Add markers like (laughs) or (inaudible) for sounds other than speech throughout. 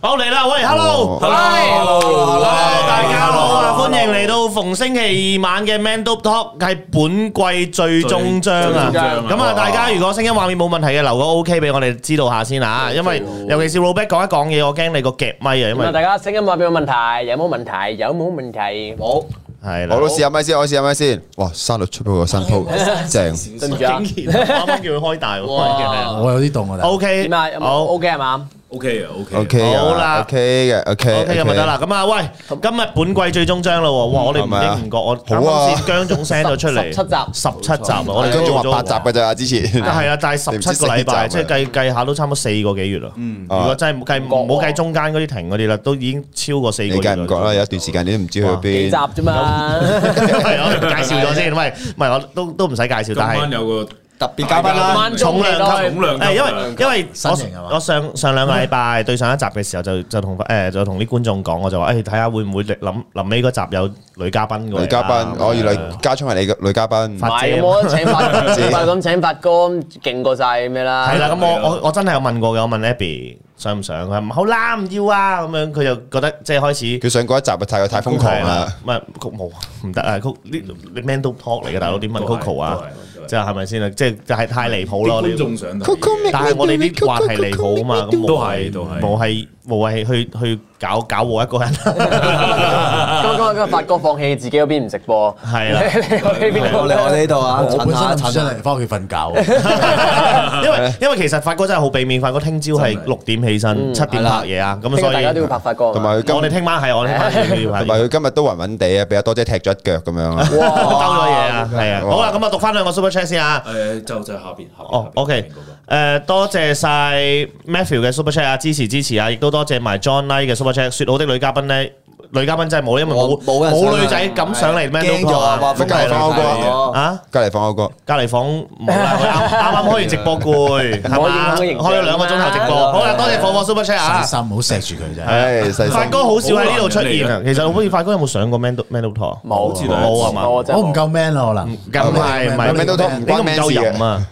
好嚟啦，喂 Hello，，hello，Hello，Hello，大家好啊， Hello，歡迎嚟到逢星期二晚嘅 Man Dope Talk，係本季最終章啊！最終章啊咁啊，大家如果聲音畫面冇問題嘅，留個 OK 俾我哋知道下先啊，因為尤其是 Robert 講一講嘢，我驚你個夾咪啊，因為咁啊，大家聲音話有冇問題？有冇問題？有冇問題？冇，係啦我，都試下咪先，我試下咪先。哇，沙律出咗個新 (laughs) 鋪，正。對唔住啊。竟然我啱啱叫佢開大喎我有啲凍啊， ，OK，點啊？有冇好。 OK 係嘛？ OK 啊，OK。 OK 嘅好啦，OK 嘅，OK。 O K 咁咪得。啦，咁啊喂，今日本季最終章啦喎，哇！我哋唔係咪啊經唔覺，我啱好啊啱先姜總 send 咗出嚟，十七集十七集啊，我嗯哋跟住話做咗八集嘅咋，之 (laughs) 前。係啊，但係十七個禮拜，即係計計下都差唔多四個幾月啦。如果真係計唔好計中間嗰啲停嗰啲啦，都已經超過四個你月啦。計唔覺啦？有一段時間你都唔知去邊幾集。啫嘛？係我介紹咗先，喂，唔係我都都唔使介紹，今但晚係。有個特別嘉賓啦，萬眾重期量級，待重量級誒，因為因為新型係嘛我我上上兩個禮拜對上一集嘅時候就就同誒就同啲觀眾講，我就話誒睇下會唔會臨臨尾嗰集有女嘉賓嘅喎女嘉賓，我原來家聰係你嘅女嘉唔賓。係咁，我 (laughs) 請發哥，咁請發哥勁過晒咩啦？係啦，啊咁我我我真係有問過嘅，我問 Abby 想唔想，佢話唔好啦，唔要啊，咁樣佢就覺得即係開始。佢上嗰一集啊，太太瘋狂啦。！唔係曲冇唔得啊！曲呢你 man 都 talk 嚟嘅，大佬點問 Coco 啊？即係係咪先啊？即係就係太離譜咯！啲觀你眾想睇。但係我哋啲話題離譜啊嘛，咁都無係謂都係無係無謂去去搞搞我一個 (laughs) 人，今今今日發哥放棄自己嗰邊唔直播，係啦你你去邊度？à. 我本身唔想嚟翻屋企 (laughs) 瞓覺， (laughs) Ờ. 因為因為其實發哥真係好俾面，發哥聽朝係六點起身，七點拍嘢啊，咁聽所日大家都以要拍發哥。同埋佢今我哋聽晚係 (laughs) 我哋聽晚要拍同埋佢今日都暈暈地啊，俾阿多姐踢咗一腳咁樣啊。兜咗嘢啊，係啊，哇好啦，咁啊讀翻兩個 super chat 先啊。誒，就就下邊下邊。哦，OK，誒多謝晒 Matthew 嘅 Super Chat 啊，支持支持啊，亦都多謝埋 John Lee 嘅 Super Chat。説好的女嘉賓咧，女嘉賓真係冇，因為冇冇人上冇啊女仔敢上嚟 Man Ghen Talk 咗啊，啊話咪風隔離頭放嗰太過個啊！隔離放嗰個，隔離房冇啦， (laughs) 佢啱啱開完直播攰，係嘛？可以咁開形象啊咗兩個鐘頭直播，好啦，多謝火火 Super Chat 細啊！心唔好錫住佢啫。唉，細發心。哥好少喺呢度出現啊，其實我好似發哥有冇上過 Man Talk Man Talk 堂？冇似冇啊嘛我真係我冇唔夠 man 咯，可能咁係唔係 Man Talk Talk 唔你都唔關 man 夠事嘅淫 (laughs) 啊！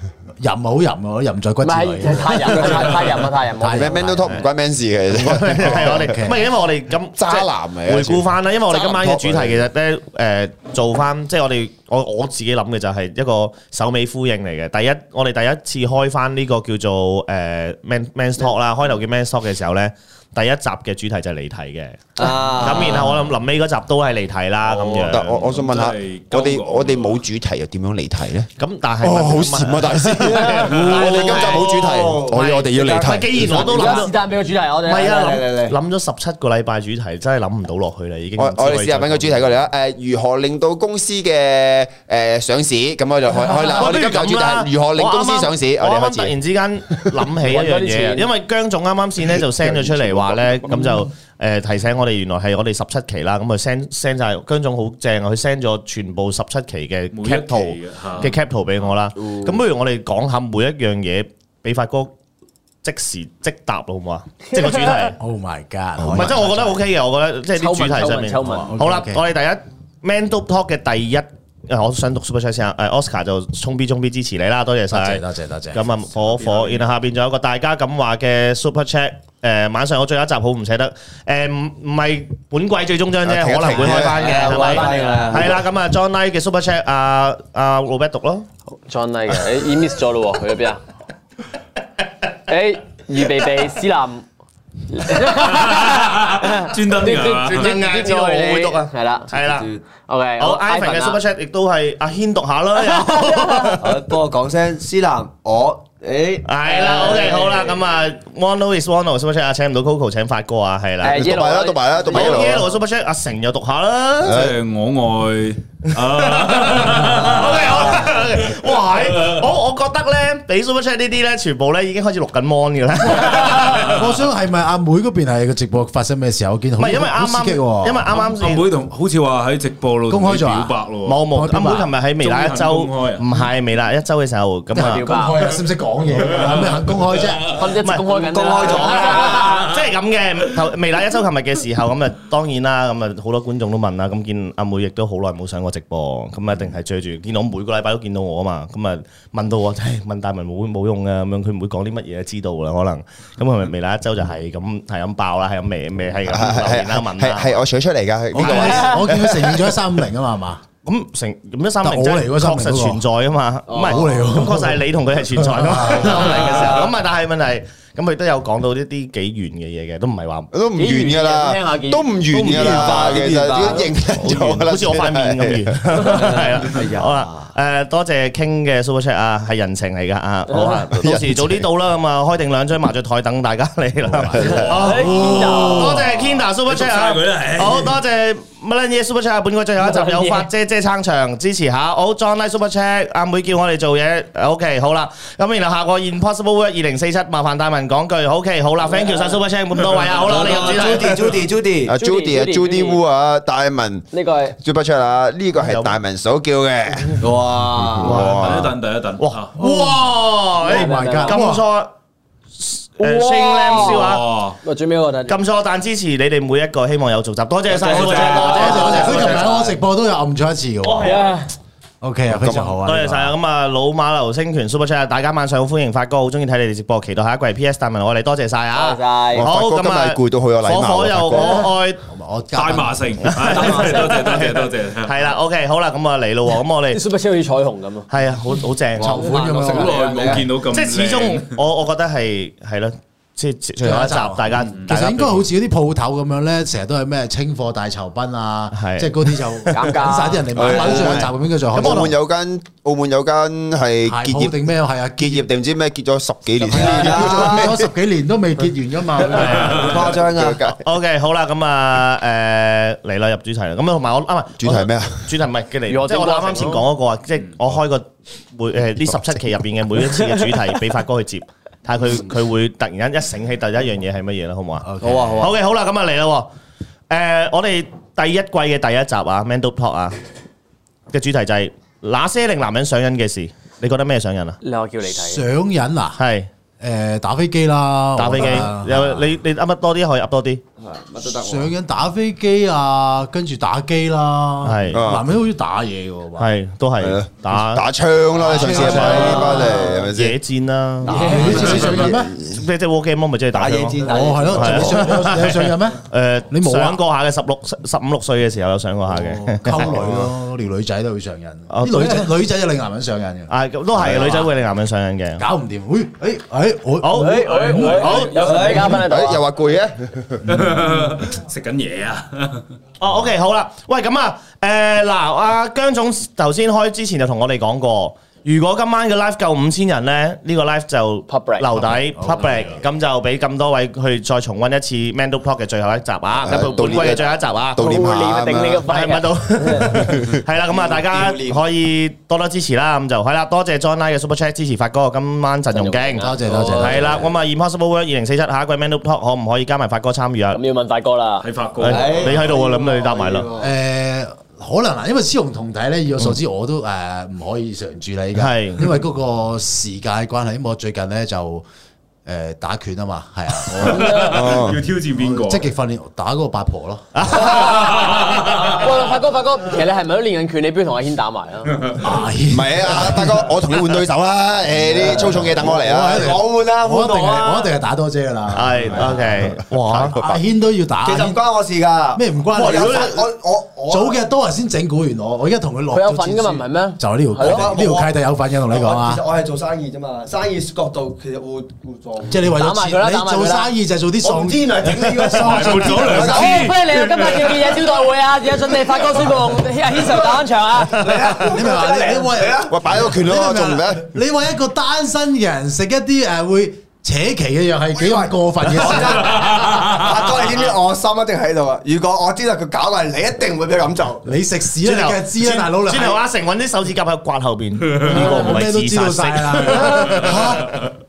淫好淫啊，我淫在骨唔子係裏。太人太太人啊太人，太咩人我 man 都 talk 唔關 man 事嘅，其實係 (laughs) 啊我哋， Okay 唔係因為我哋咁渣即係男嚟嘅啊回顧翻啦，因為我哋今晚嘅渣主題男其實咧誒做翻，即係我哋我我自己諗嘅就係一個首尾呼應嚟嘅。第一，我哋第一次開翻呢個叫做誒 man man talk 啦，開頭叫 man talk 嘅時候咧。第一集嘅主題就係離題嘅，咁然後我諗臨尾嗰集都係離題啦咁但我樣，我想問下真係，我哋鳩講我哋冇主題又點樣離題咧？咁但係哦，好閃啊，大師！我哋今集冇主題，我哋我哋要離但係題。既然我都而諗家到是，但俾個主題我哋。唔係啊，嚟嚟諗嚟諗咗十七個禮拜主題，真係諗唔到落去啦，已 (laughs) 經。我我哋試下揾個主題過嚟啦。誒，如何令到公司嘅誒上市？咁我就開開 (laughs) 啦。喂我哋今不如集主題咁啦係如何令公司我啱啱上市？我我哋啱開啱突始。然之間諗起一樣搵多啲嘢，錢因為姜總啱啱先咧就 send 咗出嚟話咧，咁就誒提醒我哋原來係我哋十七期啦，咁佢 send send 曬姜總好正啊，佢 send 咗全部十七期嘅每一期 cap 圖嘅嚇嘅 cap 圖俾我啦。咁不如我哋講下每一樣嘢俾發哥即時即答好唔好啊？即係個主題。 (laughs) Oh my god！唔係，即係我覺得 OK 嘅，我覺得即係啲主題上面。抽文抽文抽文好啦， OK，OK 我哋第一 Man Dope Talk 嘅第一，誒我想讀 Super Chat 先啊。誒 Oscar 就衝 B 衝 B 支持你啦，多謝多晒。謝多謝多謝。咁啊，火火，然後下邊仲有一個大家咁話嘅 Super Chat。誒晚上我最後一集好唔捨得，誒唔唔係本季最終章啫，啊停一停可能會開翻嘅，啫係咪？開返㗎啦係啦，咁啊，John Lee 嘅 Super Chat，阿阿 Robert 讀咯， John Lee 嘅，誒 miss 咗咯喎，去咗邊啊？誒，預備備，思林。專登㗎嘛知道我會讀啊係啦係啦， ，OK，好哦 Ivan 啊嘅 Super Chat 亦都係阿軒讀下啦。係啦，OK，好啦，咁啊，One is One Super Chat 啊，請唔到 Coco，請發哥啊，係啦。讀誒埋啦，讀埋啦，讀好埋一路啊。 Yellow Super Chat，阿成又讀下啦。即係我愛 (laughs) OK，啊！好啦，OK 哇，係我我覺得咧，俾 Super Chat 呢啲咧，全部咧已經開始錄緊 mon 嘅啦。 (laughs) 我想係咪阿妹嗰邊係個直播發生咩事啊？我見好唔係因為啱好刺啱，激喎。因為啱啱阿先妹同好似話喺直播度公開咗表啊白咯喎，冇冇，開阿邊妹啊琴日喺微辣一周，中肯公開啊唔係微辣一周嘅時候咁啊表。 (laughs) 公開啊，識唔識講嘢？有咩肯公開啫？分一直公開緊啦公開咗啊啦即係咁嘅。頭微辣一周琴日嘅時候，咁啊當然啦，咁啊好多觀眾都問啦，咁見阿妹亦都好耐冇上過直播，咁啊一定係追住見到每個禮拜都見到我啊嘛，咁啊問到我，唉問大文冇冇用啊咁樣，佢唔會講啲乜嘢知道啦，可能咁係咪微辣一周就係咁係咁爆啦，係咁微微係咁留言啦問啦。我見佢我見佢承認咗三五零啊嘛，咁成咁一三零但我嚟嗰三確實零嗰個存哦在啊嘛，唔係我嚟喎咁確實係你同佢係存在 (laughs) 咯。三零嘅時候，咁啊，但係問題咁佢都有講到呢啲幾遠嘅嘢嘅，都唔係話好似我塊面咁遠，係啦，好啦，誒多謝傾嘅 Super Chat 啊，係人情嚟㗎 (laughs) 啊，好啊，到時早啲到啦，咁啊開定兩張麻雀台等大家嚟 (laughs) 啦，好多謝 Kinda Super Chat 啊捉曬佢啦唉，好多謝乜撚嘢 Super Chat 啊！本季最後一集有發姐姐撐場支持下，好 John Lee Super Chat 阿妹叫我哋做嘢，OK 好啦，咁然後下個 Impossible Work 二零四七，麻煩大文講句，OK 好啦，thank you 晒 Super Chat 咁多位啊，好啦，你入 (laughs) 主題。呢個係 (laughs) 等一等，等一等，哇啊哇！ Oh my god 咁錯誒哇 Shane Lam 笑啊！哇！我最尾嗰個咁錯但支持你哋每一個，希望有續集，多謝晒，多多謝謝多謝多謝佢琴多謝日我直播都有暗咗一次嘅喎。係啊， OK 啊，非常好啊。多謝晒啊！咁啊，老馬流星拳 Super Chat，大家啊晚上好，歡迎發哥，好中意睇你哋直播，期待下一季 PS 大文我哋多謝晒啊！多謝晒好哇發哥咁啊，今日攰到好有禮貌啊火火又發哥可愛。我加大班麻城，唉多謝多謝多謝多謝， (laughs) 係啦，OK，好啦，咁啊嚟 (laughs) 咯喎，咁我啲哋 super chat 好似彩虹咁啊！係啊，好好正，籌款咁好啊好樣。耐冇見到咁靚，即係始終我我覺得係係咯，即係最後一集大家嗯其嗯大家實應該好似嗰啲鋪頭咁樣咧，成日都係咩清貨大酬賓啊係，即係嗰啲就 (laughs) 減價等晒啲人嚟買，買到最後一集咁應該就開始排鋪定咩係啊？結業定唔知咩結咗十幾年，咗十幾年都未結完 (laughs) 噶嘛，誇張 à. 啊！ OK，好啦，咁啊，誒嚟啦，入主題啦。咁啊，同埋我啊，唔係主題咩啊？主題唔係嘅如嚟，何即係我整啱啱先講嗰個啊，即係我開個每誒呢十七期入邊嘅每一次嘅主題俾發哥去接，睇下佢佢會突然間一醒起第一樣嘢係乜嘢啦，好唔好啊？好啊好啊，好嘅，好啦，咁啊嚟啦喎。誒，我哋第一季嘅第一集啊，Man Do Talk 啊嘅主題就係那些令男人上癮嘅事，你覺得咩上癮啊？你我叫你睇上癮啊！係誒打飛機啦，打飛機，有你你噏得多啲可以噏多啲，乜都得上癮打飛機啊，跟住打機啦，係男人好中意打嘢嘅喎，係都係打打槍啦，你上次係咪翻嚟係咪先？野戰啦，你上癮咩？即即 war game 咪即係打打野嘢戰。戰，哦，係係咯，啊你 (laughs) 上有有上癮咩？誒，你冇啊上過下嘅十六十五六歲嘅時候有上過下嘅，溝 (laughs) 女咯，撩女仔都會上癮，哦啲女仔女仔就令男人上癮嘅，啊咁都係女仔會令男人上癮嘅。搞唔掂，喂，誒誒我好，好好，有嘉賓誒喺度又啊，話攰嘅，食緊嘢啊！哦，OK，好啦，喂，咁啊，誒嗱，阿姜總頭先開之前就同我哋講過。如果今晚嘅 live 夠五千人咧，呢個 live 就 Public 留底 public，咁就俾咁多位去再重温一次 Mandal Plot 嘅最後一集啊，咁本季嘅最後一集啊，悼念下定你個肺啊係咪到？ (laughs) 係啦，咁啊，大家可以多多支持啦，咁就係啦，多謝 John Lie 嘅 Super Chat 支持發哥，今晚陣容勁，多謝多謝係啦，咁啊，Impossible World 二零四七下一季 Man Up Talk 可唔可以加埋發哥參與啊？咁要問發哥啦，哎喺法國，係你喺度啊，諗你答埋啦。誒、可能啊，因為雌雄同體咧，以我所知我都誒唔、可以常住啦，依家，係因為嗰個時間關係，因為我最近咧就誒、打拳啊嘛，係啊，要挑戰邊個我？積極訓練打嗰個八婆咯，啊喂發哥發哥，其實你係咪都練緊拳？你不如同阿軒打埋啊啦，阿唔軒，係啊，大哥，我同你換對手 (laughs) 啦，誒啲粗重嘢等我嚟啊！我換啦，我一換定我係我啊一！定係打多姐噶啦，啊係，OK，哇，阿軒都要打，其實唔阿軒關我事㗎，咩唔關我有你份我我我早嘅多人先整蠱完我，我而家同佢落佢咗有份㗎嘛戰書唔係啊咩就係呢條係咯呢條契弟有份嘅，同你講啊其實。我係做生意啫嘛，生意角度其實互互助。即係你為打咗埋佢啦錢，打你埋佢啦做生意就係做啲我唔喪知啊，整呢個大生撥咗良好知，歡迎嚟到今日嘅夜招待會啊！而家準備發哥宣布阿軒 Sir 打緊場啊！你明嘛？你你為喂，擺咗個拳你明咯，唔明仲唔啊得？你為一個單身嘅人食一啲誒會扯旗嘅藥係幾咁過分嘅講真，事？哦發哥你知唔知我心一定喺度啊？如果我知道佢搞嘅，你一定會俾佢咁做。你食屎啦！你梗係知啦，大佬你轉頭啊阿成揾啲手指甲喺刮後 (laughs) 邊，呢個唔咩都係自知道殺晒式。啊啦。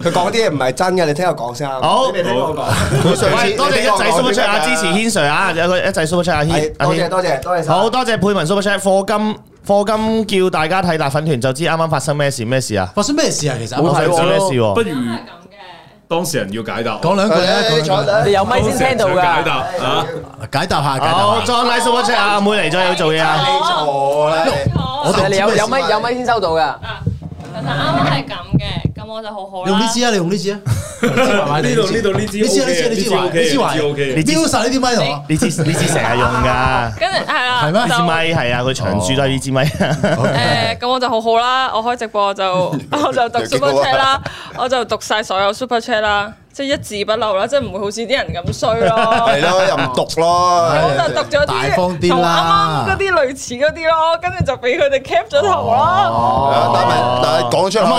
佢講啲嘢唔係真嘅，你聽我講先啊。好你未聽我佢講。上喂，次多謝一仔 super chat 啊，支持軒 Sir 啊，有個一仔 super chat 阿軒係，阿多謝軒多謝多謝晒。好多謝佩文 super chat 課金課金叫大家睇大粉團就知啱啱發生咩事咩事啊？發生咩事啊？其實冇睇喎上咩事喎？不如咁嘅，當事人要解答。講兩句啊，講兩句啊你有咪先聽到當事人想解㗎？答啊！解答下，解好答下。 ，John 喺 Super Chat 啊，阿妹嚟咗有做嘢啊，我哋你有有啊咪有咪先收到㗎？其實啱啱係咁嘅，咁我就好好啦。用呢支啊，你用呢支啊。 (laughs) 呢度呢度呢支你知 OK 啊你知啊嘅呢支你知 OK 你知嘅懷呢支 OK 嘅你瞄實呢啲咪同呢支呢支成日用 (laughs) 㗎，跟住係啦，係咩就呢支咪係啊，佢長住都係呢支咪啊。誒，咁我就好好啦，我開直播就我就讀 super chat 啦，我就讀晒所有 super chat 啦，即係一字不漏啦，即係唔會好似啲人咁衰咯。我就讀咗大方啲啲同啱啊啦啱嗰啲類似嗰啲咯，跟住就俾佢哋 cap 咗頭咯。我得我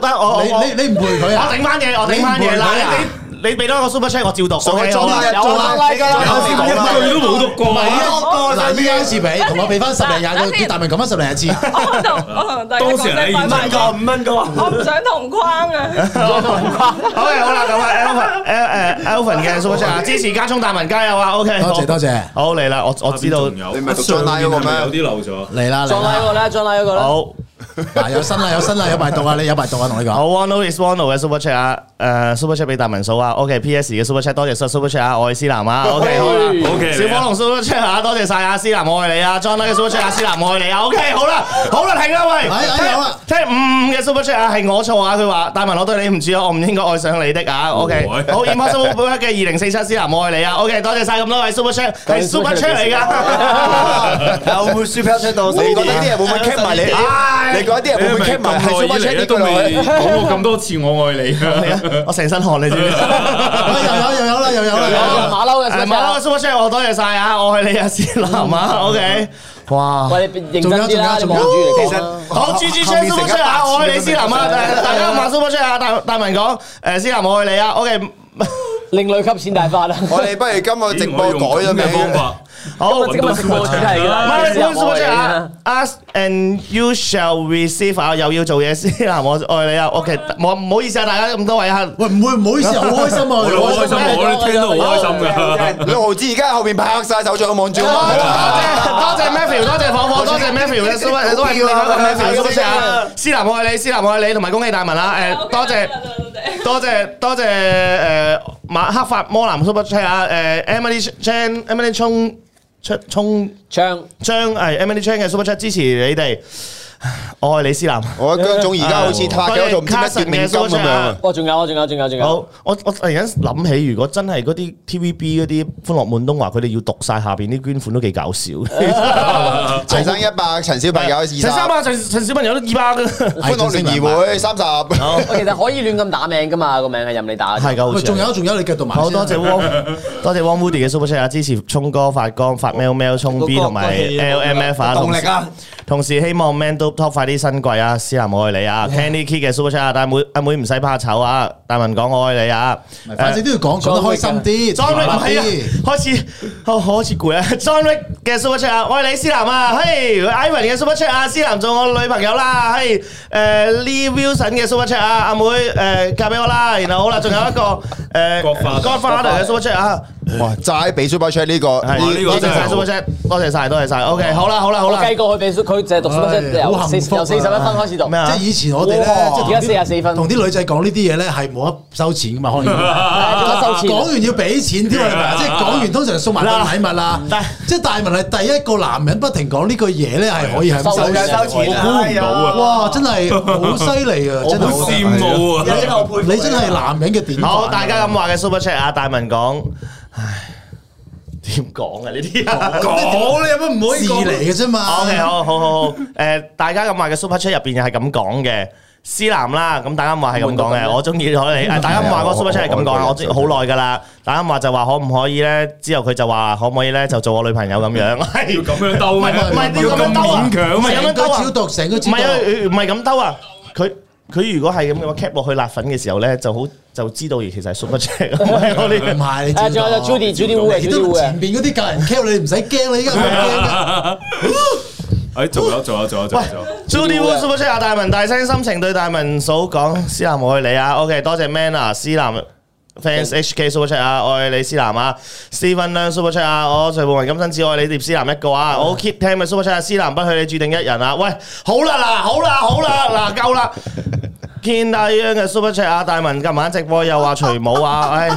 得我我你你你唔陪佢我啊？頂翻嘢，我頂翻嘢嗱，你你你俾多一個 Super Chat 我照讀，OK 好啦。佢都冇讀過啊！嗱，依家好似俾，同我俾翻十零廿等個，先啲大明講翻十零廿次。我同我同大家當講事人係聲拜拜認真㗎啦，我唔想同框啊。好嘅，好啦，咁啊，Alvin 誒誒 Alvin 嘅 Super Chat 啊支持家中大文街有啊，OK，多好謝多謝，好嚟啦，我我知道下邊仲，有你咪讀上 John Lie 嗰個面係咪咩有啲漏咗。嚟啦嚟撞拉啦，個啦，撞拉嗰個啦。好嗱 (laughs) 有新啦有新啦，有排讀啊你有排讀啊，同你講。好 o n e is one 嘅 Super Chat 啊，誒 Super Chat 俾大文數啊，OK，PS 嘅 Super Chat 多謝 Super Chat 啊，我係思南啊，OK 好啦。哎 OK，小火龍 Super Chat 啊，多謝晒啊，思南我愛你啊，John 嘅 Super Chat 啊，思南我愛你啊，OK 好啦，好啦，停啦喂，哎哎有啦聽五五嘅 Super Chat 啊，係我錯啊，佢話大文我對你唔住啊，我唔應該愛上你的啊，OK，喂好 Impossible Burger 嘅二零四七思南我愛你啊，OK，多謝晒咁多位 Super Chat，係 Super Chat 嚟 (laughs) 㗎。 (laughs) 講過咁多次我愛你，我成身汗你知唔知？哎又有又有啦又有啦又有有啦。馬騮嘅誒，小馬騮馬嘅 super chat 我多謝晒啊，我係你啊，思南啊，OK，哇，喂，你認真啲啦，你望住嚟講啦。好，G G chat super chat 啊，我愛你思南啊，大大家買 super chat 啊，大大文講，誒，思南我愛你啊，OK，à. 另類級錢大法 (laughs) 啦。嘅方法，好。今日直播主題 à. 㗎啦， Mark Moon super chat 啊，Us à. and you shall receive À, 啊，又要做 (laughs) 嘢，思南我愛你啊，OK，冇 à. 唔好意思啊，大家咁多位啊，喂唔會唔好意思啊，好開心啊，我哋好開心，我哋聽到好開心㗎。多謝多謝 Matthew，多謝火火，多謝 Matthew 嘅 super，都係另外一個 Matthew super chat 啊，思南我愛你，思南我愛你，同埋恭喜大文啦，誒，多謝。多謝多謝誒、呃、馬克法摩南 Super Chat 啊誒 Emily Chan Emily 衝出衝唱張係 Emily Chan 嘅 Super Chat 支持你哋，我愛李思南。哎啊哇，哦仲有我仲有仲有仲好有。，我我突然間諗起，如果真係嗰啲 TVB 嗰啲歡樂滿東華，佢哋要讀晒下邊啲捐款都幾搞笑。陳生啊，哎陳陳小朋友都二百嘅，我其實可以亂咁打名㗎嘛，個名係任你打。係㗎，好喂似仲有仲有，你繼續讀埋先啊。好多謝汪，多謝汪 Woody 嘅 Super Chat 啊，支持聰哥、發光、發喵喵、聰 B 同埋 LMF 啊，同同時希望 Man Do Top 快啲新季啊，思南我愛你啊，Candy Kid 嘅 Super Chat 啊，大妹阿妹唔使怕醜啊，大文講我愛你啊，反正都要講講得開心啲， John Wick 唔甜蜜係啊啲。，開始 (laughs) 好開始攰啊，John (laughs) Wick 嘅 Super Chat 啊，我愛你思南啊，嘿，Ivan 嘅 Super Chat 啊，思南做我女朋友啦，嘿，誒 Lee Wilson 嘅 Super Chat 啊，阿妹誒嫁俾我啦，然後好啦，仲有一個誒 Godfather Godfather 嘅 Super Chat 啊。哇，呢個多謝真係晒 Super Chat，多謝晒，多謝晒。OK，好啦，好啦，好我啦。計過佢俾佢就係讀書分唉由好幸四福啊由四十一分開始讀咩。啊即係以前我哋咧，哇即係同啲而家44分同啲女仔講呢啲嘢咧係冇得收錢噶嘛， (laughs) 可能得收錢講完要俾錢 (laughs) 添啊，即係講完通常送埋份禮物啦嗱。即係大文係第一個男人不停講呢句嘢咧，係可以係咁收收錢啊哎錢。哇！真係好犀利啊！我真係好好羨慕啊！你真係男人嘅典啊範。好，大家咁話嘅 Super Chat 啊，大文講，唉，點講啊呢啲講你有乜唔可以事講啊嚟嘅啫嘛。 ？OK，好好好好。誒，大家咁話嘅 Super Chat 入邊又係咁講嘅。思南啦，咁大家咁話係咁講嘅，我中意 (laughs) 咗你。誒，大家咁話個 Super Chat 係咁講啊，我中意好耐㗎啦。大家咁話就話可唔可以咧？之後佢就話可唔可以咧就做我女朋友咁樣。要係咁樣兜咩？要咁勉強唔係咩？咁樣成個兜啊照讀，成個唔照係啊，讀。佢唔係咁兜啊，佢。佢如果係咁嘅話，cap 落去辣粉嘅時候咧，就好就知道其實係 super check，唔 (laughs) 係我 (laughs) 唔哋係你照誒，啊仲有就讀。 Judy Judy Wu 嘅你 Judy 都 Wu 啊前嘅。邊嗰啲教人 cap 你唔使驚，你依家唔驚㗎。誒，仲有仲有仲有仲喂有。 ，Judy Wu super check 啊，大文大聲心情對大文嫂講，思南我愛你啊，OK，多謝 Man 啊，思南 fans HK super check 啊，我愛你思南啊，Steven Leung super check 啊，我徐步雲今生只愛你碟思南一個啊，我 keep 聽嘅 super check 啊，思南不許你注定一人啊，喂，好啦嗱，好啦好啦嗱，夠啦。見阿央嘅 super chat 啊，大文今晚直播又話除帽 (laughs) 啊，唉，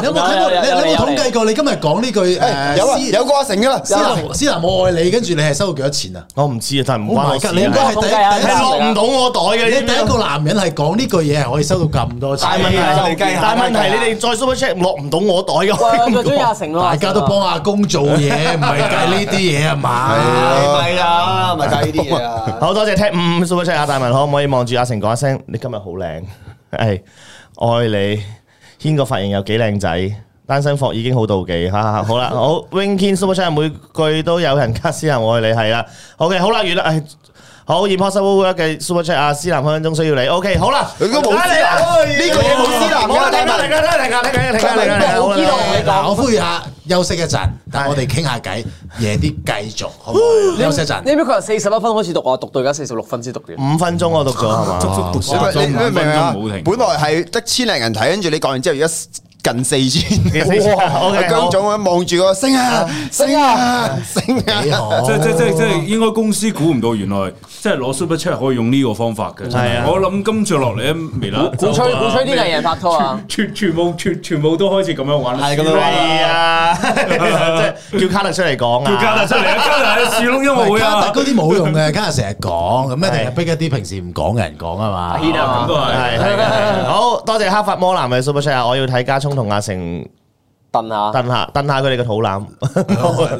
你有冇睇有過？有有你有你有冇有統計過？你今日講呢句誒，有啊，斯有個阿成噶啦，斯南斯南我愛你，跟住你係收到幾多錢啊我唔知啊，但係唔？Oh 關我 my 事啊。god！你應該係我第統計下第你一落唔到我袋嘅，你第一個個男人係講呢句嘢係可以收到咁多錢，大問題計下但係問計題下你哋再 super chat 落唔到我袋嘅，喂我唔喂，最中意阿講成咯，大家都幫阿公做嘢，唔係計呢啲嘢啊嘛。咪啦，咪就係呢啲嘢啊。好多謝聽五 super chat 啊，大文可唔可以望住阿成講一聲？你今日好靚， (laughs) 係愛你，軒個髮型又幾靚仔。單身貨已經好妒忌，哈哈 (laughs) 哈！好啦，好 Wing Ken Super Chat 每句都有人加私人愛你係啦，OK 好啦，完啦，唉好 Impossible Work 嘅 Super Chat 啊，思南分分鐘需要你，OK 好啦，佢都冇啊私你啦男呢個嘢冇私男㗎好大啦停啦文停啦停啦停啦停啦停啦停啦，好啦知道好啦你嗱，講我呼籲下休息一陣，等我哋傾下偈，夜啲繼續，好唔哦好？休息一陣。你知唔知佢由四十一分開始讀啊？讀到而家四十六分先讀完。五分鐘我讀咗係嘛？讀你咗明唔五分明鐘啊冇？停。本來係得千零人睇，跟住你講完之後，而家近四千。哇，OK Ờ, 姜好。總咁望住個升 À, 啊升啊升幾啊！好即即即即應該公司估唔到，原來即係攞 super chat 可以用呢個方法嘅。係啊我諗今次落嚟咧，微辣鼓吹鼓吹呢個人拍拖 (laughs) 啊！全全部全全部都開始咁樣玩。係咁樣係啊， (laughs) 即係叫卡特出嚟講啊，叫加特出嚟啊！加特係樹窿音樂會卡啊！特嗰啲冇用嘅，卡特成日講，咁一定係係逼一啲平時唔講嘅人講啊嘛。軒啊咁都嘛，係係。係係好多謝黑發魔男嘅 super chat，啊我要睇家聰同阿成燉下。蹬下蹬下佢哋嘅肚腩。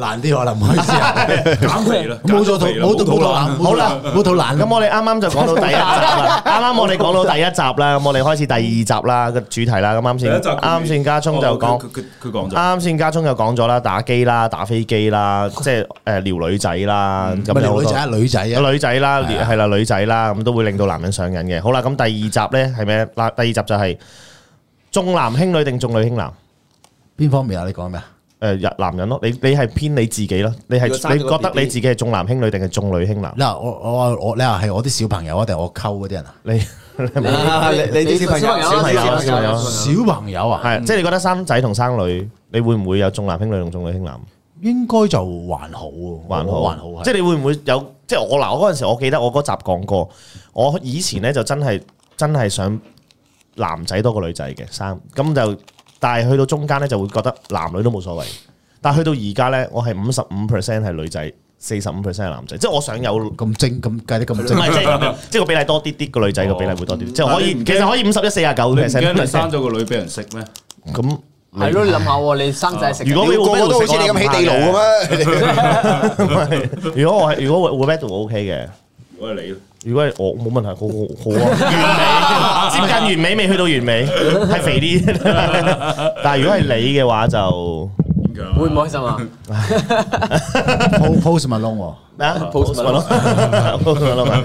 難啲可能唔可以知啊。減肥啦，冇做肚，減肥啦冇做肚腩，好啦冇肚腩。咁我哋啱啱就講到第一集啦，啱啱我哋講到第一集啦，咁我哋開始第二集啦個主題啦，咁啱第一先集佢啱先家聰就哦講佢。佢佢佢講咗，啱先家聰就講咗啦，打機啦，打飛機 (laughs) 啦，即係誒撩女仔啦，唔咁有係好女多仔啊，女仔啊，有女仔啦，係啊係啦，女仔啦，咁都會令到男人上癮嘅。好啦，咁第二集咧係咩？嗱，第二集就係重男輕女定重女輕男？邊方面啊？你講咩啊？誒，日男人咯，你你係偏你自己咯，你係如果生咗個你覺得 BB 你自己係重男輕女定係重女輕男？嗱，我我我你話係我啲小朋友啊，定係我溝嗰啲人啊？你係咪啊你你啲小朋友，小朋友小朋友啊小朋友啊，係即係你覺得生仔同生女，你會唔會有重男輕女同重女輕男？應該就還好喎，還啊好，還好啊係。即係你會唔會有？即係我嗱，我嗰陣時我記得我嗰集講過，我以前咧就真係真係想男仔多過女仔嘅生，咁就但係去到中間咧就會覺得男女都冇所謂，但係去到而家咧，我係五十五 percent 係女仔，四十五 percent 係男仔，即係我想有唔咁精咁計得咁精，係即係咁樣哦即係個比例多啲啲，個女仔個比例會多啲，即係可但係你以唔其驚實可以五十一四廿九你唔驚你生 percent 咗個女俾人食咩？咁。係咯，你諗下喎，你生仔食。啊如果個個都好似你咁起地牢咁 (laughs) 啊咩？ (laughs) 如果我係如果我 battle 我 OK 嘅。我係你咯。如果係我冇問題，好好好啊， (laughs) 完美，接近完美，未去到完美，係肥啲。 (laughs) 但係如果係你嘅話就點解啊 (laughs) 會唔開心啊？ Po- post Malone 喎。咩啊 Post Malone 咯，post Malone 啊我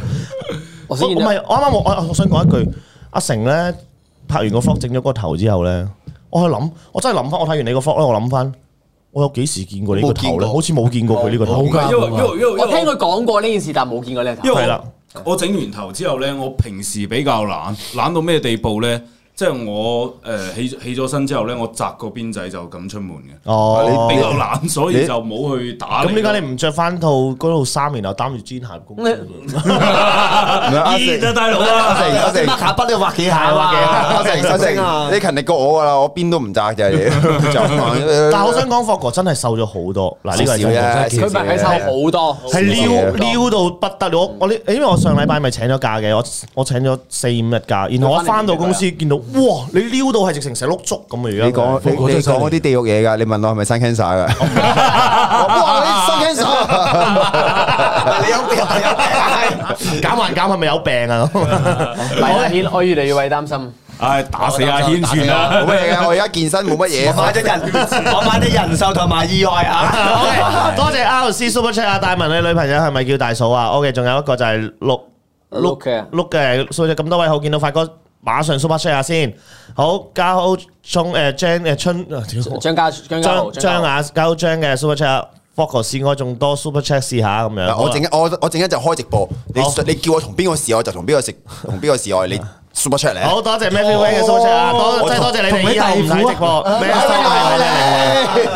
我先唔見到係，我啱啱我我我想講一句，阿成咧拍完個 vlog 整咗個頭之後咧，我去諗，我真係諗翻，我睇完你個 vlog 咧，我諗翻，我有幾時見過你個頭咧？好似冇見過佢呢個頭。冇㗎因為因為因為我聽佢講過呢件事，但冇見過呢個頭因。為係啦我我整完頭之後咧，我平時比較懶，懶到咩地步咧？即係我誒、呃起起咗身之後咧，我扎個邊仔就咁出門嘅。啊哦，比較懶，所你以就冇去打咁你咯。點解你唔着翻套嗰套衫，然後擔住煎鞋公？阿成熱啊，大佬啊！阿成抹下筆都要畫幾下係啊！嘛？阿成阿成，你勤力過我噶啦，我邊都唔扎 (laughs) 就係你。但係我想講，霍哥真係瘦咗好多。嗱，呢個係真嘅啫，佢咪係瘦好多，係撩少撩到不得了。我我呢，因為我上禮拜咪請咗假嘅，我我請咗四五日假，然後我翻到公司見到，哇！你撩到係直成石碌竹咁啊！你而家講你你講嗰啲地獄嘢㗎，你問我係咪生 cancer 㗎？哇！你生 cancer， (laughs) 你有病，你有病。減還減係咪有病啊？我我越嚟越為擔心。唉，打死阿軒算啦。冇乜嘢啊㗎，我而家健身冇乜嘢。我買咗人，我買咗人壽同埋意外 (laughs) (laughs) 啊！多謝 R C Super Chat 啊！大文你女朋友係咪叫大嫂啊？OK，仲有一個就係六碌嘅碌嘅，所以咁多位好見到發哥。馬上 super chat 下先，好家好聰誒 Jan 誒春，張家張家豪張張雅交張嘅 super chat。Focus 試我仲多 Super Chat 試下咁樣，我整我我整一就開直播，你好你叫我同邊個示愛就同邊個食，同邊個示愛，你 super chat 嚟啊。好多謝 Matthew Wang 嘅哦 super chat 啊，多真係多謝你哋以後唔睇直播咩收睇我哋嚟。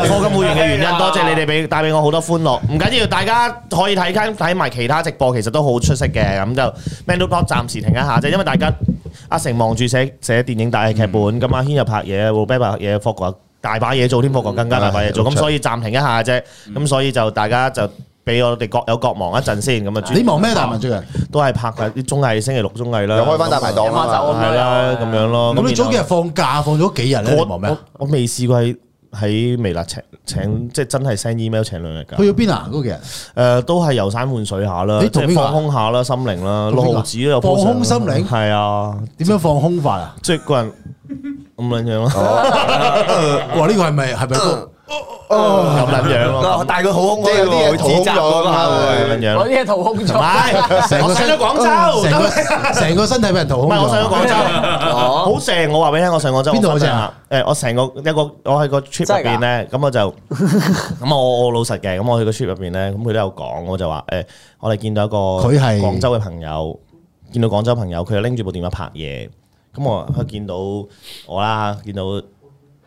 課金會員嘅原因，多謝你哋俾帶俾我好多歡樂。唔緊要，大家可以睇間睇埋其他直播，其實都好出色嘅。咁就 Mandal Pop 暫時停一下啫，因為大家阿成忙住寫寫電影大劇本，咁阿軒又拍嘢，Robert 拍嘢，Fog 話大把嘢做添，Fog 更加大把嘢做，咁所以暫停一下啫。咁所以就大家就。俾我哋各有各忙一陣先，咁啊專你望咩大文最近？都係拍嘅啲綜藝，星期六綜藝啦，又開翻大排檔飲下酒啊咁嘛樣係啦，咁樣咯。咁你然早幾日後放假放咗幾日咧？你我望咩啊我？我未試過喺喺微辣請請，即係真係 send email 請兩日去㗎。咗邊啊？嗰幾日誒，都係遊山玩水下啦，即你同係邊個啊放空下啦，心靈啦，同邊個啊六毫子都有放 post 上空心靈係啊，點樣放空法啊？即係個人咁撚樣咯，哦 (laughs) 哇！呢個係咪係咪嗰個哦咁撚樣咯，但係佢好空即係虛有啲嘢喎，好討指責咗咁咁啊咁樣我咯。啲嘢掏空唔咗，係，我上咗廣州，成得啦個 (laughs) 成個身體俾人掏唔空係我上咗廣咗？哦州，好正！我話俾你聽，我上廣州邊度好我分享正下啊？誒，我成個一個我喺個 trip 入邊咧，咁我就咁我我老實嘅，咁我去個 trip 入邊咧，咁佢都有講，我就話誒，我哋見到一個佢係廣州嘅朋友，見到廣州朋友，佢就拎住部電話拍嘢，咁我佢見到我啦，見到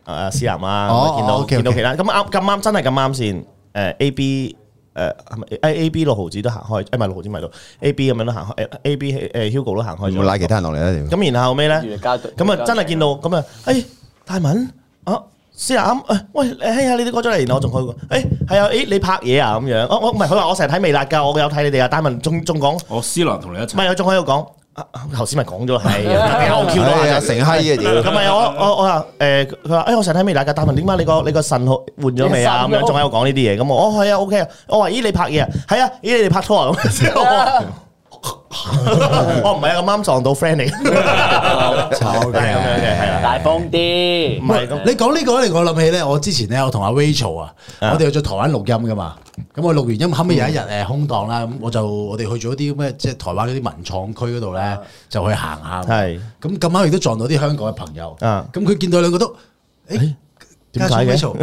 誒思南啦哦，見到 OK，OK 見到其他，咁啱咁啱真係咁啱先誒 A B。誒係咪 A A B 六毫子都行開，誒唔係六毫子咪到 A B 咁樣都行開，A B 誒 Hugo 都行開會唔咗會。拉其他人落嚟咧？咁然後後尾咧，家隊咁啊真係見到咁啊，誒大文啊。先啊啱，誒喂，哎呀，你哋過咗嚟，然後我仲去過，誒係啊，誒你拍嘢啊咁樣，我我唔係佢話我成日睇微辣㗎，我有睇你哋啊，大文仲仲講，唔我思蘭同你一齊，係佢仲喺度講，啊頭先咪講咗係，又 Q 到哎下呀，陣成閪嘅屌！咁咪我我我話誒，佢話哎誒我成日睇微辣㗎，大文點解你個你個腎好換咗未啊？咁樣仲喺度講呢啲嘢，咁我哦係啊 OK 啊，我話咦你拍嘢啊，係啊，咦你哋拍拖啊咁，之後 (laughs) 我我唔係啊咁啱撞到 friend 嚟，啊炒係咁樣嘅。嘅係啦。大風啲唔，係咁，你講呢個咧，令我諗起咧，我之前咧，我同阿 Rachel 啊，我哋去咗台灣錄音噶嘛。咁我錄完音，後尾有一日誒空檔啦，咁我就我哋去咗啲咩，即係台灣嗰啲文創區嗰度咧，就去行下。係咁咁啱亦都撞到啲香港嘅朋友。啊咁佢見到兩個都，誒點解嘅加上 Rachel，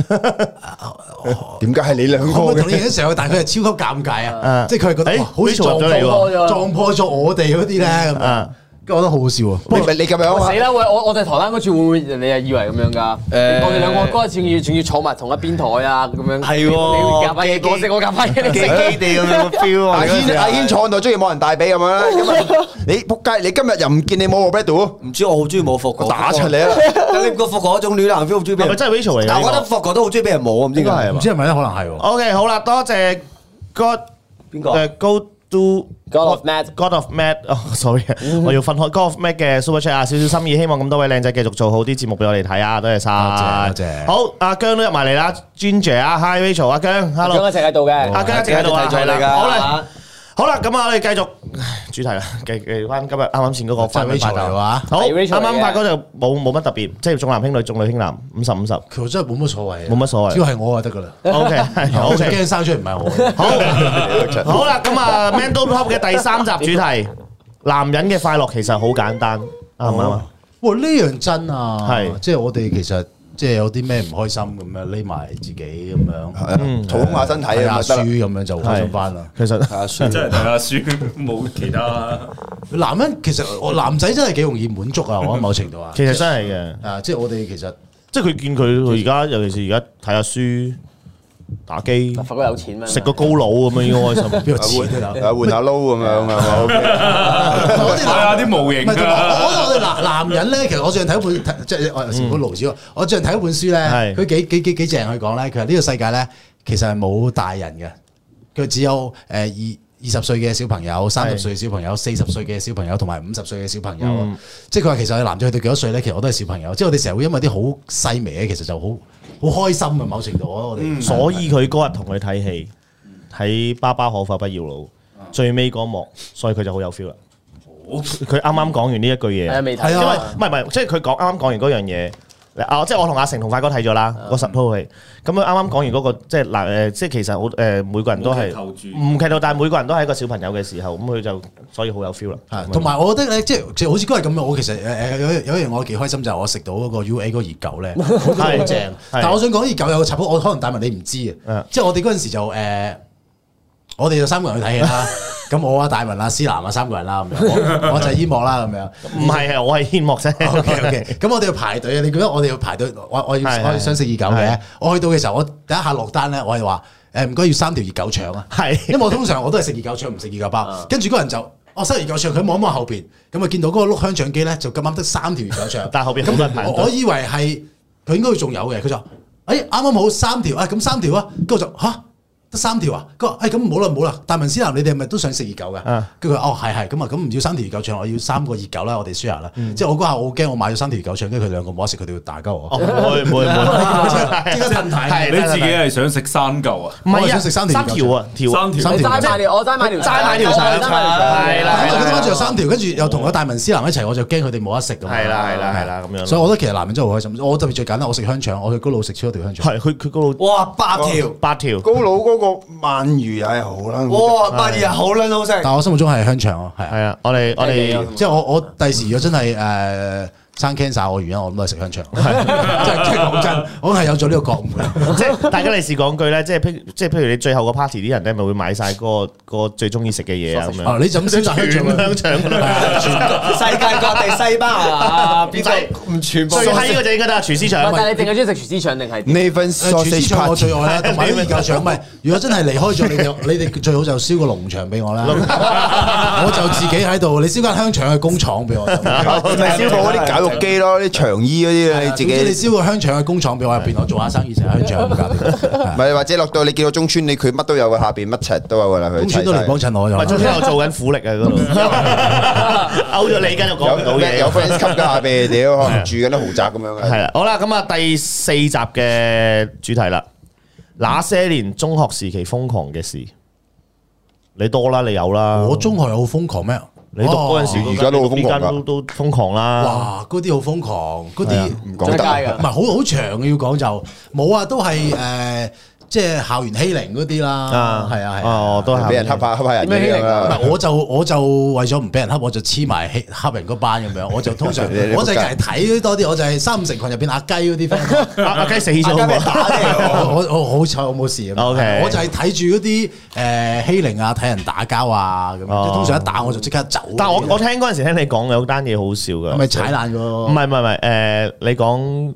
點解係你兩個可唔可以同你嘅？影相？但係佢係超級尷尬啊啊，即係佢係覺誒得哇好似 Rachel 撞入咗嚟喎破撞破咗我哋嗰啲咧咁樣啊。跟住我覺得好好笑啊！你咪你咁樣我啊死啦！喂，我我哋台灣嗰次會唔會你係以為咁樣㗎？誒我哋兩個嗰陣仲要仲要坐埋同一邊台啊咁樣，係喎你夾翻嘢，我食我夾 (laughs) 翻嘢，你食基地咁樣嘅 feel 阿啊！軒阿軒坐喺度，中意冇人大髀咁樣 (laughs) 啦。咁啊你仆街，你今日又唔見你冇 Roberto，唔知我好中意冇霍我哥，打出你啦！但你唔覺霍哥嗰種暖男 feel 好中意俾係咪人，真係 Rachel 嚟㗎？但我覺得呢霍哥都好中意俾人摸，唔個知應該點係解唔嘛知係咪咧？可能係喎。 ？OK，好啦，多謝 God 邊個？誒 Go Do God of Mad God of Mad 哦，sorry，我要分開 God of Mad 嘅 Super Chat 啊，少少心意，希望咁多位靚仔繼續做好啲節目俾我哋睇啊，多謝晒，多謝多謝好，阿姜都入埋嚟啦，Ginger 啊，Hi Rachel，阿姜我，Hello，一齊喺度嘅，阿姜一直喺度啊，睇咗係你㗎啦，好啦。好啦，咁啊，我哋繼續唉主題啦，繼繼翻今日啱啱先嗰個真係翻 Rachel 嚟話好，係啱 Rachel 嚟啱嘅發嗰就冇冇乜特別，即係重男輕女，重女輕男，五十五十。佢真係冇乜所謂，啊冇乜所謂只要係我就得噶啦。 O (laughs) K，我好最嘅，驚生出嚟唔係我，好， (laughs) 好啦，咁啊，Mandal Pop 嘅第三集主題，男人嘅快樂其實好簡單，啱唔啱啊？哇呢樣真啊，係即係我哋其實即係有啲咩唔開心咁樣，匿埋自己咁樣，操控下身體睇啊下咪得書啦。咁樣就開心翻啦。啊其實 (laughs) 係啊，算 (laughs) 真係睇下書，冇其他。男人其實我男仔真係幾容易滿足啊，我覺得某程度啊， (laughs) 其實真係嘅，啊，即係我哋 (laughs) 其實 (laughs) 即係佢見佢佢而家，尤其是而家睇下書、打機、發哥有錢咩？食個高佬咁樣，應該開心。邊個錢啊？啊，換下撈咁樣啊，OK， (laughs) 我睇哋下男啲模型唔係同埋啊，我我覺得我哋男男人咧，其實我最近睇一本睇即係我成本勞子喎，我最近睇一本書係咧，佢幾幾幾幾正佢講咧，佢話呢個世界咧其實係冇大人嘅，佢只有誒二。二十歲嘅小朋友、三十歲嘅小朋友、四十歲嘅小朋友同埋五十歲嘅小朋友，啊嗯即係佢話其實我哋男仔去到幾多歲咧，其實我都係小朋友。即係我哋成日會因為啲好細微嘅，其實就好好開心嘅某程度我覺得我哋所以佢嗰日同佢睇戲，睇《爸爸可否不要老》最尾嗰幕，所以佢就好有 feel 啦。佢啱啱講完呢一句嘢，係啊未睇係因啊為唔係唔係，即係佢講啱啱講完嗰樣嘢。啊！即係我同阿成同發哥睇咗啦，嗰十套戲。咁佢啱啱講完嗰個，即係嗱誒，即係其實好誒，每個人都係冇劇透住唔劇透，但係每個人都係一個小朋友嘅時候，咁佢就所以好有 feel 啦。啊 (laughs) 同埋我覺得咧，即係即係好似嗰日咁樣，我其實誒誒有有一樣我幾開心就係我食到嗰個 UA 嗰個熱狗咧，我覺得好正。但係我想講熱狗有個插曲，我可能大文你唔知嗯 (laughs) 啊，即係我哋嗰陣時就誒，我哋就三個人去睇戲啦。咁我啊、大文啊、思南啊三個人啦，咁樣我我就係煙幕啦，咁樣。唔係啊，我係煙幕 (laughs) 啫。 O K O K，咁我哋要排隊啊！你覺得我哋要排隊，我我要係我要係想食熱狗係嘅。我去到嘅時候，我第一下落單咧，我係話誒唔該要三條熱狗腸啊，係。因為我通常我都係食熱狗腸，唔食熱狗包。跟住嗰人就我收熱狗腸，佢望一望後邊，咁啊見到嗰個碌香腸機咧，就咁啱得三條熱狗腸但係後邊好多人排咁隊我我以為係佢應該會仲有嘅，佢就話誒啱啱好三條啊，咁三條啊，跟住我就吓，得三條啊！佢話：誒咁冇啦冇啦，大文思南你哋係咪都想食熱狗㗎啊？跟住佢話哦係係咁啊，咁唔要三條熱狗腸，我要三個熱狗啦，我哋 share 啦。嗯即係我嗰下我好驚，我買咗三條熱狗腸，跟住佢兩個冇得食，佢哋會打鳩哦，我。唔會唔會唔會，即刻褪題係你自己係想食生舊啊？唔我係係啊，想食三三條條啊，條三條三條齋買條，我齋買條，齋買條我齋買條腸係啦係咁我啦跟住有三條，跟住又同咗大文思南一齊，我就驚佢哋冇得食咁。係啦係啦係啦咁樣所以我覺得其實男人真係好開心。我特別最簡單，我食香腸，我去高佬食超多條香腸。係佢佢嗰度哇，八條，八條，哦高佬嗰個鰻魚係好啦，哇，八條好撚好食。但我心目中係香腸咯，係啊係啊，我哋我哋。即係我我第時如果真係誒生 cancer 我原 (laughs) 因，我諗都係食香腸。即係即係講真，我係有咗呢個覺悟嘅。即係大家嚟試講句咧，即係譬即係譬如你最後個 party 啲人咧，咪會買晒嗰個嗰個最中意食嘅嘢啊咁啊樣，你就咁選擇香腸啊全香腸 (laughs) 世界各地西班牙啊，邊個唔全部最閪嗰只應該得啊廚師腸唔係，但係你淨係中意食廚師腸定係？呢份誒呃廚 sausage 師腸我 party 最愛 (laughs) 啦，同埋啲熱狗腸。唔係，如果真係離開咗你哋，你哋最好就燒個農場 (laughs) 俾我啦。我就自己喺度，你燒間香腸嘅工廠俾 (laughs) 我。咪燒火嗰啲绞肉機咯，啲長衣嗰啲你自啊總之你己，燒個香腸嘅工廠俾我入邊，我做下生意食香腸唔唔搞係或者落到你見到中村，你佢乜都有嘅，下邊乜柒都有㗎啦，佢咁齊全都嚟幫襯我唔係中咗。間我做緊苦力啊嗰度，勾咗你跟住講唔到有嘢。有 (laughs) fans 級㗎下邊，屌可能住緊啲豪宅咁樣系嘅。啦，好啦，咁啊，第四集嘅主題啦，那些年中學時期瘋狂嘅事，你多啦，你有啦，我中學有好瘋狂咩？你讀嗰阵时，哦而家都好瘋狂㗎而家都都疯狂啦，哇，嗰啲好瘋狂，嗰啲。唔出講街得啊，㗎唔係。好好長嘅要講就冇啊，都係誒、呃即係校園欺凌嗰啲啦，係啊係啊。哦，都係俾人恰下恰下人點樣欺咁凌樣唔啦係。我就我就為咗唔俾人恰，我就黐埋 (laughs) 欺恰人嗰班咁樣，我就通常 (laughs) 你你仆街我就係睇多啲，我就係三五成群入邊阿雞嗰啲 (laughs) friend，阿阿雞死啊咗家俾喎，打你？哦 (laughs) 我我我好彩我冇事咁樣 OK 我就係睇住嗰啲誒欺凌啊，睇人打交啊咁樣，哦即係通常一打我就即刻走。但係我我聽嗰阵时听你講有單嘢好笑㗎，係咪踩爛唔個？係唔係唔係，诶，你講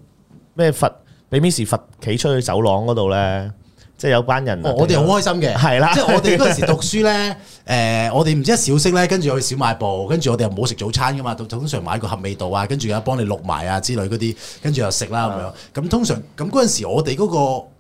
咩罰俾 Miss 罰企出去走廊嗰度咧，即係有班人啊，哦我我哋好開心嘅，係啦即係我哋嗰陣時讀書咧， (laughs) 誒，我哋唔知一小息咧，跟住去小賣部，跟住我哋又冇食早餐噶嘛，通通常買個合味道啊，跟住又幫你錄埋啊之類嗰啲，跟住又食啊啦咁樣。咁通常咁嗰陣時，我哋嗰個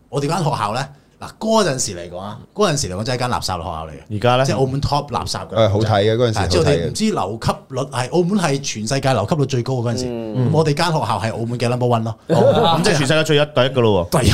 我哋間學校咧，嗱嗰陣時嚟講啊，嗰陣時嚟講真係間垃圾學校嚟嘅，而家咧即係澳門 top 垃圾嘅。誒好睇嘅嗰陣時好即係我睇哋唔嘅。知留級率係澳門係全世界留級率最高嘅嗰陣時，嗯咁我哋間學校係澳門嘅 number one (laughs) 咯。咁即係全世界最一第一噶咯啊 (laughs) 第一。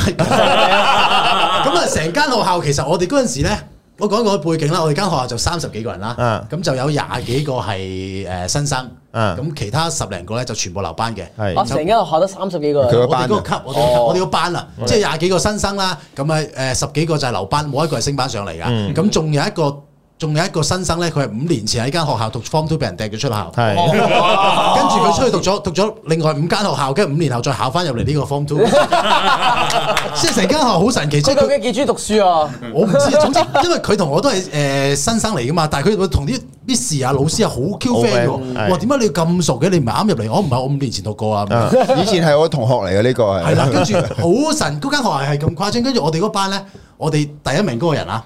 咁啊，成間學校其實我哋嗰陣時咧，我講個背景啦，我哋間學校就三十幾個人啦嗯，咁就有廿幾個係誒新生，嗯咁其他十零個咧就全部留班嘅。喎，我係哦成間學校得三十幾個佢人，個我哋班嗰個啊級，我哋個級哦我哋個班啊，即係廿幾個新生啦，咁啊誒十幾個就係留班，冇一個係升班上嚟嗯噶。咁仲有一個，仲有一個新生咧，佢係五年前喺間學校讀 form two 俾人掟咗出校。哦係。跟住佢出去讀咗讀咗另外五間學校，跟住五年後再考翻入嚟呢個 form (laughs) two，即係成間學校好神奇，即佢係佢究竟幾中意讀書啊？我唔知，總之因為佢同我都係誒新生嚟噶嘛，但係佢同啲 miss 啊老師啊好 Q 好 friend 嘅 friend，係喎。哇，點解你咁熟嘅？你唔係啱入嚟？我唔係，我五年前讀過啊。啊 (laughs) 以前係我同學嚟嘅呢個啊係。係啦，跟住 (laughs) 好神，嗰間學校係咁誇張。跟住我哋嗰班咧，我哋第一名嗰個人啊，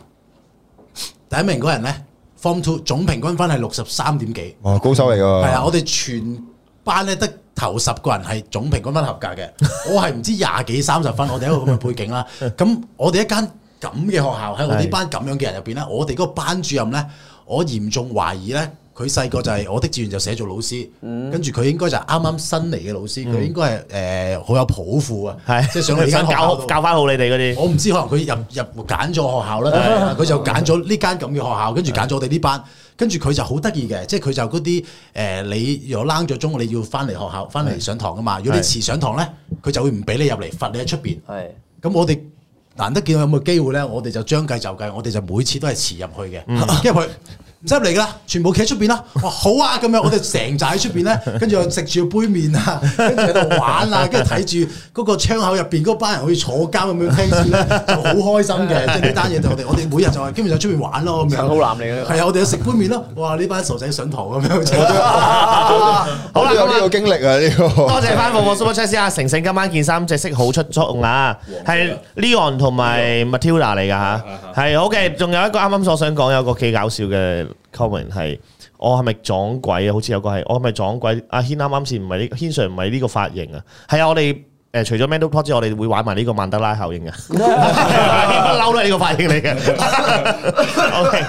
第一名嗰個人咧，form two 總平均分係六十三點幾。哦，高手嚟㗎。係啊，我哋全班咧得頭十個人係總平均分合格嘅，我係唔知廿幾三十分，我哋一個咁嘅背景啦。咁我哋一間咁嘅學校喺我哋班咁樣嘅人入邊咧，我哋嗰個班主任咧，我嚴重懷疑咧。佢細個就係我的志願就寫做老師，跟住佢應該就係啱啱新嚟嘅老師，佢應該係誒好有抱負啊，係，即係上嚟呢間想學校教度教翻好你哋嗰啲。我唔知，可能佢入入揀咗學校啦，佢就揀咗呢間咁嘅學校，跟住揀咗我哋呢班，跟住佢就好得意嘅，即係佢就嗰啲誒，你若冷咗鐘，你要翻嚟學校，翻嚟上堂噶嘛。如果你遲上堂咧，佢就會唔俾你入嚟，罰你喺出邊。係咁我哋嗯 (laughs) 難得見到有冇機會咧，我哋就將計就計，我哋就每次都係遲入去嘅，因為佢唔使入嚟噶啦，全部企喺出邊啦。哇，好啊，咁樣我哋成扎喺出邊咧，跟住又食住杯麵啊，跟住喺度玩啊，跟住睇住嗰個窗口入邊嗰班人好似坐監咁樣聽 (laughs) 住咧，就好開心嘅。即係呢單嘢就我哋我哋每日就係基本上出邊玩咯咁樣。好男嚟嘅呢個係啊，我哋去食杯麵咯。哇，呢班傻仔上堂 (laughs) 咁樣。好啦，咁啊。我都有呢個經歷啊，呢個。多謝翻我 Super Chat 先啊！成成今晚件衫隻色好出眾啊，係 Leon 同埋 Matilda 嚟噶吓，係好嘅。仲有一個啱啱我想講有個幾搞笑嘅 comment 係，我係咪撞鬼啊？好似有個係，我係咪撞鬼？阿軒啱啱先唔係呢，軒 Sir 唔係呢個髮型啊，係啊，我哋。誒除咗 Mental Plot 之外，我哋會玩埋呢個曼德拉效應嘅，不嬲都係呢個髮型嚟嘅。OK，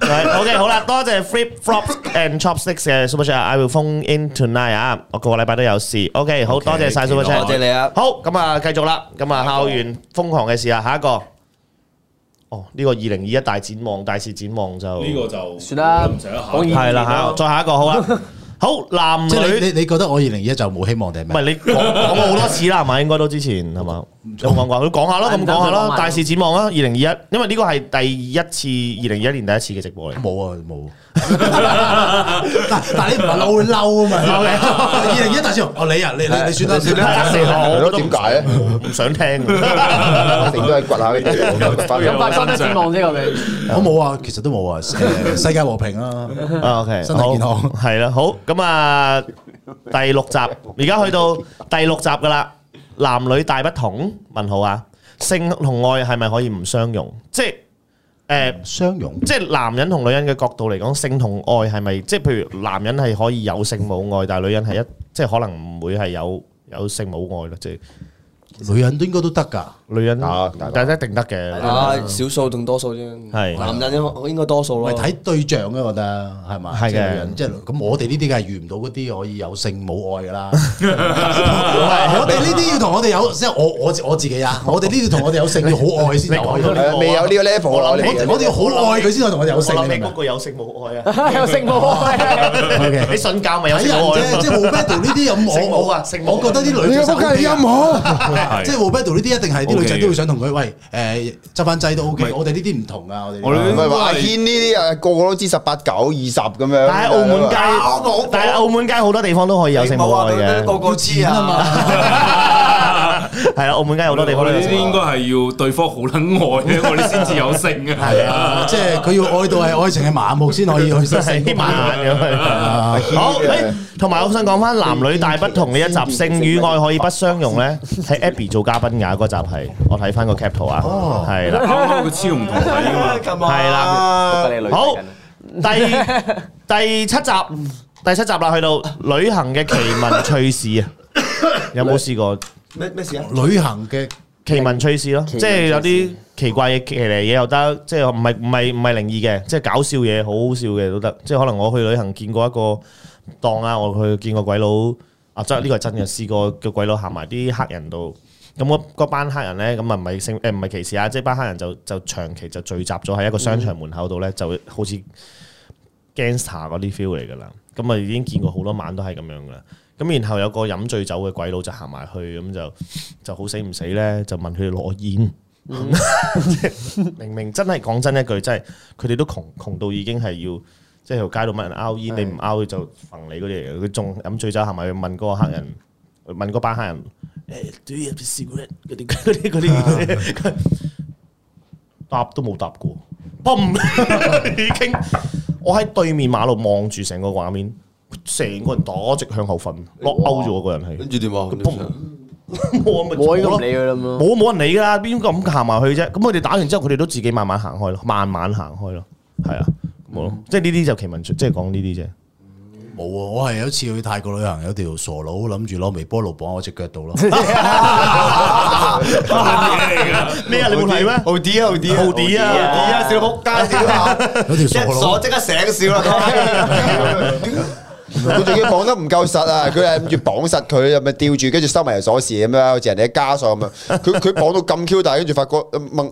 係 OK，好啦，多謝 Flip Flops and Chopsticks 嘅 Super Chat，I will phone in tonight 啊！我個個禮拜都有事。OK，好多謝晒 Super Chat，多謝你啊好，咁啊繼續啦，咁啊校園瘋狂嘅事啊，下一個。哦，呢個二零二一大展望、大事展望就呢個就算啦唔使一下講意係啦嚇，再下一個好啦。好男即係女 (laughs) 你。你你覺得我二零二一就冇希 (laughs) 望定係唔咩係？你講講過好多次啦，係咪？應該都之前係嘛？有冇講過？佢講下咯，咁講下唔得唔咯。得大事展望啦，二零二一，因為呢個係第一次二零二一年第一次嘅直播嚟。冇啊冇。但但你唔係嬲會嬲 (laughs) 啊嘛？二零一大少，哦你啊你你你算啦，你係咯，點解咧？啊啊唔想聽。啊一定都係掘下呢啲嘢，掘返嚟。咁快新得展望啫，我哋我冇啊，其實都冇啊，誒世界和 (laughs) 平啊，啊 OK，身體健康好係啦，好咁啊，第六集而家去到第六集噶啦，男女大不同，問號啊，性同愛係咪可以唔相容？即係誒。呃相容即係男人同女人嘅角度嚟講，性同愛係咪即係譬如男人係可以有性冇愛，但係女人係一即係可能唔會係有有性冇愛咯，即係女人都應該都得㗎。女人啊大佬但係一定得嘅，啊，少數定多數啫。係男人應應該多數咪咯。睇對象啊嘅，我覺得係嘛？係嘅即女人即係咁，我哋呢啲梗係遇唔到嗰啲可以有性冇愛㗎啦。我哋呢啲要同我哋有，即係我我我自己啊，我哋呢啲同我哋有性要好愛先有 (laughs) 愛㗎。係啊，未有呢個level 啊，我哋我哋要好愛佢先可以同我哋有性。我諗你明唔起明嗰個有性 (laughs) 冇愛啊，有性冇 (laughs) 啊！ ？OK 你信教咪有睇性人冇愛啫，咯即係 w o b a d o 呢 (laughs) 啲咁聖我母我啊聖母我覺得啲女仔手機啊，係即係 w o b a d o 呢啲一定係啲女仔 OK 都會想同佢喂誒執翻掣都 OK，唔係我哋呢啲唔同啊，我哋呢啲我哋呢唔係話阿軒呢啲啊，個個都知18 9 20咁樣。但係澳門街啊我冇，但係澳門街好多地方都可以有性冇愛嘅， (laughs) 個個知啊。係啦，澳門街好多地方我都有哋呢性啲應該係要對方好撚愛咧，我哋先至有性嘅。係啊，即係佢要愛到係愛情係麻木先可以去識性 (laughs) 啲晚眼咁樣。啊！好，誒，同埋我想講翻男女大不同呢一集《性與愛可以不相容》咧，係 Abby 做嘉賓㗎嗰集係，我睇翻個 cap 圖啊，係啦，啱啱個雌雄同體啊嘛，係啦，好，第第七集，第七集啦，去到旅行嘅奇聞趣事啊，有冇試過咩-咩事啊？旅行嘅奇聞趣事咯？即係有啲奇怪嘅奇離嘢又得，即係唔係唔係唔係靈異嘅，即係搞笑嘢、好好笑嘅都得。即係可能我去旅行見過一個檔啊，我去見過鬼佬啊，真係呢個係真嘅，試過叫鬼佬行埋啲黑人度。咁嗰嗰班黑人咧，咁啊唔係性誒唔係歧視啊，即係班黑人就就長期就聚集咗喺一個商場門口度咧，就好似 gangster 嗰啲 feel 嚟㗎啦。咁啊已經見過好多晚都係咁樣㗎啦。咁然後有個飲醉酒嘅鬼佬就行埋去，咁就就好死唔死咧，就問佢哋攞煙。即係 (laughs) 明明真係講真一句，真係佢哋都窮窮到已經係要即係條街度問人拗煙，你唔拗佢就焚你嗰啲嚟嘅。佢仲飲醉酒行埋去問嗰個黑人，問嗰班黑人誒 Do you have a cigarette？嗰啲嗰啲嗰啲嗯嗰啲， (laughs) 答都冇答過，嘣 (laughs) 已經我喺對面馬路望住成個畫面，成個人打直向後瞓，落勾咗我個人係，我咪我應該坐唔咯理佢啦嘛。冇冇人理噶啦，邊咁行埋去啫？咁佢哋打完之後，佢哋都自己慢慢行開咯，慢慢行開咯，係啊，冇咯，即係呢啲就奇聞趣，即係講呢啲啫。冇啊！我係有一次去泰國旅行，有條傻佬諗住攞微波爐綁我只腳度咯。À. 咩啊？你冇睇咩？豪啲啊，豪啲啊，豪啲啊豪啲啊，小仆街屌啊！有條一傻佬傻即刻醒笑啦！佢仲要綁得唔夠實啊，佢係諗住綁實佢，咁樣吊住，跟住收埋條鎖匙咁樣，好似人哋嘅枷鎖咁樣。佢-佢綁到咁Q大，跟住發覺，嗯，掹，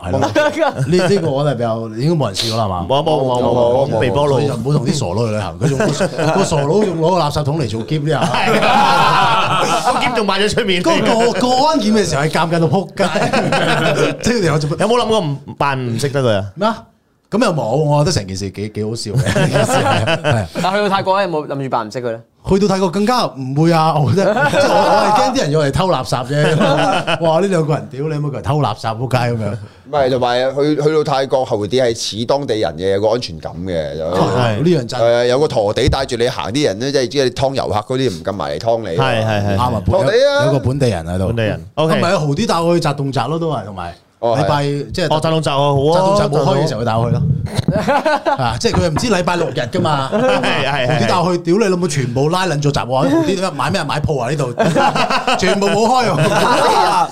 係啦，呢呢個我係比較應該冇人試過啦係嘛。冇冇冇冇冇，微波所以就爐唔好同啲傻佬去旅行，佢仲個傻佬仲攞個垃圾桶嚟做 keep 呢下。個劍仲埋咗出面。嗰個過安檢嘅時候係尷尬到撲街，即係我做乜有冇諗過唔扮唔識得佢啊？咩啊？咁又冇，我覺得成件事幾幾好笑嘅。係啊但去到泰國咧，有冇諗住扮唔識佢咧？去到泰國更加唔會啊！(laughs) 我覺得即係我我係驚啲人以為偷垃圾啫。哇！呢兩個人屌你，每個人偷垃圾撲街咁樣。唔係，同埋去去到泰國後啲係似當地人嘅，有個安全感嘅。 (laughs) 有係呢樣真誒、有個陀地帶住你行啲人咧，即係知你劏遊客嗰啲唔敢埋嚟劏你。係係係啱啊！落 (laughs) 地啊有有個本地人喺度，本地人，OK 唔係啊豪啲帶我去摘洞摘咯，都係同埋哦係禮拜即係啊哦，扎龍扎我摘好洞啊，摘冇開嘅時候，佢帶我去咯。啊，即係佢又唔知禮拜六日噶嘛，(laughs) 豪係係係啲帶我去，屌你老母，全部拉撚咗閘喎！豪啲買咩買鋪啊？(laughs) 呢度全部冇開 (laughs) 喎。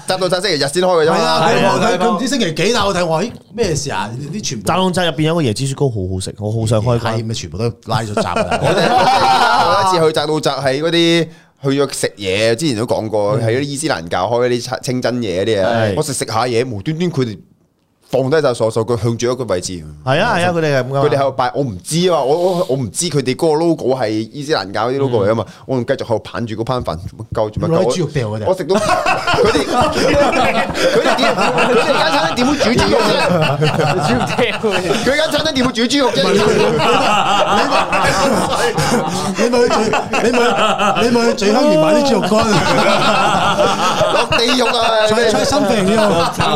執到曬星期日先 (laughs) 開嘅啫係嘛啊，。佢係啊佢佢唔知星期幾帶我睇，我話咦咩事啊？啲全部扎龍扎入邊有個椰子雪糕好好食，我好想開係關。咪全部都拉咗閘啊㗎啦？我哋我有一次去扎到扎喺嗰啲。去咗食嘢，之前都講過，喺啲伊斯蘭教開嗰啲清真嘢嗰啲啊嗯係，我食食下嘢，無端端佢哋放低晒所有數據，向住一個位 (laughs) 置。係啊係啊，佢哋係咁噶。佢哋喺度拜，我唔知啊嘛，我我我唔知佢哋嗰個 logo 係伊斯蘭教啲 logo 嚟啊嘛，我仲繼續喺度棒住嗰班飯，做乜鳩做乜鳩攞啲豬肉掉佢哋我食 (laughs) 到佢哋佢哋點佢哋間餐廳點會煮豬肉啫？佢間餐廳點會煮豬肉啫？ (laughs) 你咪去聚，你咪你咪去聚香園買啲豬肉乾，落地獄啊！ (laughs) 再再心平啲好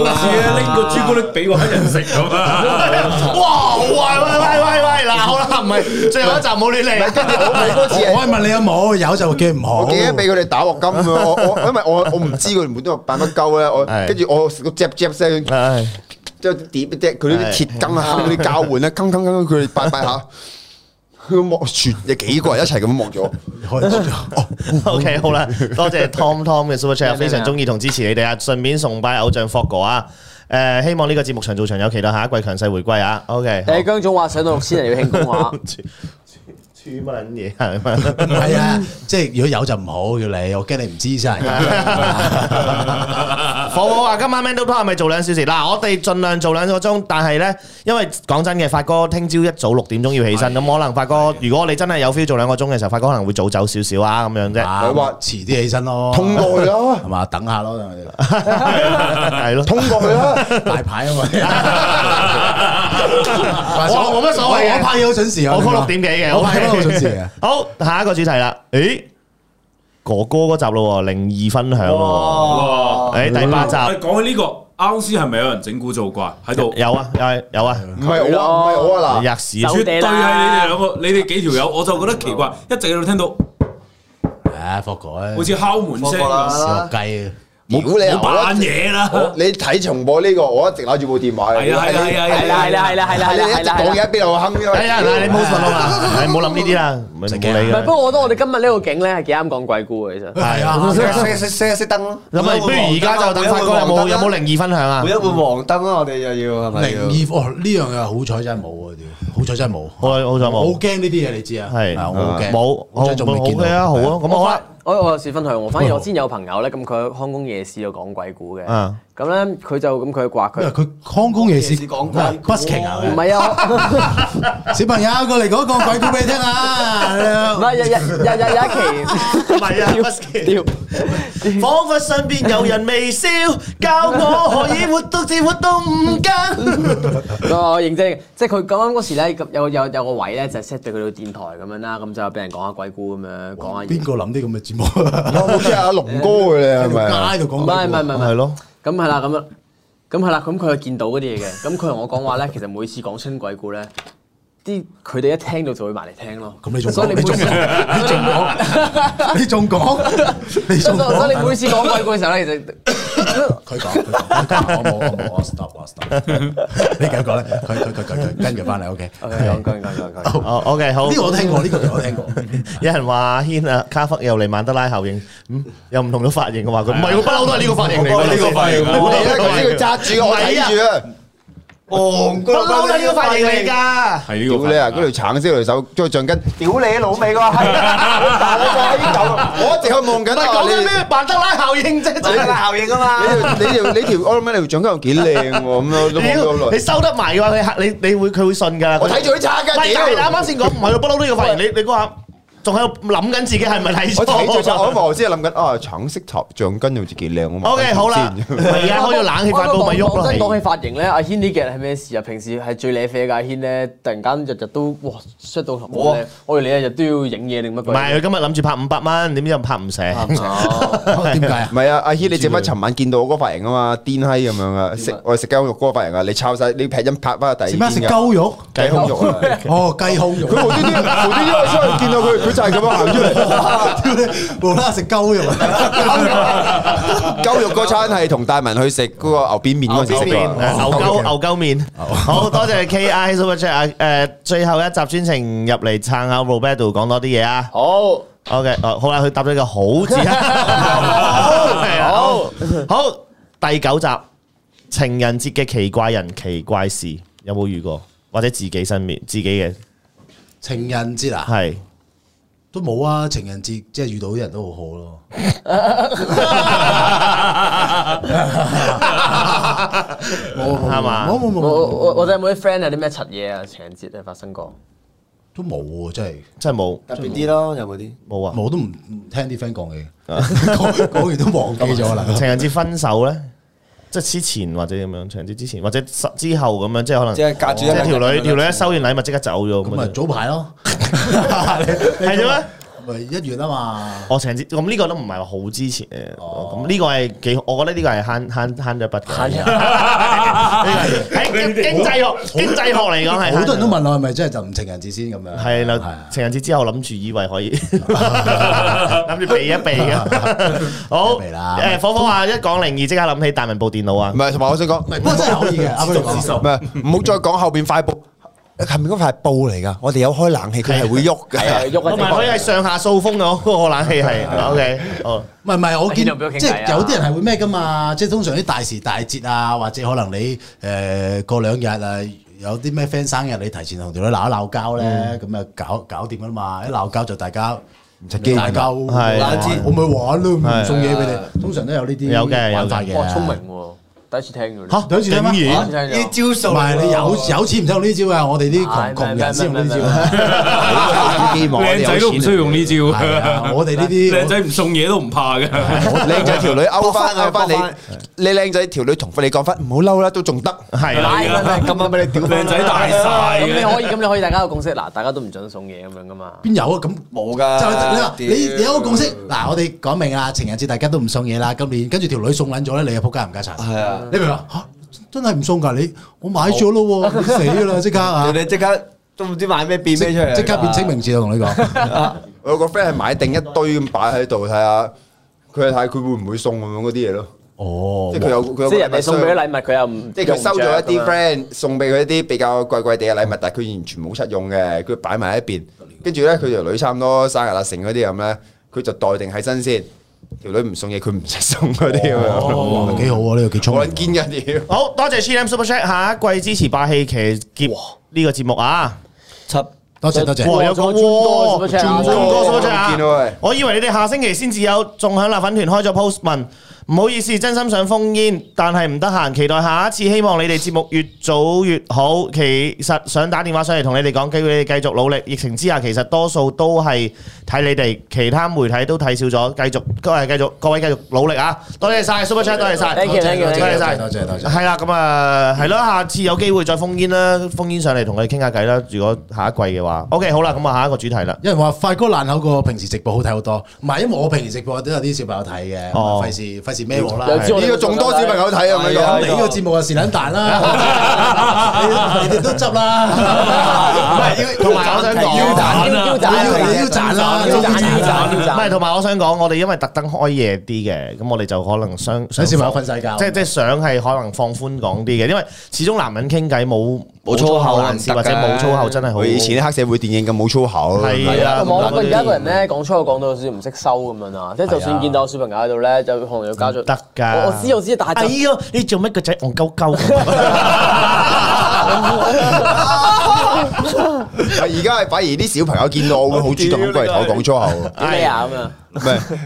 似咧拎個朱古力俾個黑人食咁啊！哇！喂喂喂喂喂， (laughs) 嗱好啦，唔係最後一集冇亂唔係嚟。啊跟住我咪嗰次我係係問你有冇，有就叫唔好我。記得俾佢哋打鑊金咁樣，我我因為我我唔知佢哋每都扮乜鳩咧，我係跟住我食到 jap jap 聲。唉，即係碟即係佢啲鐵羹啊，嗰啲交換咧，羹羹羹，佢哋拜拜下，佢望全有幾個人一齊咁望咗， (laughs) 開始哦啊 OK，好啦，多 (laughs) 謝 Tom Tom 嘅 Super Chat，非常中意同支持你哋啊！順便崇拜偶像 Fog 哥啊！誒，希望呢個節目長做長有，期待下一季強勢回歸啊！OK，誒姜總話上到六千人要慶功啊 (laughs) 話，黐乜撚嘢啊咁樣？唔係啊，即係如果有就唔好叫你，我驚你唔知真 À, (laughs) 係。好好啊！今晚 Mental Talk 係咪做兩小時？嗱，我哋盡量做兩個鐘，但係呢，因為講真嘅，發哥聽朝一早六點鐘要起身，咁可能發哥，如果你真係有 feel 做兩個鐘嘅時候，發哥可能會早走少少啊，咁樣啫，啊你話遲啲起身咯，通過去啦係嘛？等下咯，等佢係咯。通過去 (laughs) 啦，哋大牌啊嘛。我哦冇乜所謂嘅我拍嘢好準時啊，我 call 六點幾嘅，我拍嘢都好啊準時嘅。好，下一個主題啦。咦，哥哥嗰集咯喎，靈異分享咯哇！喎。哎誒，第八集誒講起呢個 R C 係咪有人整蠱做怪喺度？有啊，有啊有啊，唔係我啊，唔係我啊嗱，吔屎有絕對係你哋兩個，你哋幾條友，我就覺得奇怪，一直喺度聽到啊，霍哥啊，好似敲門聲放過咁，啦小雞啊。屌你啊冇扮嘢啦！我你睇重播呢個，我一直攞住部電話嘅，係啊係啊係啊啊係啦係啦係啦係啦係係你一啦係直啦講係嘢啦。一邊度哼呢個，哎呀，嗱，你 (laughs) 冇信我 (laughs) 啦，你唔好諗呢啲啦，唔係冇理唔係，嘅不。過我覺得我哋今日呢個景咧係幾啱講鬼故嘅，其實。係啊，熄熄熄熄燈咯。咁啊，不如而家就等發哥有冇有冇靈異分享啊每一？換黃燈啊，我哋又要係咪要？靈異哦，呢樣嘢好彩真係冇啊！屌，好彩真係冇，好啊好彩冇我好驚呢啲嘢，你知啊？係啊我好驚，冇，好好彩仲未見好到嘅啊，好啊，咁好啦。我我有事分享，我反而我之前有朋友咧，咁佢喺康公夜市度講鬼故嘅，嗯咁咧佢就咁佢話因為佢 (laughs) 佢康公夜市夜市講鬼故 busking 啊，唔佢係啊，小朋友過嚟講個鬼故俾你聽唔啊！係 dạ, 有有有有有一期。(laughs) 唔係啊，busking 屌，彷彿身邊有人微笑，教我可以活到至活到五更。 (laughs) 我認真嘅，即係佢咁啱嗰時咧，咁有有有個位咧就 set 咗佢到電台咁樣啦，咁就俾人講下鬼故咁樣，講下嘢 (laughs) 邊個諗啲咁嘅節目？我好似阿龍哥佢 à, 哋係咪啊？喺度街度唔講係唔係鬼故唔係唔係係咯，咁係啦，咁啊，咁係啦，咁佢又見到嗰啲嘢嘅，咁佢同我講話咧，其實每次講親鬼故咧，啲佢哋一聽到就會埋嚟聽咯。咁你仲所以講？你仲講？你仲講？你 (laughs) 所以仲講？你仲所以所以你每講？次講鬼故嘅時候咧，其實佢講佢講，我冇我冇我 stop 我 stop。你繼續講咧，佢佢佢佢佢跟住翻嚟，OK。 OK，講講講講講。哦，OK，好。呢個我聽過，呢個 (laughs) 我聽過。有人話阿軒啊，卡弗又嚟曼德拉效應，嗯，有唔同嘅髮型嘅話，佢唔係，我不嬲都係呢個髮型嚟嘅，呢個髮型，我哋咧佢知佢揸住我睇住啊，不嬲都係呢個髮型嚟㗎。係呢個屌反你應啊！嗰條橙色條手將橡筋，屌你老味個閪！但我就喺呢度，我一直去望緊但係啊！講緊你咩曼德拉效應啫？真你係個效應啊嘛！你條你條你條我諗緊你條橡筋又幾靚喎，咁樣都望咗屌你好耐。收得埋嘅話，佢嚇你，你會佢會信㗎啦。我睇住佢叉喂，但係你㗎，啱啱先講唔係喎，不嬲都要發現你你嗰下仲喺度諗緊自己係咪睇我睇咗就我錯。我先係諗緊啊，橙色頭橡筋好似幾靚啊嘛。 O K，好啦，先 (laughs) 咪而家開咗冷氣發布咪喐講真講咯起。髮型咧，阿軒呢幾日係咩事啊？平時係最瀨啡嘅阿軒咧，突然間日日都哇出到頭毛咧，我哋你日日都要影嘢定乜唔鬼？係佢今日諗住拍五百蚊，點知又拍唔成。點解啊唔？係啊，阿軒，你做乜尋晚見到我嗰個髮型啊嘛，癲閪咁樣啊，食我哋食雞肉嗰個髮型啊，你抄晒，你劈音拍翻第二食咩？邊食嘅鳩肉？雞 (laughs) 胸肉啊！ (laughs) 哦，雞胸肉。 (laughs) 佢無端端無端端我出嚟見到佢，佢就係咁樣行出嚟。屌你無啦啦食鳩肉啊！鳩肉嗰餐係同大文去食嗰個牛鞭面嗰陣時食牛㗎。鳩牛鳩面，好多謝 K I Super Chat À, 啊！誒，最後一集專程入嚟撐下 Roberto 講多啲嘢啊！好，à? OK，哦，ờ, 好啦，佢答咗個好字啊，好， (laughs) 好，第九集情人節嘅奇怪人、奇怪事有冇遇過？或者自己身邊自己嘅情人節啊，係都冇啊！情人節即係遇到啲人都好好咯。冇係嘛冇冇冇我冇冇，我我哋有冇啲 friend 有啲咩柒嘢啊？情人節係發生過，都冇喎，真係真係冇特別啲咯，有冇啲？冇啊！冇都唔唔聽啲 friend 講嘅， (laughs) 講講完都忘 (laughs) 記咗啦。啊情人節分手咧，即係之前或者咁樣，情人節之前或者之後咁樣，即係可能即係隔住一即係條女兩日條女一收完禮物即刻走咗咁啊，咁啊，早排咯，係係啫咩？ (laughs) 咪一月啊嘛，我情人節咁呢個都唔係話好之前嘅，哦咁呢個係幾，我覺得呢個係慳慳慳咗一筆嘅。呢個哎係哎喺經經濟學經濟學嚟講係慳咗，好多人都問我係咪真係就唔情人節先咁樣。係係啦啊，情人節之後諗住以為 (laughs) 可以，諗住避一避 (laughs) 嘅。好，避啦誒火火話一講靈異，即刻諗起大文部電腦啊唔！係，同埋我想講，唔不過真係可以嘅， (laughs) 阿哥你講。係唔好再講後邊塊布，後面嗰塊布嚟㗎。我哋有開冷氣，佢係會喐係啊，㗎。喐同埋可以係上下掃風嘅嗰個冷氣係，OK，好。啊唔係唔係，我見邊度俾佢傾偈啊即係有啲人係會咩噶嘛，即係通常啲大時大節啊，或者可能你誒、呃、過兩日啊，有啲咩 friend 生日，你提前同條女鬧一鬧交咧，咁啊搞搞掂噶啦嘛，一鬧交就大家。食機大交，係冷戰我咪玩咯，係唔送嘢俾你。通常都有呢啲有嘅有嘅玩法嘅。哇，聰明喎，第一次聽嘅。嚇，第一次聽咩竟然嚇第一次聽咗啲招唔數係你有有錢唔使用呢招啊！我哋啲窮係窮人先用呢唔係唔係唔招。希望我哋靚仔有都唔錢需要用呢招，係啊，我哋呢 (laughs) 靚啲仔唔送嘢都唔怕嘅。靚仔條女勾翻勾翻搏返你，你靚仔條女同你講翻，唔好嬲啦，都仲得。係啦，係啦，今晚俾你屌靚仔大晒咁你嘅，可以咁你可以大家有共識嗱，大家都唔準送嘢咁樣噶嘛。邊有啊？咁冇就係你話㗎，你你有個共識，嗱，我哋講明啊，情人節大家都唔送嘢啦，今年跟住條女送撚咗咧，你又仆街唔家產，係啊，你明嘛？嚇，真係唔送㗎你，我買咗咯喎，死㗎啦即刻屌 (laughs) 啊！你即刻都唔知買咩變咩出嚟，即刻變清明節啊！同你講，我有個 friend 係買定一堆咁擺喺度睇下，佢係睇佢會唔會送咁樣嗰啲嘢咯。即係佢哦，有佢有即係人個哋送俾啲禮物，佢又唔即係佢收咗一啲用唔着咁樣 friend 送俾佢一啲比較貴貴地嘅禮物，但係佢完全冇出用嘅，佢擺埋一邊。跟住咧，佢條女差唔多生日啦，成嗰啲咁咧，佢就待定喺身先。條女唔送嘢，佢唔識送嗰啲咁樣，哦，幾好啊！呢個幾聰我撚明堅嘅屌。好多謝 G M Super Chat 下一季支持霸氣騎劫呢個節目啊！七多謝多謝。哇，有個轉多 Super 哇 Chat 啊轉多 Super Chat 我見到啊喂！我以為你哋下星期先至有，仲喺辣粉團開咗 post 問，唔好意思，真心想封煙，但係唔得閒，期待下一次，希望你哋節目越早越好。其實想打電話上嚟同你哋講，叫你哋繼續努力。疫情之下，其實多數都係睇你哋，其他媒體都睇少咗，繼續各位繼續各位繼續努力啊！多謝晒 Super Chat，多謝晒。 Thank 多 you，謝 thank you，多 thank you 多謝謝多謝多謝。係啦，咁啊，嗯係咯，下次有機會再封煙啦，封煙上嚟同佢哋傾下偈啦。如果下一季嘅話，OK，好啦，咁啊，下一個主題啦。有人話快歌爛口過平時直播好睇好多，唔係因為我平時直播都有啲小朋友睇嘅，咁哦啊費事費事咩我啦。有知我哋呢個仲多小朋友睇啊！咪咁講你呢個節目就是撚蛋啦，你你哋都執啦。同埋我想講腰蛋啊腰要蛋啊腰斬啦，腰斬腰斬唔係，同埋我想講，我哋因為特登開夜啲嘅，咁我哋就可能想想小朋友瞓晒覺即即想係可能放寬講啲嘅，因為始終男人傾偈冇冇粗口難事，或者冇粗口真係好。哎佢以前啲黑社會電影咁冇粗口，係啊，同埋我覺得而家個人咧咧講粗口講到有少少唔識收咁樣啊，即係就算見到有小朋友喺度咧，就可能有家長啊得㗎我我知我知，但哎係呀，你做乜個仔戇鳩鳩哎啊而家係反而啲小朋友見到我會好主動咁過嚟同我講粗口。 (laughs) 哎就咩啊咁啊？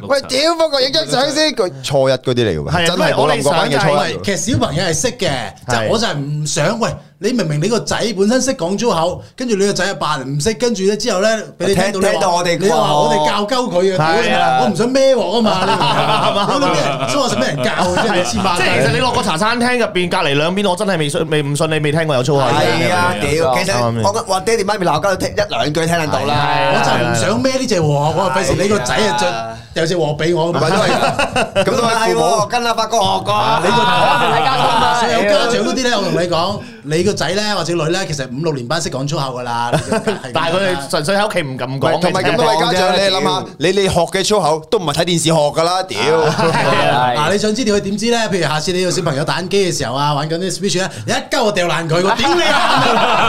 喂，屌，不過影張相先，佢初一嗰啲嚟㗎係喎，啊真因為係我我哋諗嗰班嘅想初就一係喎。其實小朋友係識嘅，係就我就係唔想喂你明明你個仔本身識講粗口，跟住你個仔啊扮唔識，跟住咧之後咧俾你聽到聽你聽到話我哋你話講我哋教鳩係佢啊屌啊你，我唔想孭鑊啊 (laughs) 嘛，啱你明唔明啊我都俾人，所以我使俾人教啫，真係黐孖即 (laughs) 係其實你落個茶餐廳入邊隔離兩邊，我真係未信，未唔信你未聽過有粗口。係啊，屌！啱唔啱啊其實先我覺我爹哋媽咪鬧交，聽一兩句聽得到啦。我就係唔想孭呢隻鑊，我費事你個仔啊著有隻鑊俾我唔咁係都係㗎，咁咁都係係父母喎，。跟阿發哥學啊啊過。你個睇交通啊所有家長嗰啲咧，我同你講，你個仔咧或者女咧，其實五六年班識講粗口噶 (laughs) 啦，你就係咁但係佢哋純粹喺屋企唔敢唔係講，同埋咁多位家長，你諗 (laughs) 下，你你學嘅粗口都唔係睇電視學㗎啦，屌！啊啊嗱，你想知道佢點知咧？譬如下次你個小朋友打緊機嘅時候啊，玩緊啲 speech 咧，一鳩我掉爛佢，我屌你 (laughs) 啊！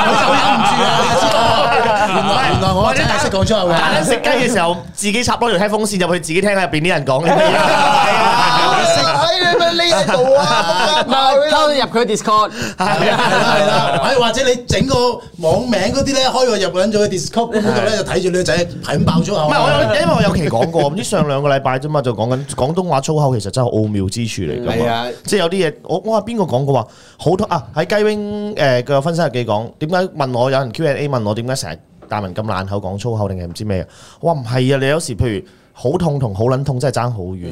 我就忍唔住啊！你知啊道原來原來我真係識講粗口打緊嘅。食雞嘅時候，自己插多條聽風扇入去，自己聽下入邊啲人講嘅 (laughs) 嘢。啊啊哎，你咪匿喺度啊！唔係偷入佢 Discord，係啦係啦，哎或者你整個網名嗰啲咧，開個日本咗嘅 Discord 咁嗰度咧，就睇住你個仔係咁爆粗口。啊唔係我有，因為我有期講過，唔知上兩個禮拜啫嘛，就講緊廣東話粗口其實真係奧妙之處嚟㗎係嘛啊。即係有啲嘢，我我話邊個講過話好多啊？喺雞 wing 誒嘅分析日記講，點解問我有人 Q&A 問我點解成日大文咁爛口講粗口定係唔知咩啊？我話唔係啊，你有時譬如好痛同好撚痛真係爭好遠。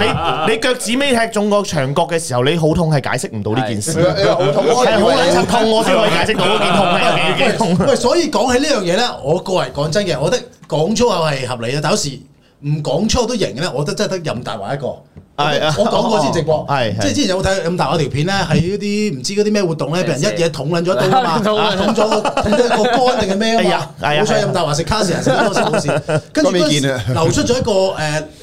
你你腳趾尾踢中個牆角嘅時候，你好痛係解釋唔到呢件事，啊係啊好痛 (laughs) 好撚柒痛我先可以解釋到嗰件痛係有幾幾痛。啊喂，所以講起呢樣嘢咧，我個人講真嘅，我覺得講粗口係合理嘅，但有時唔講粗口都贏嘅咧，我覺得真係得任大華一個。係啊我講過先直播，係係即係之前有冇睇任大華條片咧？喺嗰啲唔知嗰啲咩活動咧，俾人一嘢捅撚咗一刀 (laughs) 啊嘛， (laughs) 捅撚捅咗個捅咗個肝定係哎咩啊呀嘛？哎呀好彩任大華食卡士人食得多先 (laughs) 冇事，跟住江美嗰陣時健啊流出咗一個誒誒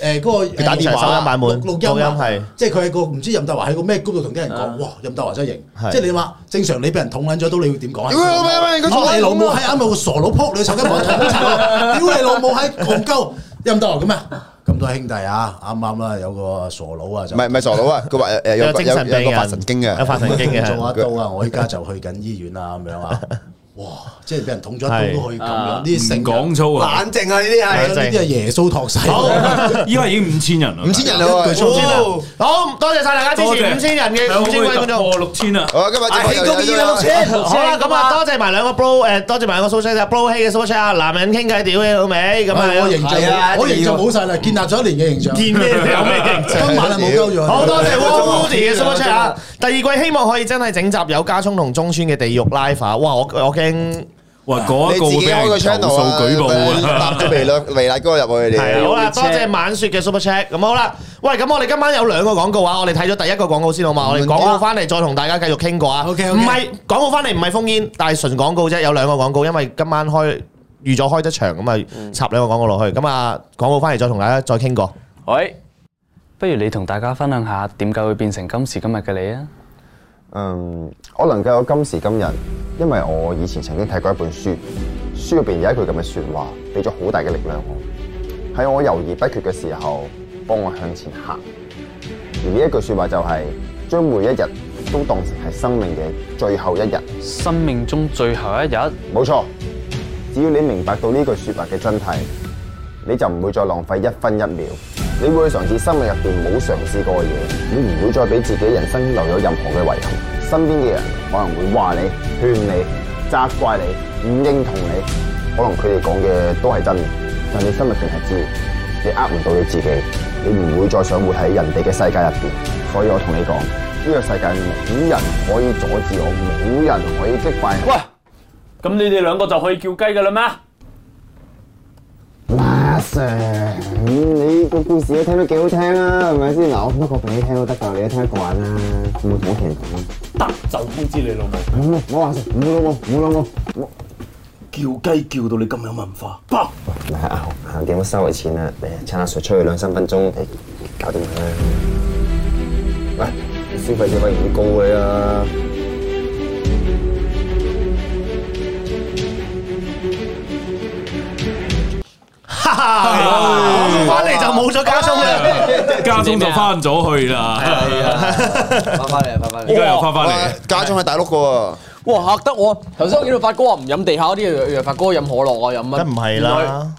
嗰個佢打電啊話手手音版本錄錄音啊錄音係即係佢喺個唔知任大華喺個咩 group 度同啲人啊講，哇！任大華真係型係，即係你話正常你俾人捅撚咗一刀，你會點講啊？屌你老味喂佢捅撚你老母喺啱有個傻佬撲你手機冇捅柒 (laughs) 我，屌你老母喺戇鳩，陰唔得咁啊！咁多位兄弟啊，啱啱啦，有個傻佬啊，唔就係唔係傻佬 (laughs) 啊，佢話誒有有個精有神病有個發人神經啊有嘅，發神 (laughs) 經嘅係。做一刀啊！我依家就去緊醫院啊，咁樣啊，哇！即係俾人捅咗一刀都可以咁樣，呢啲成唔講粗啊！冷靜啊！呢啲係。呢啲係耶穌托世。 (laughs) 依家已經五千人啦，五千人啦一句啊粗口哦好，多謝晒大家支持五千人嘅五千位觀眾。六千啊！好，今日直播哎係起高二兩六千。好啦，咁啊，多謝埋兩個 bro，誒，多謝埋兩個啊 super chat，bro 希嘅 super chat，男人傾偈屌你老味，咁咁我啊，形係啊象，我一定形象要冇晒啦，建立咗一年嘅形象，見咩有咩形象？今晚啊冇鳩咗。好多謝 Wall (laughs) Woody 嘅 super chat 啊！第二季希望可以真係整集有家聰同中村嘅地獄 live 啊！哇，我我驚哇，嗰你一個自會俾己開個人 channel 投訴啊，舉 (laughs) 報啊！搭咗微辣微辣哥入去你係哋。好啦， Woody 多謝晚雪嘅 super chat。咁好啦，喂，咁我哋今晚有兩個廣告啊，我哋睇咗第一個廣告先好嘛？我哋廣告翻嚟再同大家繼續傾過啊。 OK，OK 唔係廣告翻嚟唔係封煙，但係純廣告啫，有兩個廣告，因為今晚開預咗開得場，咁啊插兩個廣告落去。咁啊廣告翻嚟再同大家再傾過。喂，不如你同大家分享下點解會變成今時今日嘅你啊？嗯，我能夠有今時今日，因為我以前曾經睇過一本書，書入邊有一句咁嘅説話，俾咗好大嘅力量我。喺我猶豫不決嘅時候，幫我向前行。而呢一句説話就係、將每一日都當成係生命嘅最後一日。生命中最後一日，冇錯，只要你明白到呢句説話嘅真諦，你就唔會再浪費一分一秒，你會去嘗試生命入邊冇嘗試過嘅嘢，你唔會再俾自己人生留有任何嘅遺憾。身邊嘅人可能會話你、勸你、責怪你、唔認同你，可能佢哋講嘅都係真嘅，但你心入邊係知，你呃唔到你自己，你唔會再想活喺人哋嘅世界入邊。所以我同你講，呢、個世界冇人可以阻止我，冇人可以擊敗我。咁你哋兩個就可以叫雞噶啦咩？阿 Sir，咁你個故事都聽得幾好聽啊，係咪先？嗱，我不過俾你聽都得㗎，你都聽得慣啦，唔好同屋企人講。就通知你老母，唔好，我話事，唔好老母，唔好老母，我叫雞叫到你咁有文 (laughs) 化，爆！唔係啊，行點都收你錢啦，你趁阿 Sir 出去兩三分鐘，你搞掂佢啦。喂，你消費者費唔高你啊！哈哈，翻嚟就冇咗家聰嘅。家中就翻咗去啦， (laughs) 翻翻嚟，翻翻依嚟。家又翻翻哇嚟。家中喺大陸嘅哇嚇得我！頭先我見到發哥話唔飲地下嗰啲，發哥飲可樂啊，飲乜？梗唔係啦，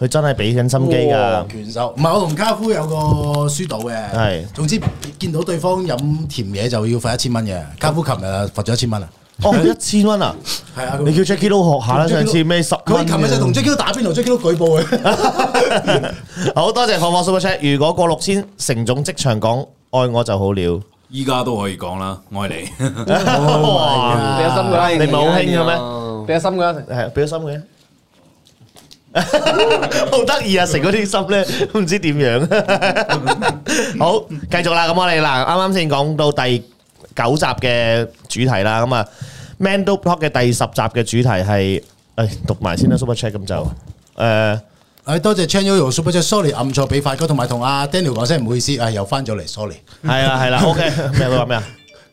佢真係俾緊心機㗎。拳手，唔係我同家夫有個輸賭嘅，係總之見到對方飲甜嘢就要罰一千蚊嘅，家夫琴日罰咗一千蚊啊，哦，一千蚊啊！係啊，佢你叫 Jackie 都學下啦， Jackie 上次咩十佢琴日就同 j a c k 打邊爐 j a c k 舉報佢，好多謝放放 Super Chat。如果過六千，成總即場講愛我就好 (laughs) 了。依家都可以講啦，愛 (laughs) 你。哦哇俾咗心佢啦，你唔係好興嘅咩？俾咗心佢啊啦，係俾咗心啊嘅。好得意啊！成嗰啲心咧，都唔知點樣。好，繼續啦。咁我哋嗱，啱啱先講到第九集嘅主題啦。咁啊，Man Do Talk 嘅第十集嘅主題係，誒讀埋先啦，Super Chat 咁就誒。誒多謝 Channel Yo Super Chat，sorry 暗錯俾發哥，同埋同阿 Daniel 講聲唔好意思，誒又翻咗嚟，sorry。係啊啦係啦，OK 咩？佢話咩啊？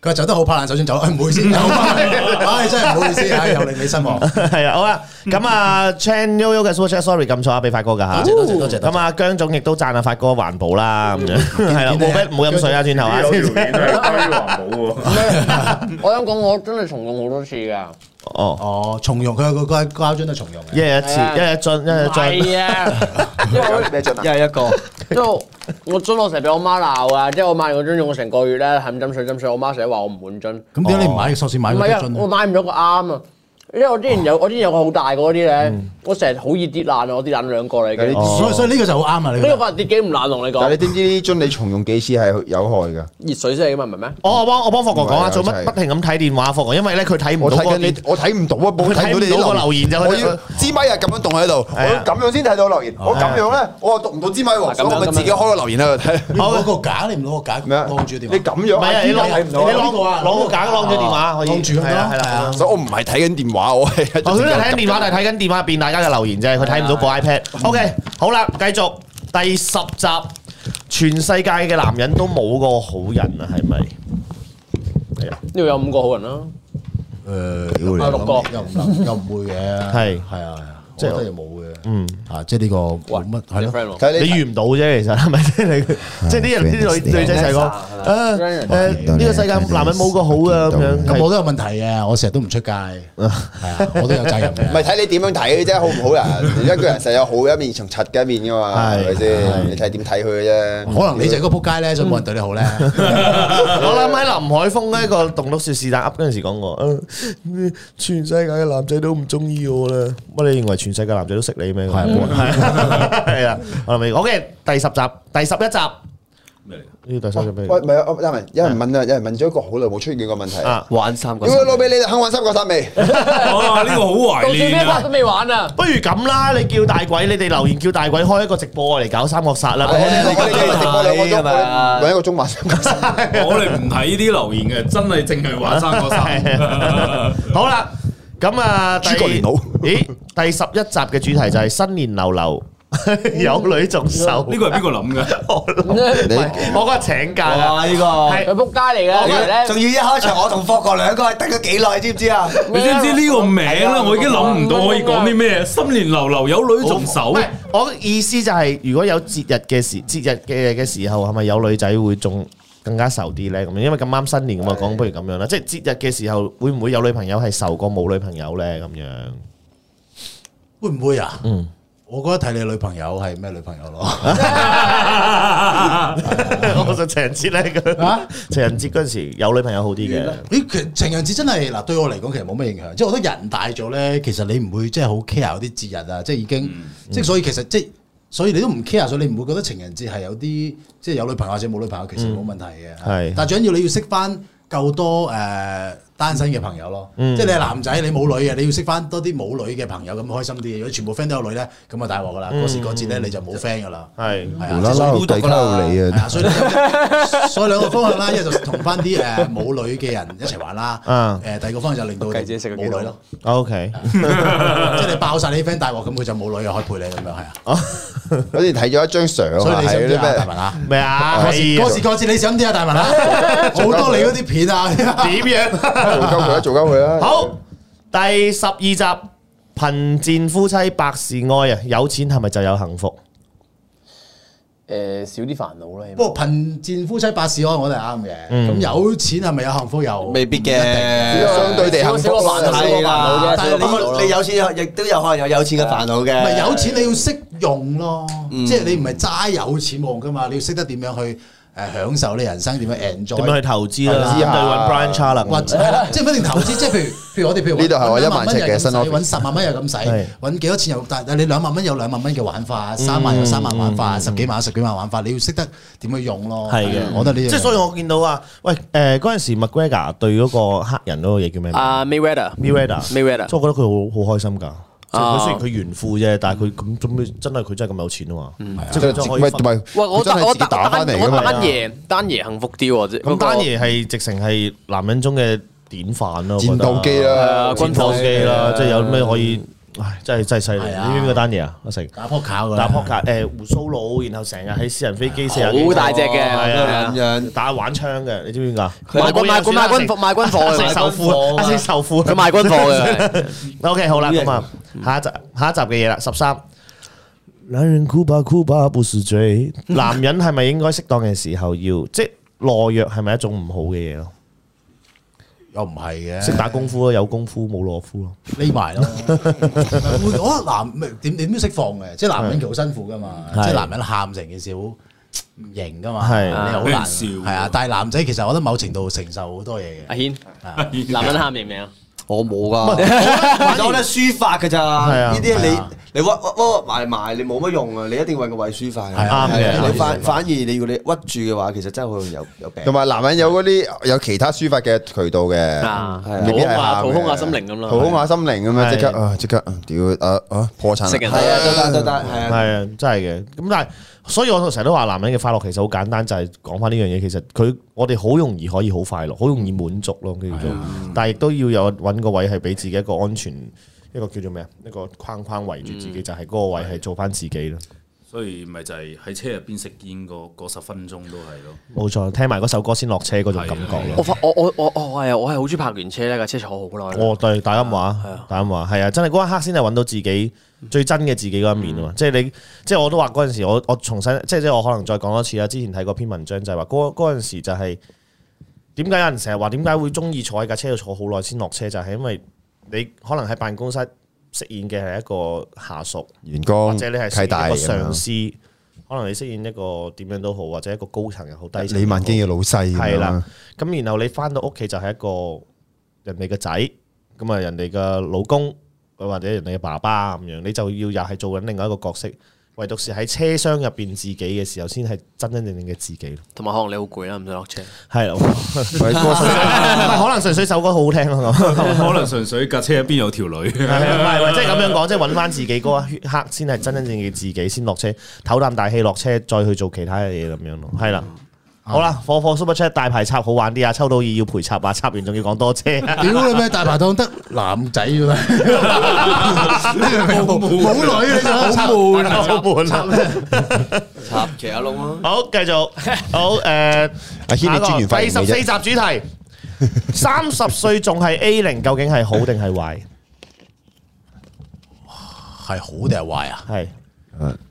佢話走得好拍爛手先走，誒唔好意思，又翻嚟，唉真係唔好意思，唉又令你失望。係啦，好啦，咁啊 Chan Yo Yo 嘅 Super Chat，sorry 撳錯啊，俾發哥噶吓，多謝多謝多謝咁啊姜總亦都讚啊發哥環保啦，咁樣係啦，冇咩冇飲水啊，轉頭啊， (laughs) 我想講，我真係重用好多次㗎。哦，哦，重用佢有個膠膠樽都重用一嘅，日一次，一日一樽，一日一啊係樽，啊，因為我咩樽啊？一個因為我樽我成日俾我媽鬧啊，即係我買完個樽用我成個月咧，係咁斟水斟水，我媽成日話我唔滿樽。咁點解你唔買索士買唔個係樽啊，我啊？哦買唔到個啱啊，因為我之前有我之前有個好大個嗰啲咧，我成日好易跌爛啊，我跌爛兩個嚟嘅。有啲哦嗯所以所以呢個就好啱啊！你覺呢個得個人跌幾唔爛，同你但係你講，知唔知呢樽你重用幾次係有害㗎？熱水先係咁啊，明唔明？我我幫我幫霍哥講唔係啊，啊做真乜係不停咁睇電話，霍哥，因為咧佢睇唔我到睇嗰個緊你電，，我睇唔到啊，冇佢睇睇到唔你到個留言就我要支咪啊，咁樣動喺度，啊係啊我咁樣先睇到留言。我咁樣咧，我讀唔到支咪喎，所以我咪自己開個留言喺度睇。你攞個架，你唔攞個架咩啊？晾住電你話，咁樣唔係啊，支你咪攞睇你唔到啊。攞攞個架攞咗電話可以，晾住咁係啦咯，係係啦啊。所以我唔係睇緊電話，我係一哦，佢都係睇緊直啊電話，但係睇緊電話入邊大家嘅留言啫，佢睇唔到個 iPad。OK，好啦，繼續第十集，全世界嘅男人都冇個好人啊，係咪？係啊，呢度有五個好人啦，誒，啊六個又唔得，又唔會嘅，係係啊，係啊我即係覺得又冇嘅，嗯，啊，即係呢個冇乜係咯， friend 喎。睇你你遇唔到啫，其實係咪？即係你，即係啲人啲女女仔成日講，啊誒呢個世界男人冇個好啊咁樣。咁我係都有問題嘅，我成日都唔出街，係啊，我都有責任唔係嘅。睇你點樣睇啫，好唔 (laughs) 好啊人？一個人實有好嘅一面同柒嘅一面噶嘛，係咪先？你睇點睇佢嘅啫。可能 (laughs) 你就係嗰個撲街咧，所以冇人對你好咧。我諗喺林海峰呢個棟篤笑是但噏嗰陣時講過，啊全世界嘅男仔都唔中意我啦。乜你認為全世界男仔都識你咩？係冇人 (laughs) 係啊，我諗你 OK，第十集、第十一集咩嚟㗎呢個第三集咩？喂，唔係啊，阿文，有人問啊，有人問咗一個好耐冇出現嘅問題。啊，玩三個屌佢老味，你哋肯玩三個三未？哇！呢個好到懷最尾念一啊！都未玩啊！不如咁啦，你叫大鬼，你哋留言叫大鬼開一個直播嚟搞三國殺啦。我哋我哋直播兩個係鐘，嘛兩個鐘玩三個三。我哋唔睇呢啲留言嘅，真係淨係玩三個 (laughs) (laughs) 三。好啦，咁啊，第諸葛連弩 (laughs) 咦，第十一集嘅主題就係新年流 (laughs) 流，有女仲瘦。 (laughs) 呢個係邊個諗 (laughs) 嘅？我我嗰日請假啊，哇！呢個係啊佢仆街嚟嘅，其實咧仲要一開場，我同霍 (laughs) 國兩個係等咗幾耐，知唔知啊？你知唔知呢個名啊咧？我已經諗唔到可以講啲咩。新年流流有女仲手唔，係我意思就係，如果有節日嘅時，節日嘅嘅時候，係咪有女仔會仲更加愁啲咧？咁樣，因為咁啱新年咁啊，講不如咁樣啦，即係節日嘅時候，會唔會有女朋友係愁過冇女朋友咧？咁樣。會唔會啊？嗯，我覺得睇你女朋友係咩女朋友咯。 (laughs) 我就情人 (laughs) 節咧， (laughs) 啊佢情人節嗰陣時有女朋友好啲嘅。你其實情人節真係嗱，對我嚟講其實冇乜影響，即係我覺得人大咗咧，其實你唔會即係好 care 嗰啲節日啊，即係已經嗯即係所以其實即係所以你都唔 care，所以你唔會覺得情人節係有啲即係有女朋友或者冇女朋友其實冇問題嘅。嗯係但係最緊要你要識翻夠多誒單身嘅朋友咯，嗯即係你係男仔你冇女嘅，你要識翻多啲冇女嘅朋友咁開心啲。如果全部 friend 都有女咧，咁啊大鑊噶啦，嗰時嗰節咧你就冇 friend 噶啦。嗯係係無啊，啦即係所以啦，大家你 (laughs) 係啊，啊！所以兩所以兩個方向啦，一就同翻啲誒冇女嘅人一齊玩啦，嗯誒第二個方向就令到計自己食咗冇幾女多咯， (laughs) ，OK，即係你爆晒你 friend 大鑊，咁佢就冇女又可以陪你咁樣係啊，嗰 (laughs) 陣睇咗一張相所以啊，你想唔係想啲啊，咩大文？啊？哦咩啊？嗰時係嗰時嗰時你想啲啊，(laughs) 大文啊？好多你嗰啲片啊，點樣？做鳩佢啦，做鳩佢啦。好，第十二集貧賤夫妻百事哀啊！有錢係咪就有幸福？誒少啲煩惱啦，起碼 (laughs) 不過貧賤夫妻百事哀我覺得係啱嘅，嗯咁有錢係咪有幸福又未必嘅，相對地幸福少個煩惱少啦個煩惱啫但係少個煩惱咯你你有錢有亦都有可能有有錢嘅煩惱嘅，唔係有錢你要識用咯，嗯即係你唔係齋有錢冇用噶嘛，你要識得點樣去誒享受你人生，點樣 enjoy，點樣去投資啦？投資咁下就揾 Brian Charles，或者係啦，即係唔一定投資，即係 (laughs) 譬如譬如我哋譬如呢度係我揾一萬尺嘅又咁使新 office 揾十萬蚊又咁係使，揾幾多錢又但但你兩萬蚊有兩萬蚊嘅玩嗯法，三萬有三萬玩法，十幾萬有十幾萬玩法，你要識得點去用咯。係嘅嗯我覺得呢樣即係所以我見到啊，喂誒嗰陣時 McGregor 對嗰個黑人嗰個嘢叫咩名啊 Mayweather ？Mayweather。 Mayweather 即係我覺得佢好好開心㗎。即係啊佢雖然佢炫富啫，但係佢咁咁真係佢真係咁有錢啊嘛。即係佢真係可以喂，同分。埋喂，我佢真單係我自己單打翻嚟嗯我噶嘛？單爺單爺幸福啲喎，即咁丹爺係直情係男人中嘅典範咯。戰鬥機啦係啊，軍軍火火機啦，即係有咩可以？唉，真係真係犀利！係啊你知唔知個單嘢啊？阿成打撲克㗎打啦撲克，誒胡鬚佬，然後成日喺私人飛機四廿幾好大隻嘅，係啊係啊打玩槍嘅，你知唔知㗎？賣軍賣軍賣軍火賣軍火阿成嘅，首富，阿成首富，佢賣軍火 (laughs) 嘅。 O K，好啦，咁啊，下一集下一集嘅嘢啦，十三。男人哭吧哭吧不是罪，男人係咪應該適當嘅時候要， (laughs) 即係懦弱係咪一種唔好嘅嘢咯？又唔係識嘅，打功夫咯，有功夫冇懦夫咯。匿 (laughs) 埋咯。我覺得男咪點點都識放嘅，即係男人其實好辛苦噶嘛，即係係男人喊成件事好。唔型噶嘛，係你又好俾人難，笑係啊！但係男仔其實我覺得某程度承受好多嘢嘅 (laughs) 阿，軒，男人喊型未啊？我冇 (laughs) 噶，其實我咧書法㗎咋，啊呢啲你係啊你屈屈屈埋埋，你冇乜用啊！你一定為個位書法㗎，係啱嘅係啱啊嘅你反反而你要你屈住嘅話，其實真係好容易有有 (laughs) 病。 (laughs) 同埋男人有嗰啲有其他抒發嘅渠道嘅，啊未必係掏空啊掏空啊喊嘅心靈咁咯掏空下心靈咁樣，係即刻啊，即刻啊屌啊啊破產啦食人係啊，都得都得，係係啊。啊，真係嘅。咁但係，所以我成日都話男人嘅快樂其實好簡單，就係講翻呢樣嘢。其實佢我哋好容易可以好快樂，好容易滿足咯，叫做。啊但係亦都要有揾個位係俾自己一個安全，一個叫做咩啊，一個框框圍住嗯自己，就係嗰個位係做翻自己咯。所以咪就係喺車入邊食煙嗰嗰十分鐘都係咯。冇錯，聽埋嗰首歌先落車嗰種感覺我咯。發我我我我我係哎我係好中意泊完車咧，架車坐好耐。哦，對，大家話係啊，嗯大家話係啊，真係嗰一刻先係揾到自己最真嘅自己嗰一面啊嘛！即係你，即係我都話嗰陣時，我我重新，即係即係我可能再講多次啦。之前睇過篇文章就係話，嗰嗰陣時就係點解有人成日話點解會中意坐喺架車度坐好耐先落車，就係因為你可能喺辦公室飾演嘅係一個下屬，員工或者你係飾契演大一個咁上樣，司，可能你飾演一個點樣都好，或者一個高層又好低層李又好萬基嘅老細咁樣係啦，咁然後你翻到屋企就係一個人哋嘅仔，咁啊人哋嘅老公或者人哋嘅爸爸咁樣，你就要又係做緊另外一個角色。唯獨是喺車廂入邊自己嘅時候，先係真真正正嘅自己咯。同埋可能你好攰啦，啊唔使落車。係啦，啊唔喂嗰個 (laughs) 係可能純粹首歌好好聽咯。咁 (laughs) (laughs) 可能純粹架車入邊有條女。係唔係唔係即係咁樣講，即係揾翻自己嗰一刻，先係真真正正嘅自己，先落車唞啖大氣，落車再去做其他嘅嘢咁樣咯。係啦，好啦，火火 Super Chat 大排插好玩啲啊，抽到二要陪插啊，插完仲要講多謝。屌你咩大排檔得男仔嘅咩？冇冇女你就好悶啊！好悶啊！插其他窿啊咯。好，繼續， (laughs) 好誒，阿軒你專員發第言十嚟四啫，集主題，三十歲仲係 A 零，究竟係好定係壞？係好定係壞啊？係，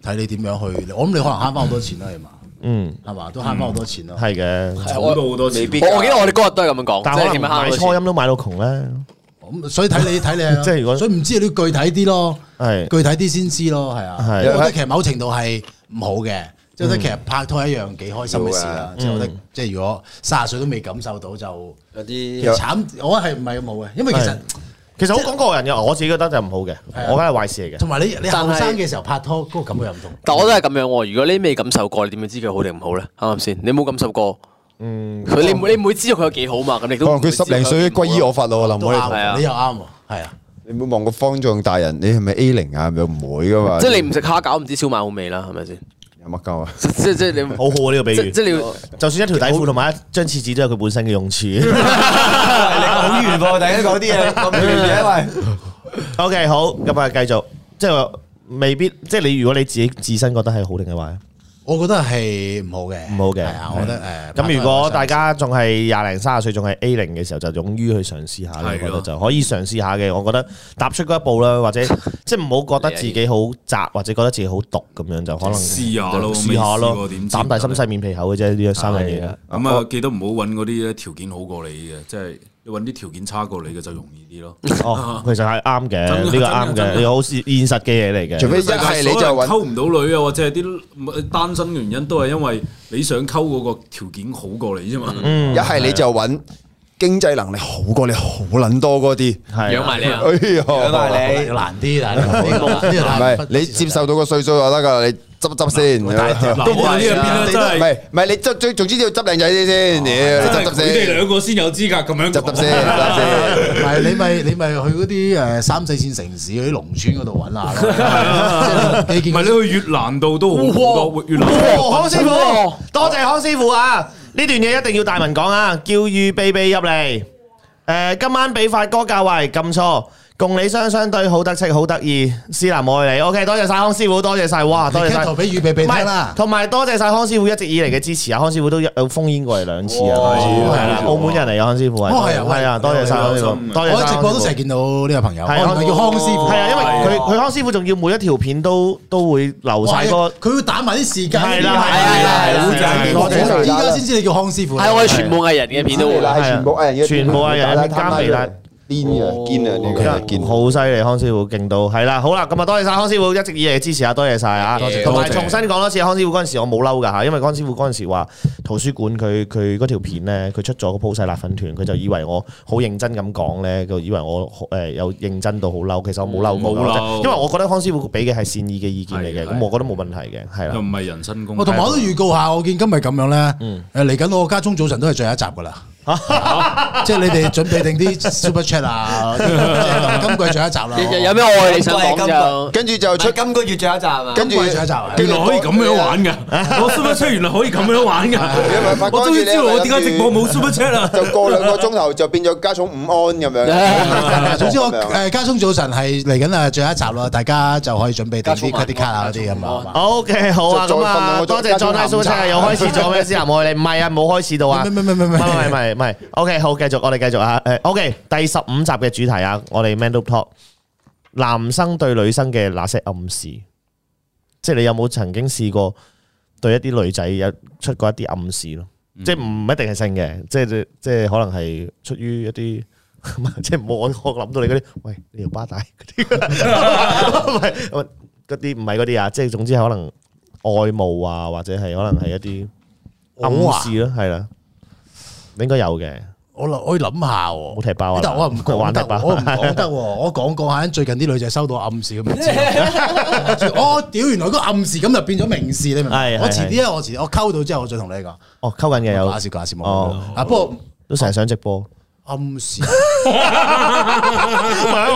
睇你點樣去。我諗你可能慳翻好多錢啦，起碼嗯，係嘛，都慳翻好多錢咯。 (laughs) 係嘅，儲到好多未錢，必㗎。我我記得我哋嗰日都係咁樣講，但即可係能點樣買慳初到音都買到窮咧，咁所 (laughs) 以睇你睇你，即係如果所以唔知你要具體啲咯，係具體啲先知咯，係啊。係嗯我覺得其實某程度係唔好嘅，即係我覺得其實拍拖一樣幾開心嘅事啦。即係我覺得，即係如果卅歲都未感受到就有啲慘，我係唔係咁好嘅，因為其實係。其實好講個人嘅，我自己覺得就唔好嘅，我覺得係壞事嚟嘅。同埋你你但係後生嘅時候拍拖嗰個感覺又唔同。但我都係咁樣喎。如果你未感受過，你點樣知佢好定唔好咧？啱唔啱先？你冇感受過，嗯，佢你唔你唔會知道佢有幾好嘛？咁你可都能佢十零歲歸依我法咯，林都可以啱係啊喎，你又啱喎，係啊，你唔好望個方丈大人，你係咪 A 零啊？又唔會噶嘛？即係你唔食蝦餃，唔知燒賣好味啦，係咪先？有乜鳩啊？即即即你 (laughs) 好好啊呢個比即喻，即你要就算一條底褲同埋一張廁紙都有佢本身嘅用 (laughs) 處。你講完喎，突然間講啲嘢咁遠嘅，喂， O K，好，咁啊，繼續，即係未必，即係你如果你自己自身覺得係好定係壞啊？我覺得係唔好嘅，唔好嘅係啊，我覺得誒。咁如果大家家仲係廿零三十歲，仲係 A 零嘅時候，就勇於去嘗試下，我係咯覺得就可以嘗試下嘅。我覺得踏出嗰一步啦，或者即係唔好覺得自己好窄，或者覺得自己好毒咁樣，就可能試下咯試下未試咯過點，知膽大啊心細面皮厚嘅啫，呢三樣嘢。咁啊，記得唔好揾嗰啲咧條件好過你嘅，即係你揾啲條件差過你嘅就容易啲咯。 (laughs) 哦，其實係啱嘅，啊真呢㗎個真㗎啱嘅，真你㗎好現現實嘅嘢嚟嘅。除非一世界係你所就有人揾溝唔到女啊，或者係啲單身原因，都係因為你想溝嗰個條件好過你啫嘛。一係你就揾經濟能力好過你好撚多嗰啲。係養埋你啊！ (laughs) 哎呀，要難啲啦，呢個呢個唔難係你接受到個歲數就得噶，你執一執先。嗱，呢個呢個邊咧真唔係係唔係，你執最總之你要執靚仔啲先，真係屌你執執佢哋先，兩個先有資格咁樣執執講先，執先。唔係你咪你咪去嗰啲誒三四線城市嗰啲農村嗰度揾 (laughs) 下咯，即係你唔見係你去越南度都好好多，越南康師傅，多謝康師傅啊！呢段嘢一定要大文講啊！叫預備備入嚟。誒，今晚俾發哥教位，撳錯。共你相相對，好得戚，好得意。思南愛你，OK，多謝晒康師傅，多謝晒，哇，多謝你晒鏡。頭俾預備俾唔聽係啦，。同埋多謝晒康師傅一直以嚟嘅支持啊！康師傅都有封煙過嚟兩次啊，係啦，澳門人嚟嘅康師傅係，哦係啊係啊，多謝晒康師傅，多謝我晒康師喺直傅播都成日見到呢個朋友，我係原來叫康師傅，係啊，因為佢佢康師傅仲要每一條片都都會留晒個。佢會打埋啲時間，係啦係啦係啦係啦我哋依家先知你叫康師傅，啊係我哋全部藝人嘅片都會。啊係啊啊全部藝人，癲哦啊，堅啊，你個係堅。好犀利，康師傅勁到係啦，好啦，咁啊多謝晒康師傅一直以嚟嘅支持啊，多謝晒啊，多謝同埋多謝重新講多次，康師傅嗰陣時我冇嬲㗎嚇，因為康師傅嗰陣時話圖書館佢佢嗰條片咧，佢出咗個 po 晒辣粉團，佢就以為我好認真咁講咧，就以為我誒有認真到好嬲，其實我冇嬲嗯過冇嬲因為我覺得康師傅俾嘅係善意嘅意見嚟嘅，係咁我覺得冇問題嘅，係啦又。唔係人身攻擊。我同埋我都預告下，我見今日咁樣嗯咧，誒嚟緊我家中早晨都係最後一集噶啦， (laughs) 即係你哋準備定啲 super (laughs) chat 啊，今季最後一集啦，有有咩愛你想講就跟住就出，今個月最後一集啊嘛，跟住今季最後一集啊原來可以咁樣玩㗎，我 Super Chat 原來可以咁樣玩㗎。我終於知道我點解直播冇 Super Chat 啦。就過兩個鐘頭就變咗加重五安咁 Dạ. (laughs) 樣。總之我誒家中早晨係嚟緊啊最後一集啦，大家就可以準備定啲加粗 credit card 啊嗰啲咁啊。 O K，好啊，再咁再瞓啊，兩個多鐘謝加 John 啲 High 下 Super 午茶 Chat 又開始咗 (laughs) 咩？思南愛你唔係啊，冇開始到啊，唔係唔係唔係唔係唔係唔係唔係，O K，好，繼續，我哋繼續啊，誒，O K，第十五集嘅主題啊，我哋 Man Talk，男生對女生嘅那些暗示，即係你有冇曾經試過對一啲女仔有出過一啲暗示咯？即係唔一定係性嘅，即係即係可能係出於一啲。 (laughs) 即係唔好我我諗到你嗰啲，喂你條巴帶嗰啲， (laughs) 唔係唔係嗰啲唔係嗰啲啊，即係總之係可能愛慕啊，或者係可能係一啲暗示咯，係啦，你應該有嘅，我諗我要諗下喎，冇踢爆啊但我又唔講玩踢得爆喎，我唔講得喎，我講講下，最近啲女仔收到暗示咁就知道。我屌，原來嗰個暗示咁就變咗明示，你明唔明？係係我遲啲咧，我遲我溝到之後，我再同你講。哦溝緊嘅有假，笑假笑哦冇。啊，不過都成日上直 (laughs) 播。暗示我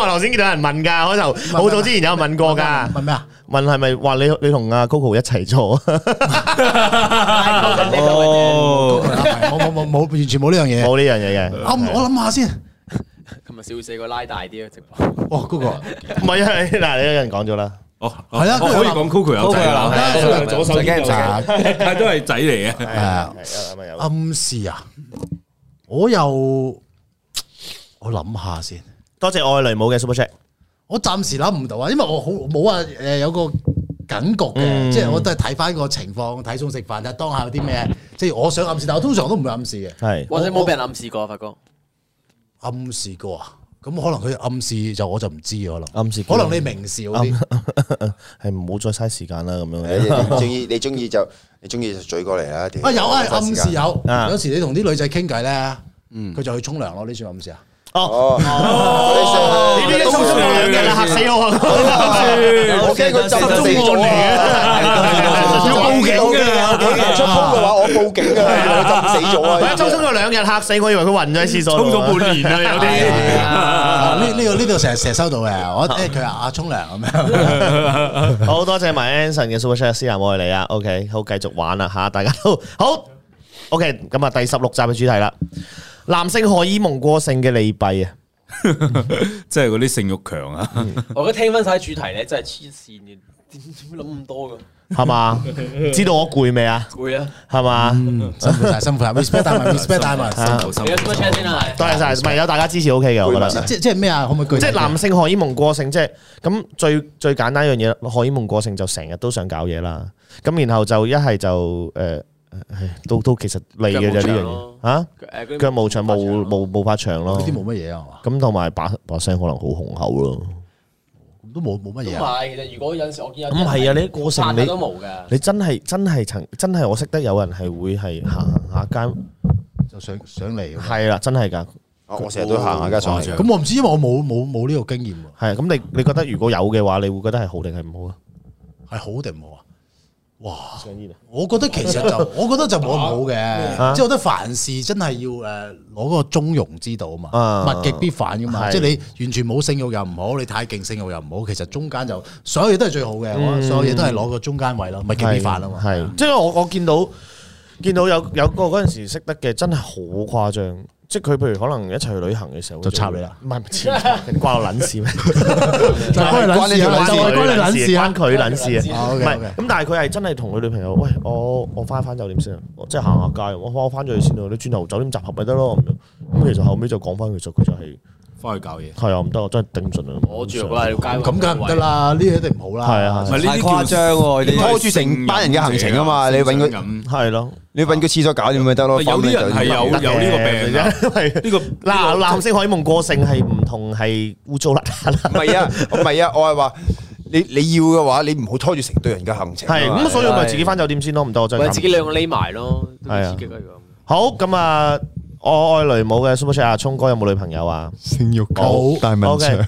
頭先見到有人問㗎，我就好早之前有人問過㗎，問咩啊？問係咪話你你同阿 Coco 一齊做？ (laughs) 我冇冇冇完全冇呢樣嘢。冇呢樣嘢嘅，暗我諗下先。琴日小四個拉大啲啊，直播。哇，嗰個唔係啊！嗱，你有人講咗啦，哦，哦係啦我可以講 Coco 有仔啦， Coco 有仔左手邊唔使驚但係都係仔嚟嘅。係啊。係咪有？暗示啊，我又我諗下先，多謝愛雷姆嘅 Super Chat。我暫時諗唔到啊，因為我好冇啊，誒有個感覺嘅，嗯即係我都係睇翻個情況，睇餸食飯，睇當下有啲咩，即係我想暗示，但我通常都唔會暗示嘅，係或者冇俾人暗示過啊，發哥。暗示過啊，咁可能佢暗示就我就唔知啊可能，暗示可能你明示嗰啲， (laughs) 係唔好再嘥時間啦，咁樣。你中意你中意就你中意就嘴過嚟啦。啊有啊暗示有，啊嗯有時你同啲女仔傾偈咧，佢就去沖涼咯，呢算暗示啊？哦，Ờ. 你呢啲沖沖涼 (laughs) 嘅啦，嚇死我！ (laughs) 我驚佢執死咗出風嘅話，我報警㗎，我執死咗我一啊！沖沖咗兩日，嚇死我，以為佢暈咗喺廁所。沖咗半年啦，有啲。啊 (laughs) 呢呢個呢度成日成日收 (laughs) 到嘅，我誒佢話啊沖涼咁樣。半。好多謝埋 Anson 嘅 Super Chat，思南愛你啊。OK，好，繼續玩啦嚇，大家都好。OK，咁啊，第十六集嘅主題啦，男性荷爾蒙過剩嘅利弊 (laughs) 啊。嗯即係嗰啲性欲強啊！我而家聽翻晒主題咧，真係黐線嘅，點點會諗咁多㗎？係 (laughs) 嘛？知道我攰未啊？攰啊！係嘛？嗯啊辛苦 (laughs) 晒，辛苦晒，respect 大文，respect 啊大文。求心你有 super chat 先啦，多謝晒，唔係有大家支持 OK 嘅，我覺得。即即係咩啊？可唔可以具體即啲係男性荷爾蒙過剩，即係咁最最簡單一樣嘢，荷爾蒙過剩就成日都想搞嘢啦。咁然後就一係就誒誒、呃唉都都其實嚟嘅啫呢樣嘢嚇。誒腳毛長，毛毛毛髮長咯。呢啲冇乜嘢啊嘛，咁同埋把把聲可能好雄厚咯。都冇冇乜唔嘢啊。係，其實如果有陣時我見有唔係啊，你過程你都冇㗎，你真係真係曾真係我識得有人係會係行行下街，就想想嚟咁。係啦，真係㗎。我我成日都行下街上嚟，咁我唔知，因為我冇冇冇呢個經驗係喎，咁，你你覺得如果有嘅話，你會覺得係好定係唔好啊？係好定冇啊？哇！上煙啊！我覺得其實 (laughs) 就我覺得就冇咁好啊嘅，即係我覺得凡事真係要誒攞嗰個中庸之道啊嘛，啊物極必反噶嘛，係即係你完全冇性慾又唔好，你太勁性慾又唔好，其實中間就所有嘢都係最好嘅，我覺得所有嘢都係攞個中間位咯，物極必反啊嘛，嗯係，即係我我見到見到有有個嗰陣時識得嘅，真係好誇張。即係佢譬如可能一齊去旅行嘅時候，就插你啦。啊唔係唔係黐，關我撚事咩？就關你關撚你事條啊，撚就事係關你撚事啊關，佢撚事啊啊！唔，OK，係 OK 咁，但係佢係真係同佢女朋友，喂，我我翻翻酒店先啊，我即係行下街，我我翻咗去先啊，你轉頭酒店集合咪得咯咁樣。咁其實後尾就講翻，其實佢就係翻去搞嘢。係啊，唔得，我真係頂唔順啊！我住嗰日條街咁梗係唔得，啦，呢嘢一定唔好啦，係啊，唔係係啊呢啲太叫誇張喎呢啲拖住成班人嘅行程啊嘛你搵佢咁係咯，你揾個廁所搞掂咪得咯。有啲人係有有呢個病㗎，因為呢個嗱，藍色海夢過性係唔同係污糟邋遢啦，唔係啊，唔係啊，我係話你你要嘅話，你唔好拖住成隊人嘅行程。係咁，所以我咪自己翻酒店先咯，唔得我真喂，係自己兩個匿埋咯，都係幾啊刺激啊！如果好咁啊！我愛雷姆嘅 Super Chat 阿聰哥有冇女朋友啊？性欲冇，OK 誒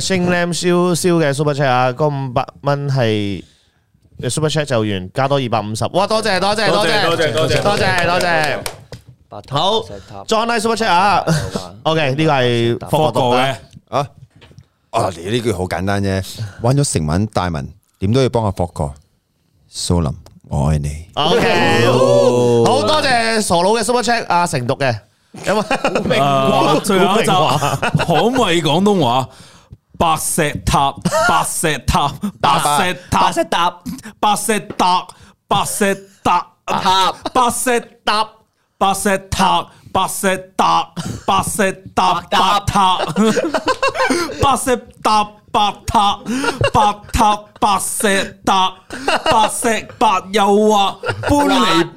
，Shing Lam 燒燒嘅 Super Chat 啊，嗰五百蚊係 Super Chat 就完，加多二百五十。哇！多謝多謝多謝多謝多謝多謝多謝。好，John Lam Super Chat 啊，OK (laughs) 呢個係霍科過讀嘅嘅，啊！啊，你呢句好簡單啫，玩咗成晚大文，點都要幫我博個蘇林，我愛你。 ，OK 好多謝傻佬嘅 Super Chat 啊，成讀嘅，因為啊最後一集可唔可以廣東話？白石 (laughs) 塔，白石塔，白石塔，白石塔，白石塔，白石塔，塔，白石塔，白石塔，白石塔，白石塔，白塔，白石塔，白塔，白塔，白石塔，白石白又惑，搬嚟。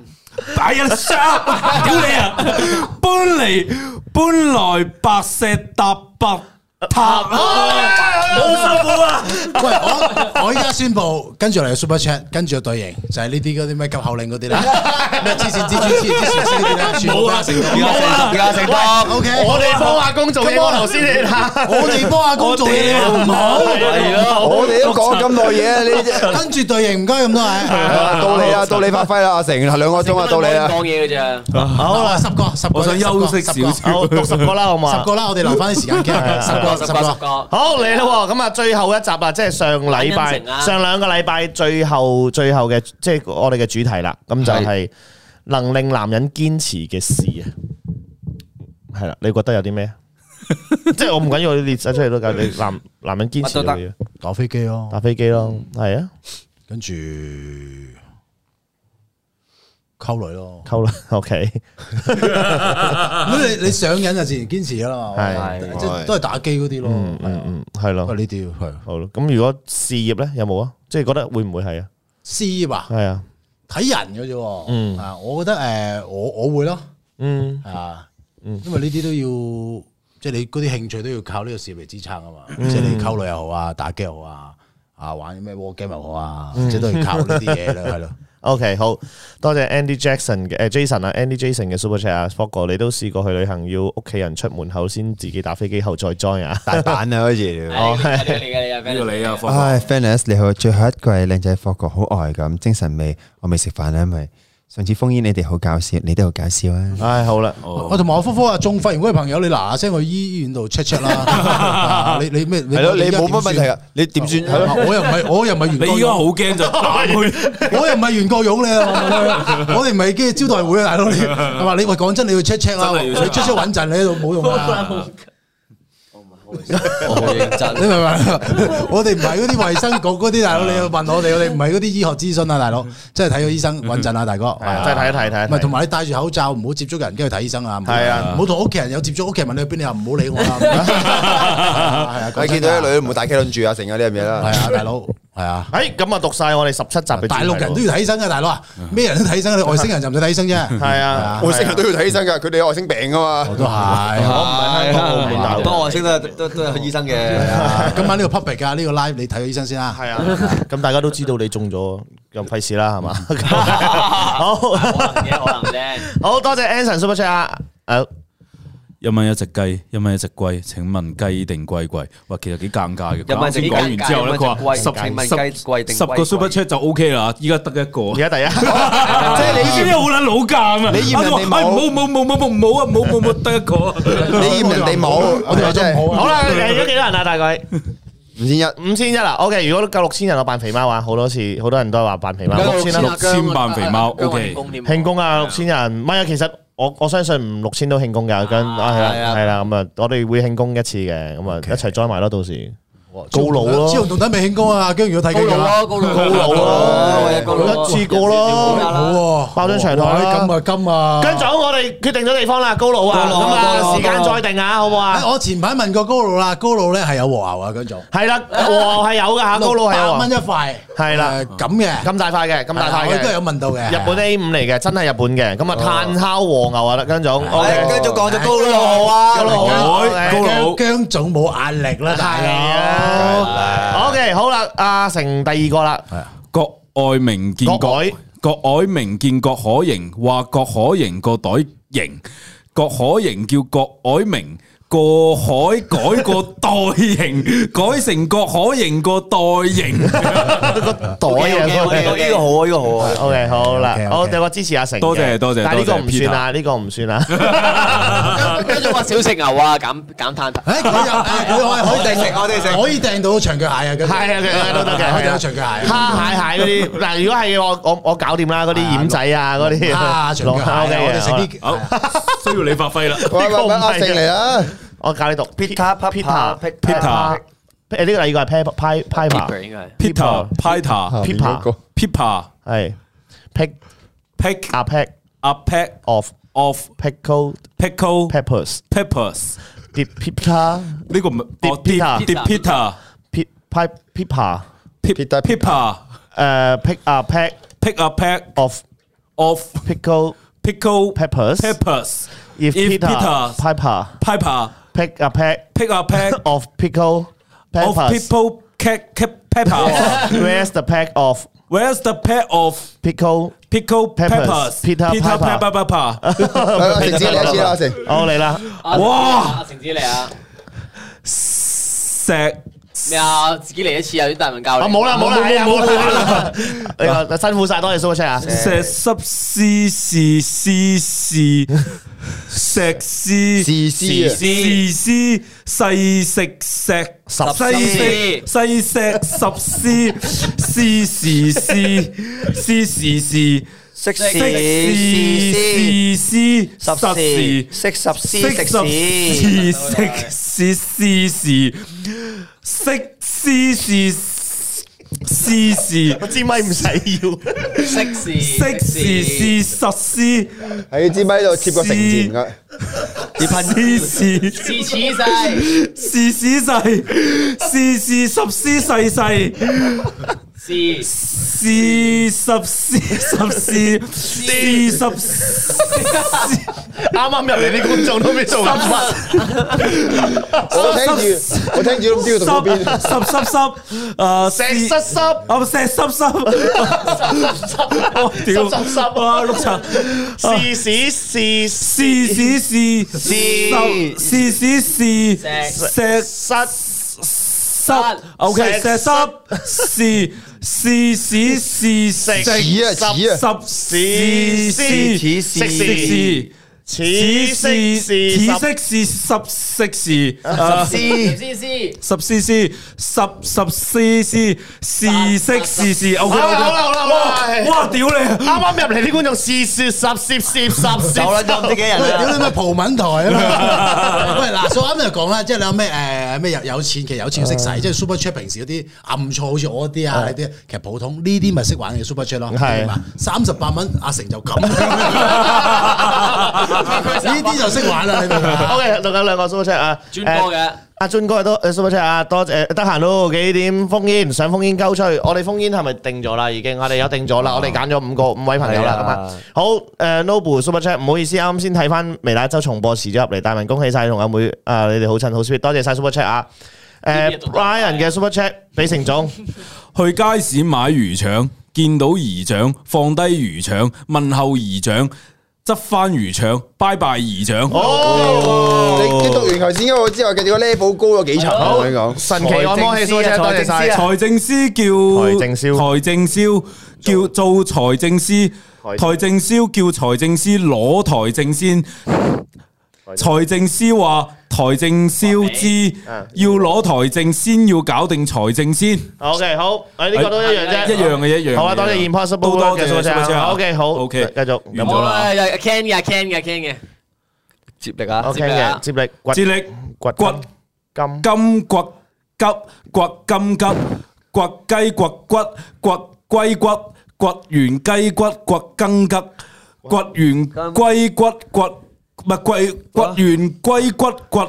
哎呀，你 shut up！屌你啊！搬嚟搬來白石搭白塔，好辛苦啊！喂，我我依家宣布，跟住嚟嘅 Super Chat，跟住個隊形就係呢啲嗰啲咩急口令嗰啲咧，咩黐線蜘蛛絲、黐線嗰啲咧，全部加成功。O K，我哋幫阿公做嘢，我頭先你睇。我哋幫阿公做嘢你又唔好， (laughs) 我哋都講咁耐嘢，你跟住隊形唔該咁多 (laughs) 位。到你啦，到你發揮啦，阿成，兩個鐘啊，到你啦。講嘢嘅啫。好啦，十個，十個，我想休息十個少，少好，讀十個啦，好啊嘛？十個啦，我哋 Ờ, 留翻啲時間 (laughs) 傾。十個，十個，好嚟啦喎，咁啊最後一集啦，即係上感禮拜恩城、啊上兩個禮拜最後最後嘅，即係我哋嘅主題啦。咁就係能令男人堅持嘅事啊，係啦，你覺得 (laughs) 有啲咩？即係我唔緊要，你列晒出嚟都夠。你男男人堅持啊嘅嘢，打飛機咯，打飛機咯，係啊，跟住溝女咯。溝啦，OK， (laughs) 咁你你上癮就自然堅持㗎啦嘛，係即係都係打機嗰啲咯。嗯嗯嗯，係不咯，過呢啲係好咯。咁如果事業咧有冇啊？即係覺得會唔會係啊？事業啊，係啊，睇人嘅啫喎。嗯啊，我覺得誒，我我會咯，嗯啊，嗯因為呢啲都要，即係你嗰啲興趣都要靠呢個事業嚟支撐啊嘛。嗯即係你溝女又好啊，打機又好啊，啊玩咩 war game 又好啊，嗯即係都要靠呢啲嘢啦，係咯。 OK，好多謝 Andy Jackson 嘅誒 Jason 啊，Andy Jason 嘅 Super Chat 啊 f o g 你都試過去旅行要屋企人出門口先自己打飛機後再 join 啊？大阪啊，好 (laughs) 似。哦，係你嘅，呢你個你啊，霍唉 f a n n s 你好，最後一季靚仔霍國好呆咁，精神未？我未食飯啦，因為上次封煙你哋好搞笑，你都好搞笑 (laughs) 啊！唉，好啦，我同埋我科科啊，中肺炎嗰啲朋友，你嗱嗱聲去醫院度 check check 啦 (laughs) 啊。你你咩？係咯，你而家冇乜問點題算啊，你點算？係咯，啊我又唔係，我又唔係袁你國依勇家好驚就打佢，我又唔係袁國勇你啊！ (laughs) 我哋唔係嘅招待會啊，大佬你係嘛？你喂講真，你要 check check 啊，真係你要 check check check 穩陣，你喺度冇用 (laughs) 啊！ (laughs) 你明唔明啊？ (laughs) 我哋唔係嗰啲衞生局嗰啲大佬，你啊要問我哋，我哋唔係嗰啲醫學諮詢啊，大佬，真係睇個醫生穩陣 (laughs) 啊，大哥。啊真係睇一睇睇一睇唔係同埋你戴住口罩，唔好接觸人，跟住睇醫生啊。唔好係啊唔好同屋企人有接觸，屋企人問你去邊，你又唔 (laughs) 好理我啦。係啊，你見到啲女唔好大 K 輪住啊，成嗰啲咁嘢啦。係啊，大佬，係啊。诶，咁啊讀晒我哋十七集嘅大陸人都要睇醫生嘅，大佬啊，咩人都睇醫生，你外星人就唔使睇醫生啫。系啊，外星人都要睇 (laughs) 醫生㗎，佢哋有外星病㗎嘛。我都係。我唔係香港澳門大陸不過我識得都 (laughs) 都有醫生嘅。 (laughs) 今晚呢個 public 啊，呢個 live 你睇咗醫生先啦。系 (laughs) 啊，咁大家都知道你中咗，又費事啦，係嘛？好好多謝 Anson Super Chat 啊！誒一蚊一隻雞，一蚊一隻龜，請問雞定龜貴？哇，其實幾尷尬嘅。一蚊一啱隻先講完之後咧，雞佢話一蚊一隻十雞貴定十十龜個貴 super chat 就 OK 啦，依家得一個。而家第一，即係你你知唔知好撚老尷啊？你嫌人哋冇哎唔好唔好唔好唔好唔好啊！唔好唔好唔好得一個。你嫌人哋冇，我哋真係好啦， (laughs) 贏咗幾多人啊？大概五千一。五千一啦。OK，如果夠六千人，我扮肥貓啊！好多次，好多人都係話扮肥貓。六千啦，六千萬肥貓，OK。慶功啊，六千人。唔係啊，其實我我相信唔六千都慶功㗎。咁啊係係啦啊係啦，咁啊，我哋會慶功一次嘅，咁啊一齊 join 埋咯，到時高佬朱咯紅。同等未慶功啊，姜如果睇緊㗎啦。一次過咯好喎，包張長台啦哇咁啊金啊。 (laughs) 跟住好我哋決定咗地方啦，高佬啊，高佬啊高咁佬啊啊時間再定啊，好唔好啊哎？我前排問過高佬啦，高佬咧係有和牛啊，姜總。係 (laughs) 啦，和係有㗎嚇，高佬係有八啊蚊一塊。係啦誒咁嘅，咁大塊嘅，咁大塊我都嘅。有問到嘅。日本 A 五嚟嘅，真係日本嘅，咁啊炭烤和牛啊，跟總，OK，繼續講咗高佬好啊，高佬好哎，OK 高佬姜姜總冇壓力啦，大佬。係啊，OK，好啦，阿成第二個啦，國外名見國國外，國外名見郭可盈，話郭可盈個袋型，郭可盈叫郭海明。個海改個袋 (laughs) 型，改成郭可盈個袋型，袋啊呢個好啊，呢個好啊。 ，OK，好啦， OK，OK 我有個支持阿成嘅，多謝多謝但係呢個唔多謝算啊，呢個 (laughs) 唔算啊，跟住話小食牛啊，減減碳。 (laughs) 誒佢有誒佢可以可以訂我哋食可以訂到長腳蟹啊，係啊，佢佢都得嘅，可以訂係到啊長腳蟹。蝦蟹蟹嗰啲，嗱，如果係我我我搞掂啦，嗰啲蚬仔啊，嗰啲啊，長腳蟹啊，我哋食啲好需要你發 (laughs) 揮啦。喂呢個喂唔喂，係阿成嚟啦！我教你讀 Peter Peter Peter Peter 誒呢個第二個係 Pepper Pie Pie Keeper 應該係 Peter、Peter、 Pepper Peter、係 Pick Pick a pack a pack of of pickled pickle peppers peppers，oh, dip Peter 呢個唔碟哦碟 Peter 碟 Peter pi pie Pepper Pe- Pepper 誒 pick Uh, a pack pick a pack of of pickled pickle peppers peppers if If Peter Peter- Piper Piper pick a pack pick a pack of pickled of peppers people cat cat peppers (laughs) where's the pack of where's the pack of pickled pickle Peppers. peppers Peter Piper. Pepper (laughs) Pepper Ờ, 阿成知你一次啦，阿成。好嚟啦，哇阿成子嚟啊！石咩啊？自己嚟一次啊！啲大文教啊你。冇啦冇啦，冇冇係啊冇冇 (laughs) 啦，呢個辛苦晒，多謝 Super Chat 啊！石濕絲是絲是石絲是絲啊是絲細食石十細食細石十絲是是是是是是識食時是是十 (laughs) 時識十時食食時，食是是是食是是是是。支咪唔使要，識事識時是實施，喺支咪度貼個成字唔該。時時是此世，時時世，時時十施世世，是時十施十施，時十施啱啱入嚟啲觀眾都未做緊乜，我聽住，我聽住都唔知佢讀到邊。十濕濕，誒石濕濕，啊石濕濕，我屌濕濕濕啊六層，是屎是屎時時是時時時是石失濕，OK 石濕是是是是食。屎啊屎啊！十是是是是此是是是是色是十色是呃是是是十是是十十是是是色是是 OK 好啦 OK 好啦好啦好啦哇屌你啱啱入嚟啲觀眾是是十攝攝十 (laughs) 走啦，攝，咁唔知幾人喂，屌啦。你咪葡文台啊嘛！喂，嗱，所以啱啱就講啦，即係你有咩誒咩有有錢，其實有錢要識使，即係 super chat 平時嗰啲暗錯，好似我嗰啲啊，呢啲其實普通呢啲咪識玩嘅 super chat 咯，係嘛？三十八蚊，阿成就咁樣，呢啲就識玩啦，你明唔明 (laughs) 啊？OK，仲有兩個 super chat 啊，專播誒嘅。阿俊哥都誒 super chat 啊，多謝得閒咯，幾點封煙？想封煙鳩吹，我哋封煙係咪定咗啦？已經，我哋有定咗啦，我哋揀咗五個五位朋友啦，咁啊，好誒，Noble super chat，唔好意思，啱先睇翻微辣一周重播遲咗入嚟，大文恭喜晒同阿妹啊，你哋好襯好 sweet，多謝晒 super chat 啊，誒 Brian 嘅 super chat 俾成總， (laughs) 去街市買魚腸，見到姨丈放低魚腸，問候姨丈，執翻魚腸，拜拜姨丈。哦你你讀完頭先嗰個之後，佢哋個 level 高咗幾層啊，我同你講。神奇按摩器 super chat，多謝晒。財政司叫財政司財政司叫做財政司，財政司叫財政司攞財政先，財政司話財政司知要攞財政先要搞定財政先， OK，好，誒呢個都一樣啫，一樣嘅一樣嘅。好啊，多謝 Impossible 都多謝 Burger 嘅 super chat 啊 OK，好 OK，繼續完咗好啦。啦，can 嘅，can 嘅，can 嘅，接力啊！ OK 嘅，接力掘接力掘掘金金掘急掘金急掘雞掘骨掘龜骨掘完雞骨掘筋骨掘完龜骨掘唔係龜掘完龜骨掘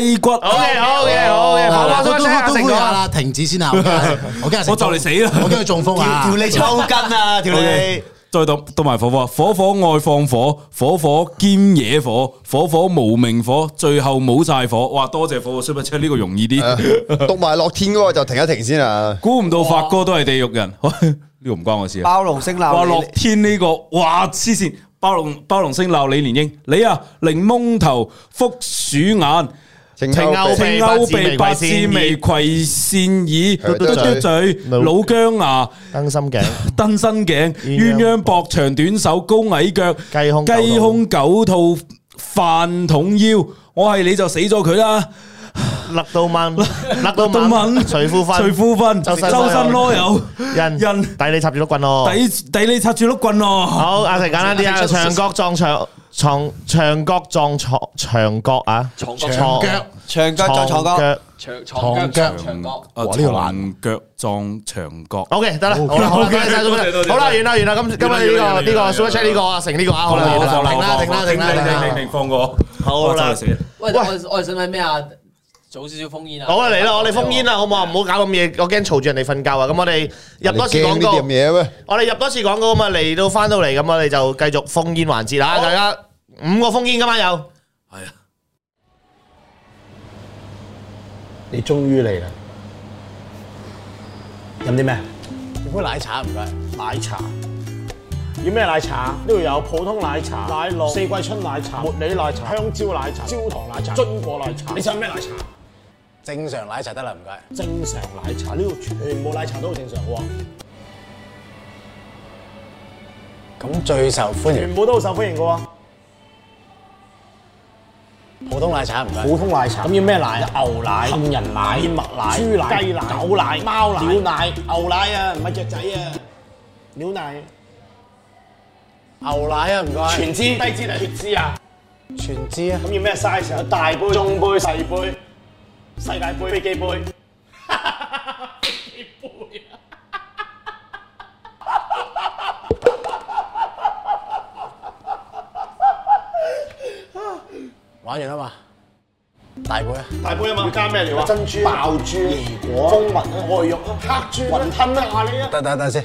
雞骨。好嘅，好嘅，好嘅，好啊，都多都謝阿都成呼哥籲啊。啦，停止先啊！我驚阿成我驚阿成我就嚟死啦我驚佢中風啊！條你抽筋啊！條你 OK，再讀讀埋火火，火火愛放火，火火兼野火，火火無名火，最後冇晒火。哇！多謝火火 super chat 呢個容易啊啲，讀埋樂天嗰個就停一停先啊！ (laughs) 估唔到發哥都係地獄人， (laughs) 呢個唔關我事啊。包龍星哇！鬧樂你，天呢、個，哇黐線！包龍包龍星鬧李連英，你啊檸檬頭、福鼠眼、情情勾青歐歐鼻鼻、八八字字眉眉、葵扇耳、係嘟嘟嘴、老姜牙、燈芯 (laughs) 頸，登身頸、鴛鸳鸯鴦膊、長短手、高矮腳、雞胸狗肚雞胸九肚、飯桶腰，我係你就死咗佢啦！勒到蚊，勒到杜蚊，敏、徐富芬，徐富芬、周周身身囉囉柚、印印，抵你插住碌棍咯。抵抵你插住碌棍咯！好，阿成簡單 à, 啲啊，長角撞牆，撞長角撞牆，長角啊，床角長腳長腳撞再坐江，腳。長床腳床腳長角，啊哇呢個難長腳撞牆角。 O K，得啦，好啦，好啦，多謝晒多 super 謝多謝 chat 好啦，完啦，完啦，咁今日呢個呢個 super chat 呢個阿成呢個啊，好啦，好啦，停啦，停啦，停啦，停啦。放過。好啦真係死喂，我哋我哋使唔使咩啊？早少少封煙啊！ (laughs) 好啦，嚟啦， (laughs) 我哋封煙啦，好唔好啊？唔好搞咁嘢，我驚嘈住人哋瞓覺啊！咁我哋入多次你驚廣呢啲咁告。嘢咩？我哋入多次廣告啊嘛，嚟到翻到嚟咁，我哋就繼續封煙環節啦。大家五個封煙今晚有，係啊，你終於嚟啦！飲啲咩？杯奶茶唔該。奶茶。要咩奶茶？呢度有普通奶茶、奶酪、四季春奶茶、茉莉奶茶、香蕉奶茶、焦糖奶茶、榛果奶茶。你想咩奶茶？正常奶茶得啦，唔該。正常奶茶，呢度全部奶茶都好正常喎，咁最受歡迎全部都好受歡迎嘅喎。普通奶茶唔該。普通奶茶。咁要咩奶？牛奶、杏仁奶、燕麥奶、豬奶、雞奶、狗奶、貓奶、鳥奶、牛奶啊，唔係雀仔啊，鳥奶、牛奶啊，唔該。全脂、低脂定血脂啊？全脂啊，咁要咩 size 啊？大杯、中杯、細杯、世界杯、飛機杯。飛機杯啊！ (laughs) 玩完啦嘛。大杯啊，大杯啊嘛，加咩料啊？珍珠、爆珠、椰果、蜂蜜啊、外肉啊、黑珠、雲吞啊、咖喱啊。等等等先。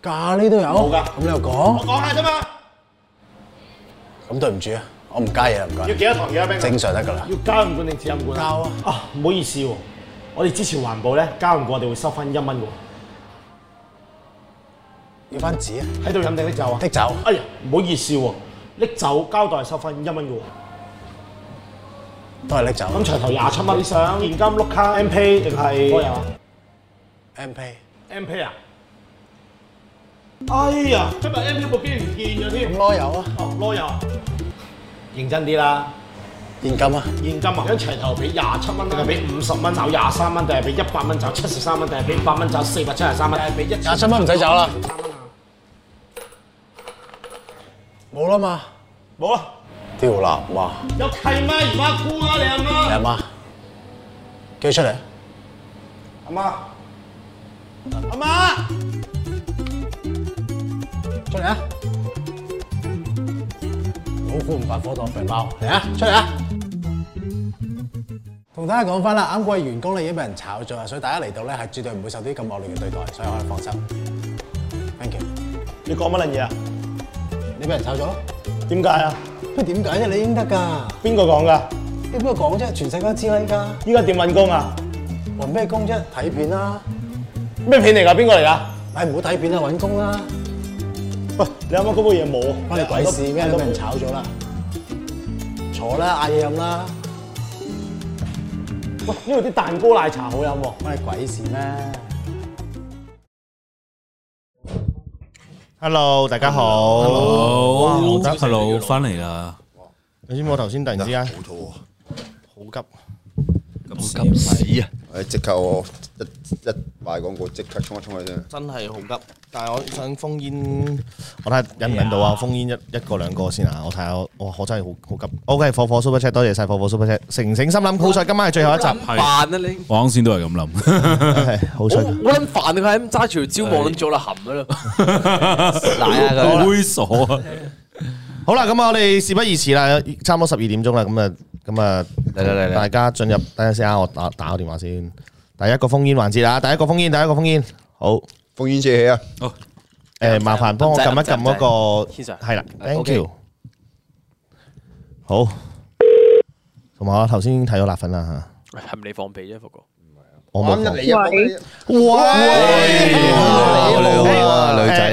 咖喱都有。冇㗎咁你又講？講下啫嘛，咁對唔住啊，我唔加嘢啦，唔該。幾多糖幾 à? 多冰正常得㗎啦。要加飲管定止飲管交啊。啊，唔好意思喎，我哋支持環保咧，交唔過我哋會收翻一蚊嘅喎。要翻紙啊，喺度飲定拎走啊？剔走。哎呀，唔好意思喎，拎走膠袋收翻一蚊嘅喎。都係拎走。咁長頭廿七蚊，你想現金碌卡 M Pay 定係我有啊 M P， M Pay 啊？哎呀，今日 M Pay 部機唔見咗添。我有啊，哦，攞油。認真啲啦，現金啊，現金啊，一齊頭俾廿七蚊，定係俾五十蚊找廿三蚊，定係俾一百蚊找七十三蚊，定係俾八蚊找四百七十三蚊，定係俾一廿七蚊唔使走啦，啊冇啦嘛。冇啊！屌啦媽，有契媽姨媽姑啊，你阿你阿媽？媽，叫佢出嚟。阿媽，阿媽，出嚟啊！好苦唔發火當肥貓，嚟啊，出嚟啊！同大家講翻啦，啱嗰位員工咧已經俾人炒咗啊，所以大家嚟到咧係絕對唔會受啲咁惡劣嘅對待，所以可以放心。Thank you。你講乜撚嘢啊？你俾人炒咗咯？點解啊？佢點解啫？你應得㗎。邊個講㗎？你邊個講啫？全世界都知啦依家。依家點揾工啊？揾咩工啫？睇片啦。咩片嚟㗎？邊個嚟㗎？唉，唔好睇片啦，揾工啦。喂，你啱啱嗰部嘢冇，關你鬼事咩？都俾人炒咗啦，坐啦，嗌嘢飲啦。喂，呢度啲蛋糕奶茶好飲喎，關你鬼事咩？ Hello，大家好。哇好好得 hello，翻嚟啦，你知唔知我頭先突然之間好急，咁屎啊！誒，即刻我一一賣廣告，即刻衝一衝去先。真係好急。但係我想封煙，我睇下忍唔忍到啊？封煙一一個兩個先啊！我睇下，哇！我真係好好急。OK，火火 Super Chat，多謝晒火火 Super Chat。成成心諗好彩，今晚係最後一集，係煩啊你！我啱先都係咁 (laughs) 諗，係好好彩。好撚煩啊！佢喺咁揸住條蕉望撚咗啦，含咗啦。啊啊猥瑣啊！好啦，咁我哋事不宜遲啦，差唔多十二點鐘啦，咁啊，咁啊，嚟嚟嚟，大家進入，等陣先啊，我打打個電話先。第一個封煙環節啊，第一個封煙，第一個封煙，好，烽煙借起啊！誒，麻煩幫我撳一撳嗰個先生，係啦啊，thank OK you。好，同埋我頭先睇咗辣粉啦嚇，係咪你放屁啫，福哥？我冇啱講一。嚟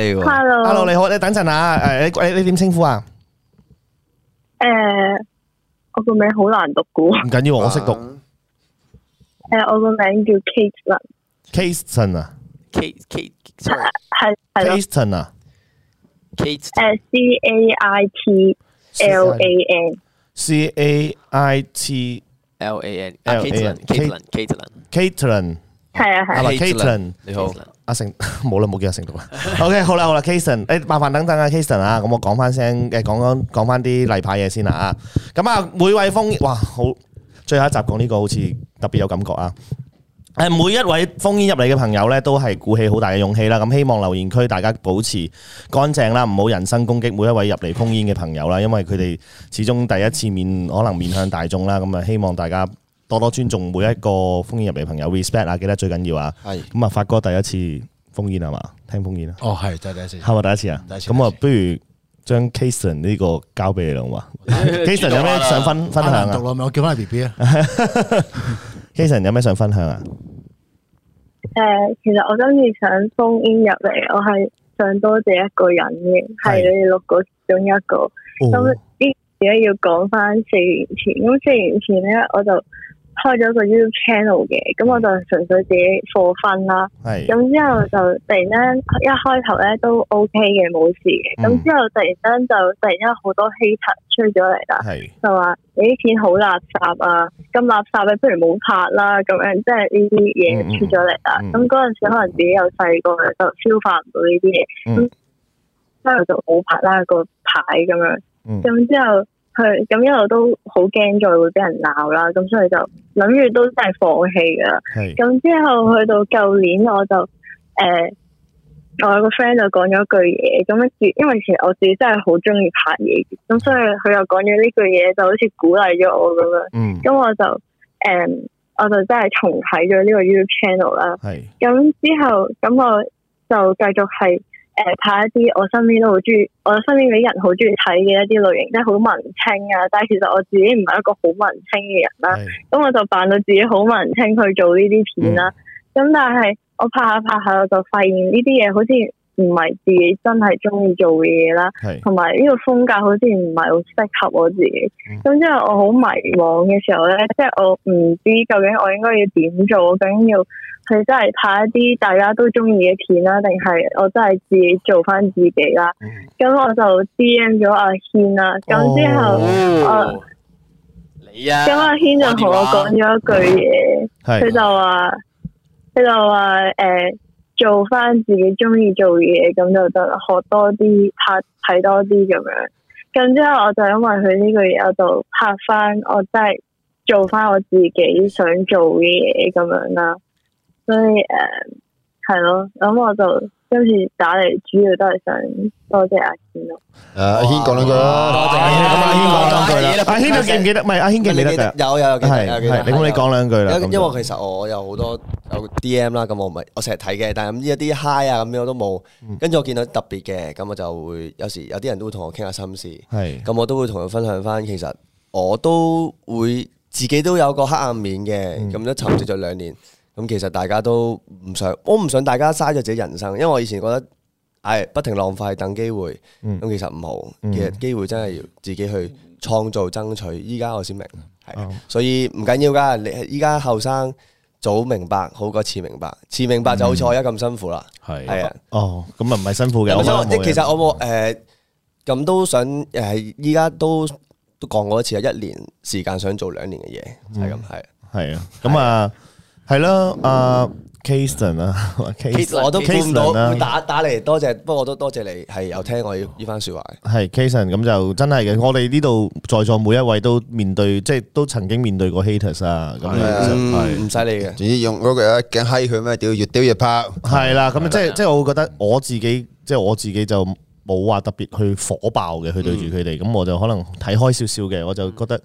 一 Hello，你好，你等陣啊，誒，你你你點稱呼啊？誒，我個名好難讀噶。唔緊要，我識讀誒，我個名叫 Kate 啦， Kasten 啊 Kate Kate sorry 係係咯， ，Kasten 啊 Kate 誒 C A I T L A N ，C A I T L A N Ah, L A Katelyn N Katelyn Katelyn Caitlin 係啊係係啊咪 Caitlin？你好，阿成 (laughs) 冇啦，冇叫阿成讀啦。OK，好啦 (laughs) 好啦，Kason，誒麻煩等等啊，Kason 啊，咁我講翻聲，誒講講講翻啲例牌嘢先啦啊。咁啊，每位封哇好，最後一集講呢個好似特別有感覺啊。誒每一位封煙入嚟嘅朋友咧，都係鼓起好大嘅勇氣啦。咁希望留言區大家保持乾淨啦，唔好人身攻擊每一位入嚟封煙嘅朋友啦，因為佢哋始終第一次面可能面向大眾啦。咁啊，希望大家多多尊重每一個封煙入嚟嘅朋友，respect 啊，記得最緊要啊。係咁啊，發哥第一次封煙係嘛？聽封煙啊，哦，係，真係第一次。係咪第一次啊？第一次咁啊，不如將 Kason 呢個交俾你啦，好嘛？Kason 有咩想分分享難讀啊咯，咪我叫翻 B B 啊。 (laughs) ？Kason 有咩想分享啊？誒，呃其實我今次想 phone in 入嚟，我係想多謝一個人嘅，係係你哋六個其中一個。咁哦呢而家要講翻四年前，咁四年前咧我就開咗個 YouTube channel 嘅，咁我就純粹自己課分啦。係咁之後就突然間一開頭咧都 OK 嘅，冇事嘅。咁、嗯之後突然間就突然間好多 hater 出咗嚟啦，係就話你啲片好垃圾啊，咁垃圾你不如冇拍啦，咁樣即係呢啲嘢出咗嚟啦嗯嗯嗯。咁嗰陣時可能自己又細個就消化唔到呢啲嘢，嗯咁之後就冇拍啦個牌咁樣。嗯咁之後佢咁一路都好驚再會俾人鬧啦，咁所以就諗住都真係放棄噶啦。係咁之後去到舊年，我就誒、呃我有個 friend 就講咗句嘢，咁跟住因為其實我自己真係好中意拍嘢，咁所以佢又講咗呢句嘢，就好似鼓勵咗我咁樣。嗯咁我就誒、呃我就真係重睇咗呢個 YouTube channel 啦。係咁之後咁我就繼續係誒、呃拍一啲我身邊都好中意，我身邊啲人好中意睇嘅一啲類型，即係好文青啊。但係其實我自己唔係一個好文青嘅人啦。係咁我就扮到自己好文青去做呢啲片啦。咁、但係我拍下拍下，我就發現呢啲嘢好似唔係自己真係中意做嘅嘢啦，係同埋呢個風格好似唔係好適合我自己。咁之後我好迷惘嘅時候咧，即係我唔知究竟我應該要點做，我究竟要去真係拍一啲大家都中意嘅片啦，定係我真係自己做翻自己啦？咁、我就 D M 咗阿軒啦。咁之後，呃我哦，你啊，咁阿軒就同我講咗一句嘢，係佢就話佢就話誒、做翻自己中意做嘅嘢，咁就得啦，學多啲，拍睇多啲咁樣。咁之後我就因為佢呢句嘢，我就拍翻我真係做翻我自己想做嘅嘢咁樣啦。所以誒、係咯，咁我就今次打嚟主要都係想多謝阿健啊咯。诶，阿軒講兩句啦，多謝阿軒講兩句啦阿軒你記唔記得唔係阿軒記唔記得㗎有有有記得係有記得係你講你講兩句啦因咁就因為其實我有好多有 D.M. 啦，咁我唔係我成日睇嘅，但係咁一啲 high 啊咁樣我都冇。跟住我見到特別嘅，咁我就會有時有啲人都會同我傾下心事。係咁我都會同佢分享翻，其實我都會自己都有個黑暗面嗯嘅，咁都沉寂咗兩年。咁其實大家都唔想，我唔想大家嘥咗自己人生，因為我以前覺得，唉，不停浪費等機會，嗯咁其實唔好，嗯其實機會真係要自己去創造爭取。依家我先明，嗯係，所以唔緊要噶，你依家後生早明白好過遲明白，遲明白就好似我而家咁辛苦啦，嗯係係啊。哦，咁啊唔係辛苦嘅，我覺得即冇嘢其實我冇誒，咁、都想誒，依家都都講過一次啊，一年時間想做兩年嘅嘢，係咁係。係啊，咁啊係啦，阿 Kasten 啊 Kate，我都估唔 Kasten 到啊會打打嚟，多謝，不過我都多謝你係有聽我呢番説話。係 Kason 咁就真係嘅，我哋呢度在座每一位都面對，即係都曾經面對過 haters 啊，咁樣就嗯，唔使理嘅。總之用嗰句啊，驚閪佢咩？屌越屌越拍，係啦，嗯咁即係即係我會覺得我自己即係我自己就冇話特別去火爆嘅去對住佢哋，咁、我就可能睇開少少嘅，我就覺得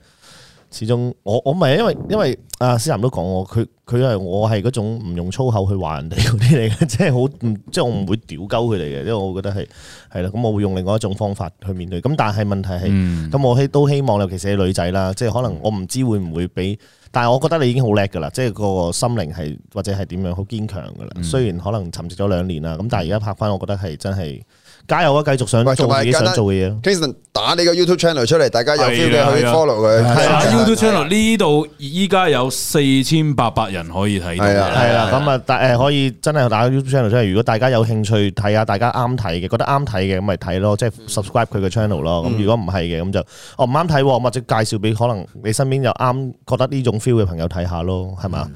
始終我我唔係因為因為阿思南都講我，佢佢係我係嗰種唔用粗口去話人哋嗰啲嚟嘅，即 (laughs) 係好唔即係我唔會屌鳩佢哋嘅，因為我會覺得係係啦，咁我會用另外一種方法去面對。咁但係問題係，嗯咁、我希都希望尤其是女仔啦，即係可能我唔知會唔會俾。但係我覺得你已經好叻㗎啦，即係個心靈係或者係點樣好堅強㗎啦。嗯雖然可能沉寂咗兩年啦，咁但係而家拍翻，我覺得係真係加油啊！繼續想喂，做同埋自己簡想單做嘅嘢咯。 Kingston 打你個 YouTube channel 出嚟，大家有 feel 係啦嘅可以係啦啊 follow 佢。啊係啊啊啦，YouTube channel 呢度依家有四千八百人可以睇到。係啊係啦，咁啊，但誒可以真係打 YouTube channel 出嚟。如果大家有興趣睇下，大家啱睇嘅，覺得啱睇嘅咁咪睇咯，即係嗯 subscribe 佢嘅 channel 咯。咁如果唔係嘅，咁就哦唔啱睇喎，或者介紹俾可能你身邊有啱覺得呢種 feel 嘅朋友睇下咯，係嘛？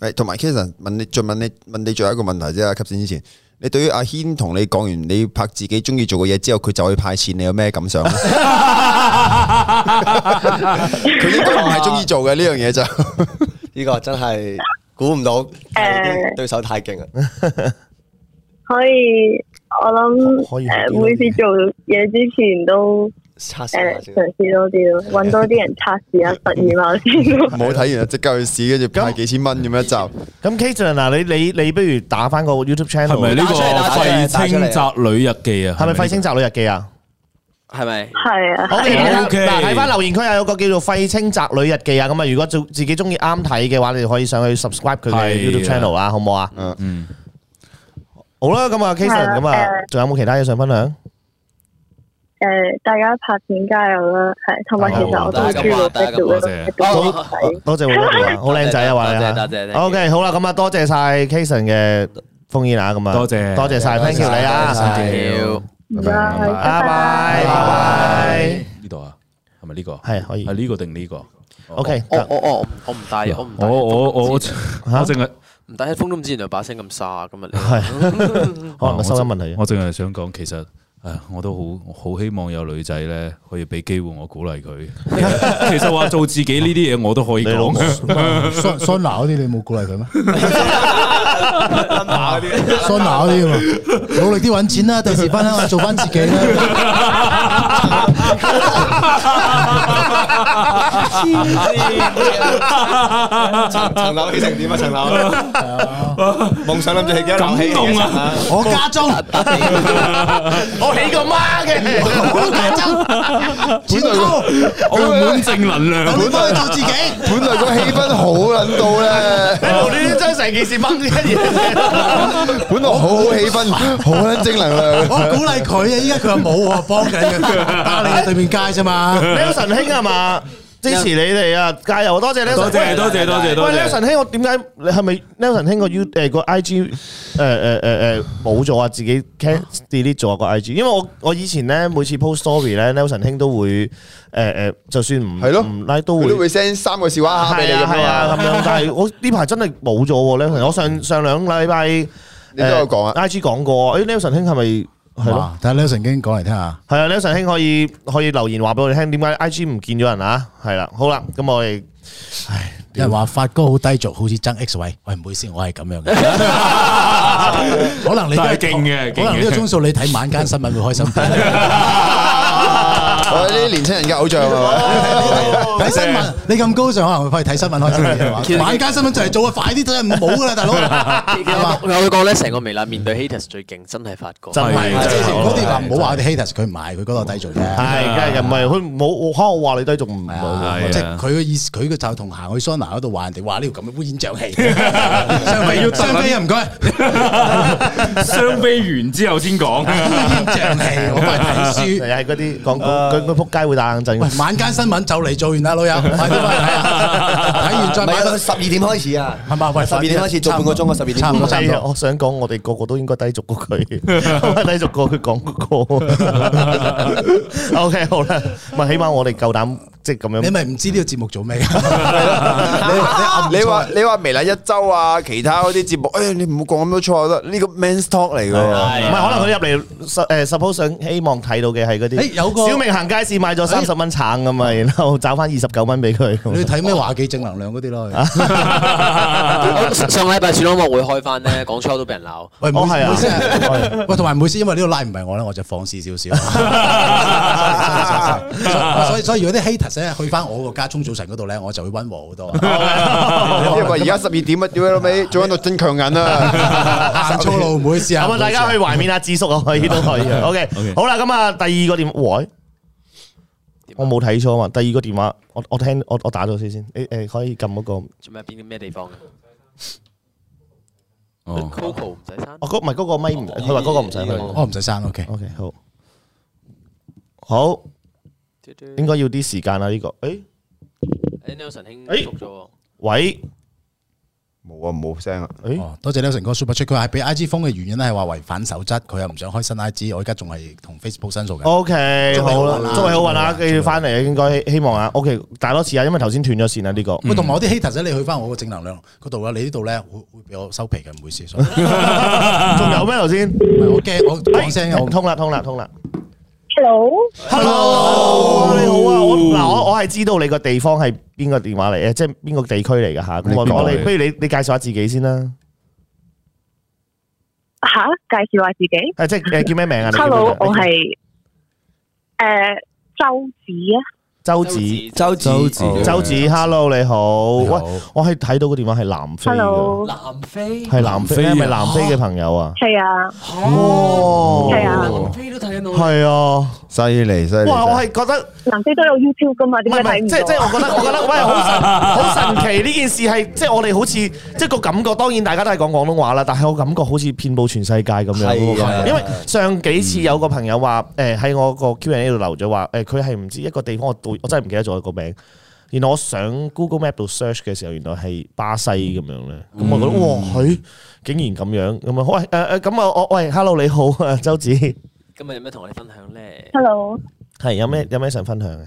诶，同埋 Kingston 問你，再問你，問你最後一個問題啫。吸線之前，你對於阿軒同你講完你拍自己中意做嘅嘢之後，佢就去派錢，你有咩感想？佢應該唔係中意做嘅呢樣嘢就。呢個真係估唔到，誒對手太勁啦。啊可以，我可以諗做誒啲每次做嘢之前都測試下誒先嘗試多啲咯，揾多啲人測試下實驗啊 (laughs) 下先咯。唔好睇完就即刻去試，跟住派幾千蚊咁樣一集。咁 Kason 嗱，你你你不如打翻個 YouTube 係咪 channel，呢個打出嚟打出廢嚟打出青嚟宅女日記啊？係咪廢青宅女日記啊？係咪？係啊， (laughs) 好嘅，嗱 OK 嗱睇翻留言區啊，有個叫做廢青宅女日記啊，咁啊，如果做自己中意啱睇嘅話，你就可以上去 subscribe 佢嘅係 YouTube channel 啊，好唔好啊？嗯，好啦，咁啊，Kason，咁啊，仲有冇其他嘢想分享？誒呃大家拍片加油啦，係，同埋其實我都好中意大家咁話 Facebook 大家嗰度睇。多謝 Willie 啊，好靚仔啊，話你啊多謝多謝多謝 OK，好啦，咁啊，多謝晒 Kason 嘅封煙啊，咁啊，多謝多謝晒，thank you 你啊，要唔該，拜拜拜，拜拜，呢度啊，係咪呢個？係可以係呢個定呢個？ ，OK，我我我唔哦我唔戴，我唔戴我我我我淨係。唔戴 headphone 都唔知原來把聲咁沙咁啊！係，可能個收音問題啊。我淨係想講，其實誒我都好好希望有女仔咧可以俾機會我鼓勵 (laughs) 佢。其實話做自己呢啲嘢我都可以你老母講。啊 (laughs) 桑桑拿嗰啲你冇鼓勵佢咩？打嗰啲桑拿嗰啲啊嘛，努力啲揾錢啦，第時翻鄉下做翻自己啦。層層樓起成點啊？層樓夢想諗住起幾多樓起？感動啊啊！我 (laughs) 家中，我起個媽嘅，我家中， (laughs) 本來澳門正能量，本來做自己，本來個氣氛好撚到咧，無端端將成件事掹咗一嘢。本來好好氣氛，好撚正能量。我鼓勵佢啊！依家佢話冇我幫緊佢，打你喺對面街啫嘛。啊 Nelson 兄係嘛？支持你哋啊！加油，多謝 Nelson。多謝多謝多謝多喂謝。 ，Nelson 兄，我點解你係咪 Nelson 兄個 U 誒個 IG 誒誒誒誒冇咗啊？自己 can delete 咗個 IG，因為我我以前咧每次 post story 咧，Nelson 兄都會誒誒，就算唔係咯唔拉都佢會都。會 send 三個笑話蝦俾係你啊咁係樣啊啊。咁樣，但係我呢排真係冇咗喎 Nelson。我上上兩個禮拜你你都有講啊 IG 講過，誒 Nelson 兄係咪係咯？哇！睇下 Leo 曾經講嚟聽下，系啊，Nelson 兄可以可以留言話俾我哋聽，點解 I G 唔見咗人啊？係啦，好啦，咁我哋，唉，有人話發哥好低俗，好似曾 X 位。喂，唔好意思，我係咁樣嘅。可能你都但係勁嘅可能呢個勁嘅鐘數你睇晚間新聞會開心啲。我呢啲年青人嘅偶像啊！睇新聞，你咁高尚，可能會快睇新聞開心啲係嘛其 (laughs) 實晚間新聞就嚟做啊，快啲真係冇噶啦，大佬。係嘛我有講咧，成個微辣面對 haters 最勁，真係發哥。真係即係嗰啲話唔好話係，我哋 haters，佢唔係佢嗰個低俗啫。梗係唔係佢冇，我嚇我話你低俗唔係冇。啊係啊即係佢嘅意思，佢嘅就同行去桑拿嗰度話人哋話呢條咁嘅烏 (laughs) 煙瘴氣，上飛要上飛啊唔 (laughs) 該，雙飛完之後先 (laughs) 講。烏煙啊瘴氣，我快睇書。係嗰啲廣告，佢佢撲街會打冷震哦喂，。晚間新聞就嚟做完啦， (laughs) 老友，快啲翻嚟睇下，睇完再唔買係啊佢十二點開始啊，係嘛？喂， 12點開始做半個鐘啊12點差唔多，差唔係啊，多。我想講，我哋個個都應該低俗過 (laughs) 佢，低俗過佢講 (laughs) 嗰個。O K，好啦，咪起碼我哋夠膽即係咁你樣。咪唔知呢個節目做咩？啊 (laughs) 你話你話微辣一周啊，其他嗰啲節目，哎，你唔好講咁 (laughs) 多錯啦，呢個 man talk 嚟唔㗎。係，可能佢入嚟誒，suppose 想希望睇到 (laughs) 嘅係嗰誒啲。有個小明行街市買咗三十蚊橙咁啊，然後找翻二十九蚊俾佢。你要 (laughs) 睇咩華記正能量嗰啲啊咯？ (laughs) 上個禮拜選安樂會開翻咧， (laughs) 講粗口都俾人鬧。喂，唔哦好係啊意思啊， (laughs) 喂，同埋唔好意思，因為呢個 line 唔係我咧，我就放肆少少。Sorry，sorry，sorry，sorry (laughs) 所以所以如果啲 haters 咧去翻我個家中早晨嗰度咧，我就會温和好多。 (laughs) 因為而家十二點啊，屌你老味，做緊到真強 (laughs) (laughs) 硬啊！行粗路唔好意思啊，咁啊，大家去懷緬下智叔啊，可以都可以啊。OK， OK 好啦，咁啊，第二個電喂，我冇睇錯啊嘛。第二個電話，我我聽我我打咗先先。誒誒，可以撳嗰個，我做咩？邊啲咩地方嘅哦？Coco 唔使刪。嗰唔係嗰個咪唔，佢話嗰個唔使去。我唔使刪，OK。 OK，好，好，嘟嘟應該要啲時間啦呢個。誒，誒，Nelson 兄哎復咗喎。喂，冇啊，冇聲啊！誒，哦，多謝 Nelson 哥 super chat，佢話係俾 IG 封嘅原因咧係話違反守則，佢又唔想開新 IG，我而家仲係同 Facebook 申哦訴緊。 OK，祝你好好運啦，啦祝你好運啦，祝你跟好運住翻嚟應該希望啊。OK，打多次啊，因為頭先斷咗線啊呢個。嗯喂，同埋我啲 hater 仔，你去翻我個正能量嗰度啊，你呢度咧會會俾我收皮嘅，唔好意思。sorry 唔 (laughs) (laughs) 仲嗯有咩頭先？係我驚我講聲哎我通啦，通啦，通啦。 Hello， Hello，你好啊！我嗱，我我係知道你個地方係邊個電話嚟嘅，即係邊個地區嚟嘅吓。咁我邊個我嚟哋不如你你介紹下自己先啦。吓介紹下自己。誒，即係誒叫咩名啊？你叫咩名 Hello，我係誒周子啊，周子。周子哦周子周子，Hello，你好。你好喂，我係睇到個電話係南非嘅， Hello，南非係南非，南非啊係咪南非嘅朋友啊？係啊，哦係啊，南非都睇緊我。係啊。犀利犀利！哇，我係覺得。南非都有 YouTube 噶嘛，唔係點解唔係，睇唔即係即係到啊？我覺得我覺得喂好神好神奇呢件事係即係我哋好似即係個感覺，當然大家都係講廣東話啦，但係我感覺好似遍佈全世界咁樣嗰個係啊感覺。因為上幾次有個朋友話誒喺我個 Q&A 度留咗話誒佢係唔知一個地方我到我真係唔記得咗個名。然後我上 Google Map 度 search 嘅時候，原來係巴西咁樣咧，咁我覺得嗯哇，佢竟然咁樣咁啊！喂誒誒，咁啊我喂，hello 你好啊，周子，係今日有咩同我哋分享咧？ Hello，有咩有咩想分享啊嘅？誒誒，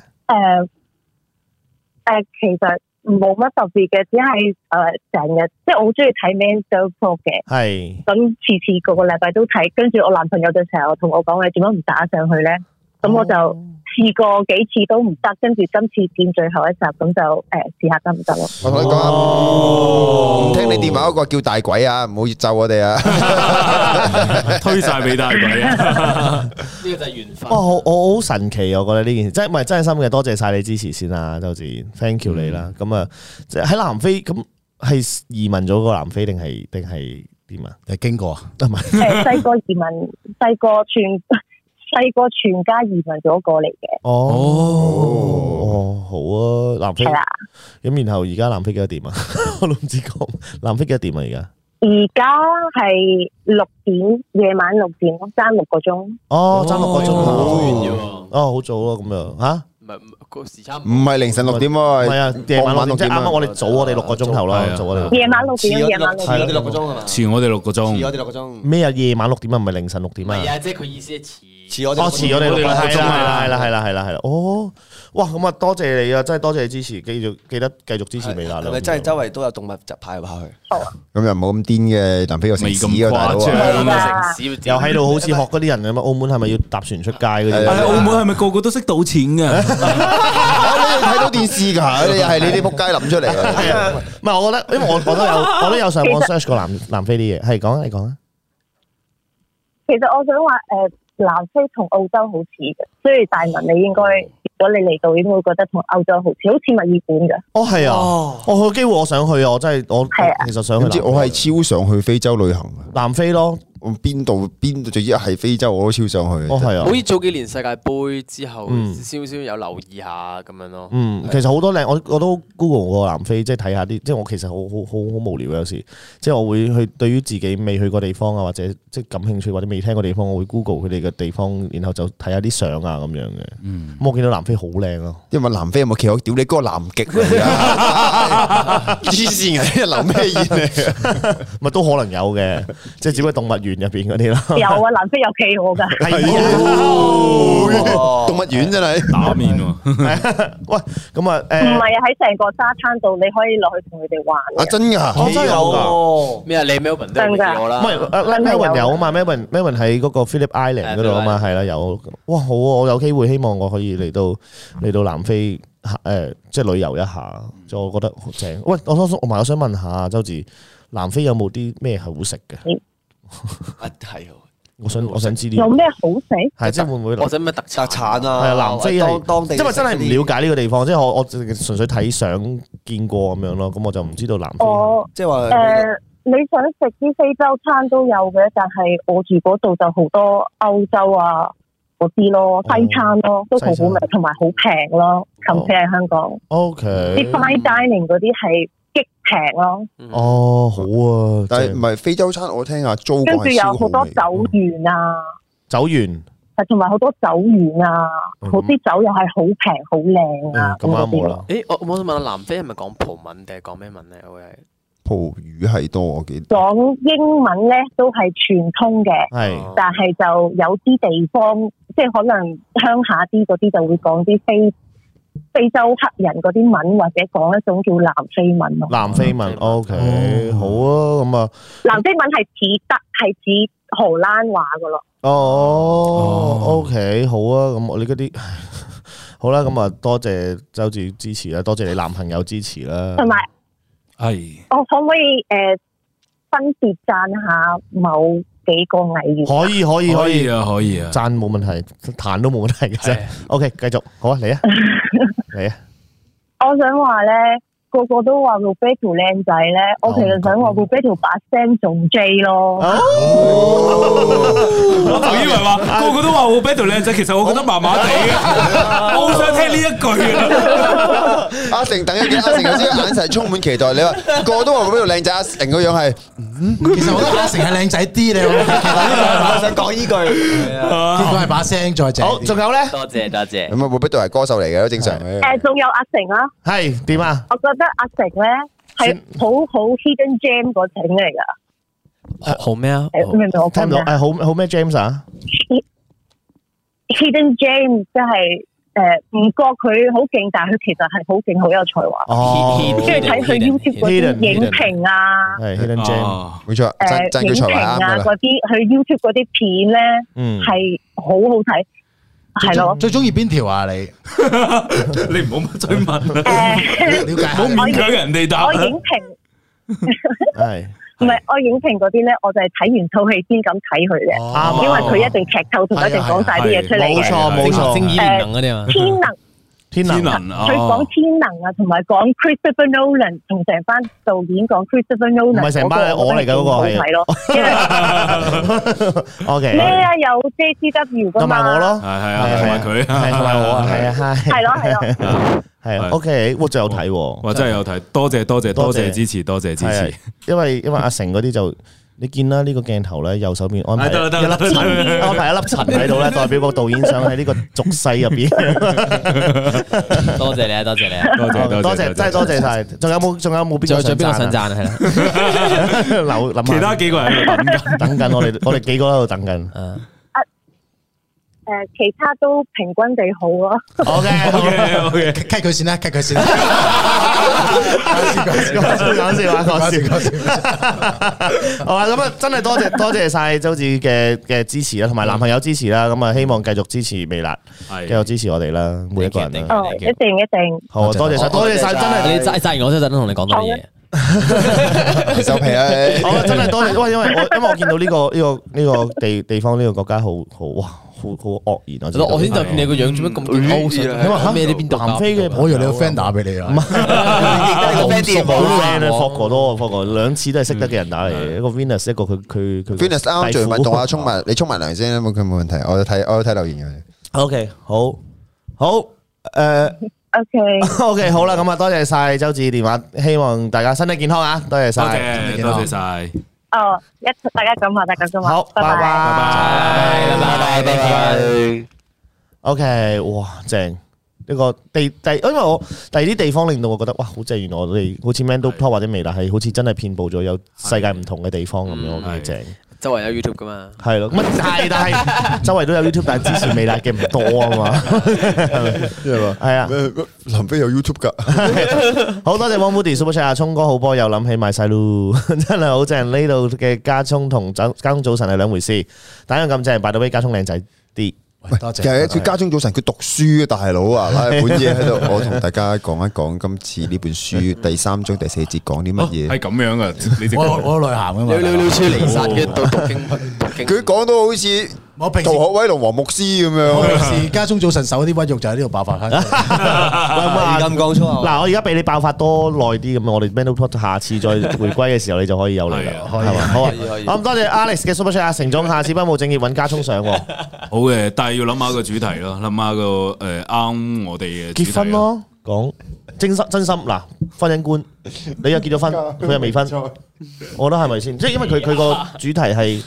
呃其實冇乜特別嘅，只係誒成日，即係我好中意睇 Man Show Pro 嘅。係。咁次次個個禮拜都睇，跟住我男朋友就成日同我講：你做乜唔打上去咧？咁我就試過幾次都唔得，跟住今次見最後一集，咁就誒試下得唔得咯？我同你講啊，唔聽你電話嗰個叫大鬼啊，唔好咒我哋啊！推晒俾大鬼啊！ (laughs) 呢個就係緣分哇！。我我好神奇，我覺得呢件事，即係唔係真係心嘅，多謝晒你支持先啦，周志，thank you 你嗯啦。咁啊，即係喺南非咁係移民咗個南非定係定係點啊？係經過啊，唔係誒呃細個移民，細個全 (laughs) 細個全家移民咗過嚟嘅，哦哦，好啊，南非係啦。咁，然後而家南非幾多點啊？ (laughs) 我都唔知講南非幾多點啊？而家而家係六點，夜晚六點咯，爭六個鐘。哦，爭六個鐘好遠啊啫喎。哦，好早咯，咁樣嚇，唔係唔係個時差唔唔係凌晨六點唔喎，係啊，夜晚六點，即係啱啱我我哋早我哋六個鐘頭係啦，啊早我哋六夜晚六遲點，咗啲夜六晚六遲咗啲點。六個鐘啊係嘛？遲遲我哋六個咗鐘啲，六個鐘，咩啊？夜晚六點啊，唔係凌晨六點啊哎係？啊，即係佢意思係遲。遲我哋六個鐘。啊哦，遲我哋六個鐘，係啦，係啦，係啦，係啦，係啦，哦，哇，咁啊，多謝你啊，真係多謝你支持，繼續記得繼續支持微辣啦係。咪真係周圍都有動物就派入下去？咁又冇咁癲嘅，南非個城市啊，大佬啊，又喺度好似學嗰啲人咁啊！澳門係咪要搭船出街嗰係啊啲？啊澳門係咪個個都識賭錢嘅？你睇到電視㗎，你又係你啲仆街諗出嚟嘅。係啊， (laughs) 唔係我覺得，因為我我 (laughs) 都有 (laughs) 哦我都有上網 search 過南南非啲嘢，係講啊你講啊。其實我想話誒、南非同澳洲好似嘅，所以大文你應該，如果你嚟到，應該會覺得同歐洲好似，好似墨爾本嘅。哦，係啊，我有機會我想去啊，我真係我係啊其實想去總南非。之我係超想去非洲旅行啊！南非咯，我邊度邊度，最一係非洲我都超想去。哦係啊好。似早幾年世界盃之後，嗯少少有留意下咁樣咯。嗯，其實好多靚，我我都 Google 過南非，即係睇下啲，即係我其實好好好好無聊嘅有時，即係我會去對於自己未去過地方啊，或者即係感興趣或者未聽過地方，我會 Google 佢哋嘅地方，然後就睇下啲相啊咁樣嘅。嗯，咁我見到南非好靚啊咯，因為南非有冇企好？屌你嗰 (laughs) 個南極啊！而家黐 (laughs) 線嘅，流咩煙嚟？咪都可能有嘅，即係只不過動物園入邊嗰啲啦。(laughs) 有啊，南非有企鵝㗎。(laughs) 係啊，動物園真係。打面喎，喂，咁啊，誒，唔係啊，喺成個沙灘度你可以落去同佢哋玩啊，嘅。真㗎！我真係有㗎。哦，咩啊？你 Melbourne 都有真㗎見我唔啦， (laughs) 係啊真係有，Melvin 有啊嘛，Melvin Melvin 喺嗰個 Phillip Island 嗰度啊嘛，係啦有，哇好啊！我有機會希望我可以嚟到嚟到南非誒，即係旅遊一下，就我覺得好正。喂，我想我埋我想問下周志，南非有冇啲咩係好食嘅？啊係喎，我想我想知呢嗯有樣，咩好食？係即係會唔會或者咩特特產？產啊，係啊，南非當當係，地因為真係唔食嗰啲，了解呢個地方，即係我我純粹睇相見過咁樣咯，咁我就唔知道南非。我即係話哦嗯誒、你想食啲非洲餐都有嘅，但係我住嗰度就好多歐洲啊嗰啲咯，西餐咯，都好好味，同埋好平咯。近期喺香港 O K，啲 fine dining 嗰啲係極平咯，嗯哦好啊，但係正唔係非洲餐，我聽阿 Jo 跟講住係有超好多好味。酒園啊，走完。同埋好多酒園啊，嗰啲酒又係好平好靚嗯啊，咁啱我啦。哎誒，我我想問下南非係咪講葡文定係講咩文咧？我 (laughs) 係葡語係多，我 (laughs) 記得。講英文咧都係全通嘅，係。但係就有啲地方，即係可能鄉下啲嗰啲就會講啲非非洲黑人嗰啲文，或者講一種叫南非文咯。南非文，OK，好啊，咁啊，南非文係似德，係似荷蘭話噶咯。哦，OK，好啊，咁我你嗰 (laughs) 啲好啦，咁啊，多謝周志支持啦，多謝你男朋友支持啦，同埋，係我可唔可以誒、呃分別讚下某幾個藝員？可以可以可可以以，啊，可以啊。讚冇問題，彈都冇問題嘅啫係。 OK，繼續，好啊，嚟啊，嚟啊，我想話咧，個個都話 Roberto 靚仔咧，我其實哦想話啊 Roberto 把聲仲 J 咯。我就以為話個個都話我 battle 靚仔，其實我覺得麻麻地 (laughs) 嘅，我好想聽呢一句啊！阿成等一陣，阿成頭先眼神充滿期待。你話個個都話嗰度靚仔，阿成個樣係其實我覺得阿成係靚仔啲，你有冇發覺我想講呢句， (laughs) 結果係把聲再正啲。好，仲有咧，多謝多謝。咁啊，會不會係歌手嚟嘅都正常嘅。誒，仲有阿成啦、係點啊？我覺得阿成咧係好好 hidden gem 嗰種嚟噶，好咩啊？誒明唔明我聽講唔到，咩誒好好咩 James 啊？ ？hidden gem 即係誒唔覺佢好勁，但係佢其實係好勁，好有才華。哦，跟住睇佢 YouTube 嗰 hidden- 啲 hidden- 影評啊，係 Hidden James，啊冇錯，讚誒讚佢呃影才華評啱啊㗎啦。嗰啲，佢 YouTube 嗰啲片咧嗯，係好好睇，係咯。最中意邊條啊？你 (laughs) 你唔好乜追 (laughs) 問啊啦，誒，了解唔 (laughs) 好下。勉強人哋答我啊。 (laughs) 影評係 (laughs) 唔係我影評嗰啲咧，我就係睇完套戲先咁睇佢嘅，啱啊，因為佢一定劇透同一定講晒啲嘢出嚟冇嘅。錯冇意錯，聯盟嗰啲啊天能天天能能啊佢，講天能啊，同埋講 Christopher Nolan 同成班導演講 Christopher Nolan，唔係成班嗰個我嚟㗎嗰個係好睇咯，因為 (laughs) ，OK，ờ. 咩啊有 JCW 噶同埋嘛，我咯 (laughs) 係。係啊，同埋佢啊，係同埋我啊，係啊，係係咯係咯，係啊係，OK，我就有睇喎，哇，真係有睇，多謝多謝多多謝謝支持，多謝支係持啊。，因為因為阿成嗰啲就你見啦，呢個鏡頭咧右手邊安排哎得啦得一啦粒塵，得啦安排一粒塵喺 (laughs) 度咧，代表個導演想喺呢個俗世入邊，多謝你 (laughs) 啊，多謝你啊。多謝多謝多謝真係多謝晒，仲有冇仲有冇邊個想讚啊？讚係啦？ (laughs) 留諗下其他幾個人喺度等緊。等緊我哋，我哋幾個喺度等緊，誒诶，呃其他都平均地好咯。 O K O K O K， (laughs) cut 佢先啦，cut 佢先啦。 (laughs) 講笑啊，講笑講笑。好啊，咁啊，真係多 (laughs) 謝多謝晒周子嘅嘅支持啦，同埋男朋友支持啦。咁啊，希望繼續支持微辣，繼續支持我哋啦，每一個人啦。哦，一定一定。好啊，多謝晒，多謝晒，真係。你讚讚完我先，陣同你講多啲嘢。啊 (laughs) 收皮啊 (laughs) 哎啦！好啦，真係多謝，因為因為我因為我見到呢個呢個呢個地地方呢個國家好好哇，好好愕然啊！我先就見你個樣，做乜咁嗯因為嚇咩？啊你邊度？南非嘅，我以為你個 friend 打俾你啊，好熟好 friend 啊咧，我霍哥多，霍哥兩次都係識得嘅人打嚟嗯嘅，一個 Venus，一個佢佢佢。 Venus 啱啱做完運 (laughs) 動啊，沖埋。埋你沖埋涼先啦，冇佢冇問題。我有睇我有睇留言嘅。 O K，好，好，誒 O K。 (laughs) ，O K，好啦，咁啊，多謝晒周志電話，希望大家身體健康啊，多謝多晒，謝多謝晒，哦，一大家咁話，大家咁話。好，拜拜，拜拜。拜拜拜拜。 O K，哇，正呢個地第，因為我第二啲地方令到我覺得哇，好正，原來我哋好似 Man Do Top 或者微辣係好似真係遍佈咗有世界唔同嘅地方咁嗯樣，我覺得正。周圍有 YouTube 噶嘛？係咯，咁係，但係 (laughs) 周圍都有 YouTube，但係支持微辣嘅唔多啊嘛， (laughs) 係啊。林飛有 YouTube 噶， (laughs) 好多謝 One Moody Super Chat 啊，聰哥好波又諗起買細路， (laughs) 真係好正。呢度嘅加聰同早加聰早晨係兩回事，打樣咁正，拜到俾加聰靚仔啲。喂多其實謝。佢家中早晨佢讀書嘅大佬 (laughs) 啊，拉一本嘢喺度。我同大家講一講今次呢本嗯書第三章第四節講啲乜哦嘢。係咁樣啊！你直我我有內涵噶啊嘛，離散嘅到讀經讀 (laughs) 經佢講到好似我平時逃學威龍王牧師咁我樣。平時家中早晨受嗰啲屈辱就喺呢度爆發啊咁講粗口嗱，我而家俾你爆發多耐啲咁，我哋 Mental Plot 下次再回歸嘅時候，你就可以有嚟啦，係嘛？好啊，咁多謝 Alex 嘅 Super Chat 啊，成總下次不務正業揾加聰上喎，好嘅，但係要諗下個主題咯，諗下個诶啱我哋嘅主題結婚。咯，講真心真心嗱，婚姻觀，你又結咗 (laughs) 婚，佢又未婚，我覺得係咪先？即係因為佢佢個主題 (laughs) 係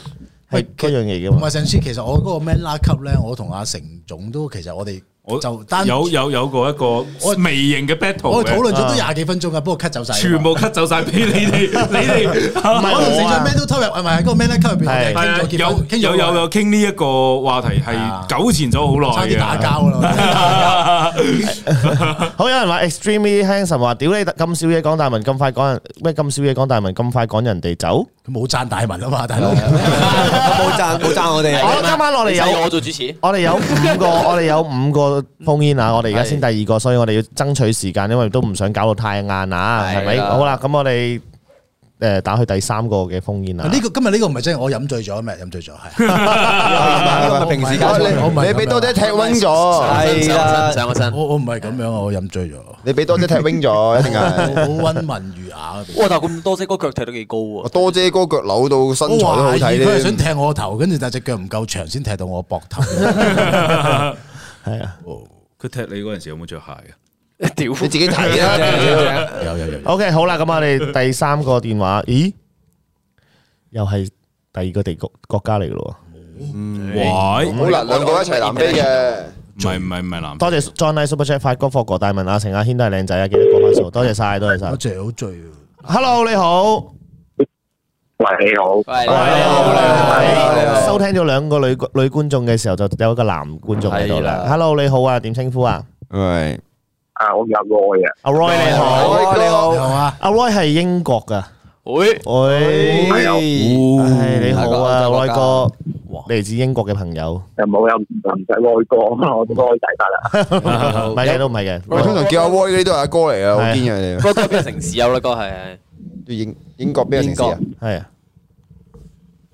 係嗰樣嘢嘅唔嘛係。啊上次其實我嗰個 man 拉級咧，我同阿成總都其實我哋我就單有有有過一個微型嘅 battle，我哋嘅討論咗都廿幾分鐘噶，不過 cut 走晒。啊全部 cut 走晒俾你 (laughs) 哋，你哋唔係我同成總 man 都 topic，唔係喺嗰個 man 拉級入邊我哋傾咗結婚，有傾有咗有有傾呢一個話題係啊糾纏咗好差耐嘅，啲打交 (laughs) 啦。好有人話 extremely handsome 話屌你咁少嘢講大文咁快講人咩咁少嘢講大文咁快趕人哋走，佢冇讚大文啊嘛，大佬。冇赞冇赞我哋啊，我今晚我哋使我有做主持，我哋有五 (laughs) 個我哋有五個封煙啊，我哋而家先第二個，所以我哋要爭取時間，因為都唔想搞到太晏啊，係咪？係啦好啦，咁我哋誒打去第三個嘅封煙啊。呢個今日呢個唔係真係我飲醉咗咩？飲醉咗係。平時我間我唔係咁樣你你俾多姐踢 wing 咗，係啦上個身。我我唔係咁樣啊，我飲醉咗，你俾多姐踢 wing (laughs) 咗，一定係。好温文儒雅嗰邊。哇！但係咁多隻歌腳踢得幾高我喎，多姐嗰腳扭到身材都我好懷疑睇佢係想添。踢我個頭，跟住但係只腳唔夠長，先踢到我膊頭。佢踢你嗰陣時有冇着鞋啊？屌，你自 (laughs) 己睇啦，有有有有， O K，好啦，咁我哋第三個電話，咦，又係第二個地國國家嚟嘅咯喎。喂，好啦，兩個一齊南非嘅，唔係唔係唔係男，多謝 John Lee Super Chat 發哥、霍哥、大文、阿成、阿軒都係靚仔啊，記得過翻數，多謝晒，多謝晒我。醉好醉啊！ Hello，你好，喂，你好，喂，係收聽咗兩個女女觀眾嘅時候，就有一個男觀眾喺度啦。Hello，你好啊，點稱呼啊？喂，啊，我叫阿 Roy 啊，阿 À, Roy 你好，你好，有啊，阿 Roy 係英國噶，喂，喂，唉你好啊係個歐洲國 à, ，Roy 家哥，嚟自英國嘅朋友，又冇有唔使愛過，我都愛大家啦。啊唔係嘅都唔係我哋通嘅。常叫阿 Roy 嗰啲都係阿哥嚟嘅，好係啊堅嘅你哋。嗰個邊個城市有啦？嗰個係英英國邊個城市啊？係啊，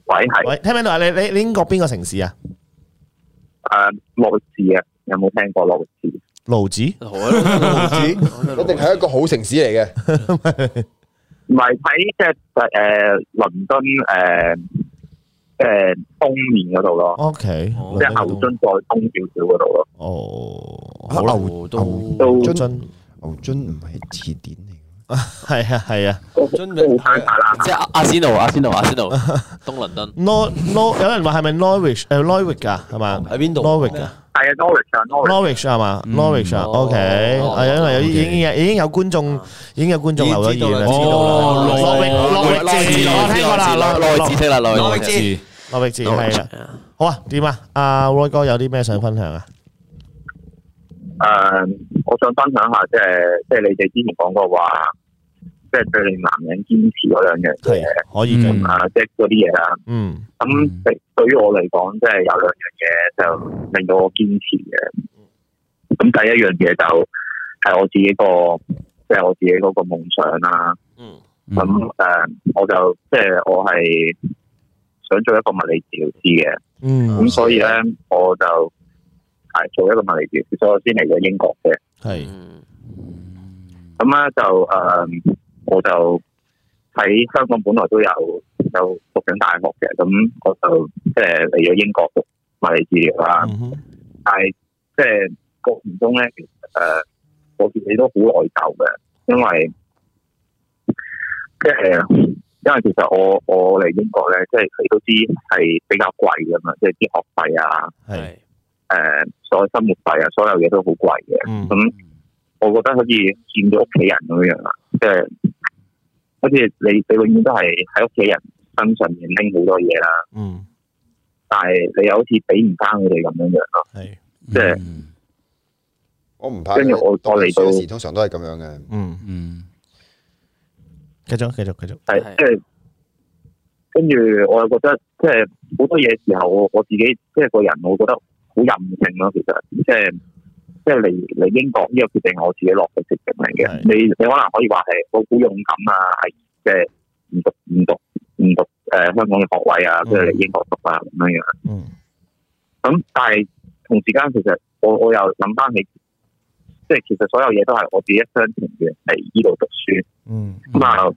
喂，係喂，聽唔聽到啊？你你你英國邊個城市啊？誒羅氏啊，有冇聽過羅氏？盧子。好啊， (laughs) 一定係一個好城市嚟嘅。唔係喺即係誒倫敦誒誒東面嗰度咯， O K，即係牛津再東少少嗰度咯。哦，好啦，牛都牛津津牛津唔係字典嚟嘅。係啊係啊都津嶺好山大啦，即係阿阿仙奴，阿仙奴，阿仙奴，東倫敦。 ，Nor Nor 有人話係咪 Norwich 誒 Norwich 㗎係嘛？喺邊度 Norwich 啊係啊，Norwich 啊，Norwich。 ，Norwich 係嘛？Norwich 啊，OK，係因為有已經有已經有觀眾已經有觀眾留咗言啦，知道啦。諾域諾域治，我聽過啦，諾內字諾聽啦，內字字。諾域治係啦。好啊，點啊？阿 Roy 哥有啲咩想分享啊？我想分享下，即係即係你哋之前講過話，即係對男人堅持嗰兩樣嘢，可以嗯嘅啊，即係嗰啲嘢啦。啊嗯，咁對對於我嚟講，即係有兩樣嘢就令到我堅持嘅。咁第一樣嘢就係我自己個，即係我自己嗰個夢想啦。嗯咁誒、我就即係我係想做一個物理治療師嘅。嗯咁所以咧，我就係做一個物理治療師，所以我先嚟咗英國嘅。係咁咧就誒、我就喺香港本來都有有讀緊大學嘅，咁我就即係嚟咗英國讀物理治療啦。但係即係過程中咧，其實誒我自己都好內疚嘅，因為即係因為其實我我嚟英國咧，即係你都知係比較貴噶嘛，即係啲學費啊，係誒、所有生活費啊，所有嘢都好貴嘅。咁、我覺得好似見到屋企人咁樣啊，即係好似你你永遠都係喺屋企人身上面拎好多嘢啦。嗯，但係你又好似俾唔翻佢哋咁樣樣咯。係，即係我唔怕。跟住我再嚟到嗰時通常都係咁樣嘅。嗯嗯，繼續繼續繼續，係即係跟住我又覺得即係好多嘢時候，我我自己即係個人，我覺得好任性咯。其實即係即係嚟嚟英國呢個決定，我自己落嘅決定嚟嘅。你你可能可以話係我好勇敢啊，係即係唔讀唔讀唔讀誒、呃香港嘅學位啊，跟住嚟英國讀啊咁樣樣。嗯。咁但係同時間其實我我又諗翻起，即係其實所有嘢都係我自己一廂情願嚟呢度讀書。嗯。咁啊，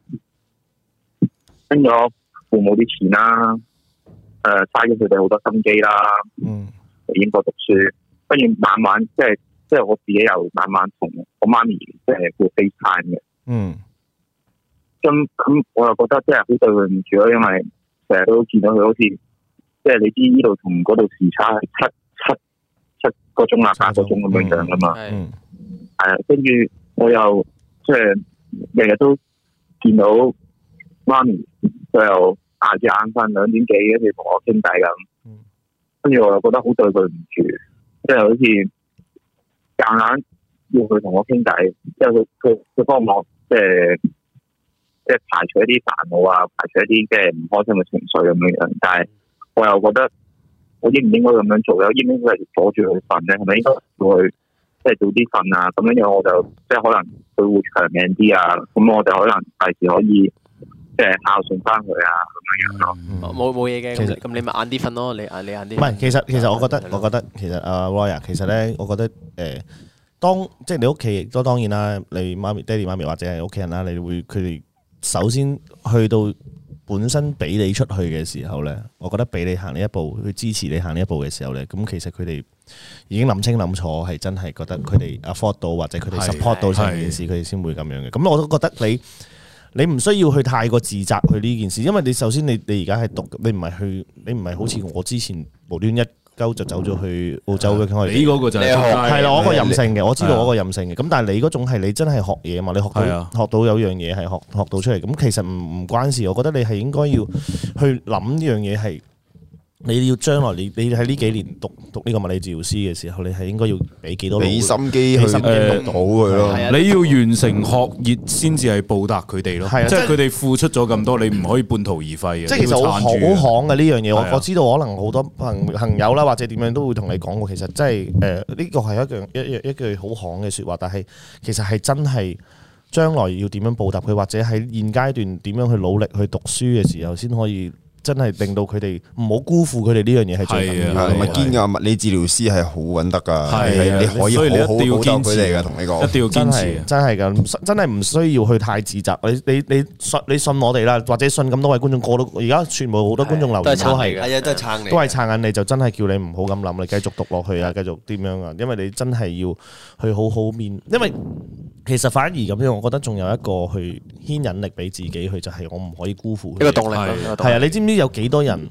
跟咗父母啲錢啦，誒嘥咗佢哋好多心機啦，嗯，嚟英國讀書，跟住晚晚即係即係我自己又晚晚同我媽咪即係會 FaceTime 嘅，嗯咁咁我又覺得即係好對佢唔住咯，因為成日都見到佢好似即係你知呢度同嗰度時差係七七七個鐘啊八個鐘咁樣樣噶嘛，嗯係啊，跟住我又即係日日都見到媽咪，佢又捱住眼瞓兩點幾，跟住同我傾偈咁。跟住我又覺得好對佢唔住，即係好似夾硬要佢同我傾偈，即係佢佢佢幫我即係即係排除一啲煩惱啊，排除一啲即係唔開心嘅情緒咁樣樣。但係我又覺得我應唔應該咁樣做咧？我應唔應該係阻住佢瞓咧？係咪應該叫佢即係早啲瞓啊？咁樣樣我就即係可能佢會長命啲啊，咁我就可能第時可以即係孝順翻佢啊咁樣樣咯。冇冇嘢嘅，咁咁你咪晏啲瞓咯，你晏你晏啲。唔係，其實其實我覺得，我覺得其實阿 Roy 啊，其實咧，我覺得誒、呃，當即係你屋企亦都當然啦，你媽咪、爹哋、媽咪或者係屋企人啦，你會佢哋首先去到本身俾你出去嘅時候咧，我覺得俾你行呢一步，去支持你行呢一步嘅時候咧，咁其實佢哋已經諗清諗楚，係真係覺得佢哋 afford 到或者佢哋係 support 到成件事，佢哋先會咁樣嘅。咁我都覺得你。你唔需要去太過自責去呢件事，因為你首先你你而家係讀，你唔係去，你唔係好似我之前無端一鳩就走咗去澳洲嘅。我哋啊你嗰個就係出街嘅係啦，我嗰個任性嘅，我知係道啊我嗰個任性嘅。咁但係你嗰種係你真係學嘢啊嘛，你學到係啊學到有樣嘢係學學到出嚟，咁其實唔唔關事。我覺得你係應該要去諗呢樣嘢係。你要將來你你喺呢幾年讀讀呢個物理治療師嘅時候，你係應該要俾幾多俾心機去啊俾心機誒讀到你要完成學業先至係報答佢哋咯係啊，即係即係佢哋付出咗咁多，你唔可以半途而廢嘅。即係其實啊你要撐好好住嘅行嘅呢樣嘢，係啊我我知道可能好多朋朋友啦，或者點樣都會同你講過，其實真係誒呃呢個係一樣一一一句好行嘅説話，但係其實係真係將來要點樣報答佢，或者喺現階段點樣去努力去讀書嘅時候，先可以真係令到佢哋唔好辜負佢哋呢樣嘢係最緊啊要係同埋嘅。堅嘅物理治療師係好揾得㗎，係你啊你可以所以你好一好定要保佑堅持啊佢哋嘅，同你講，真係真係㗎，真係唔需要去太自責。你你你信你信我哋啦，或者信咁多位觀眾，過到而家全部好多觀眾留言都都係撐係你嘅，係啊，都係撐你嘅，都係撐緊你，就真係叫你唔好咁諗，你繼續讀落去啊，繼續點樣啊？因為你真係要去好好面，因為其實反而咁樣，我覺得仲有一個去牽引力俾自己，去就係我唔可以辜負佢哋一個動力咯一個動力係啊，你知唔知有幾多人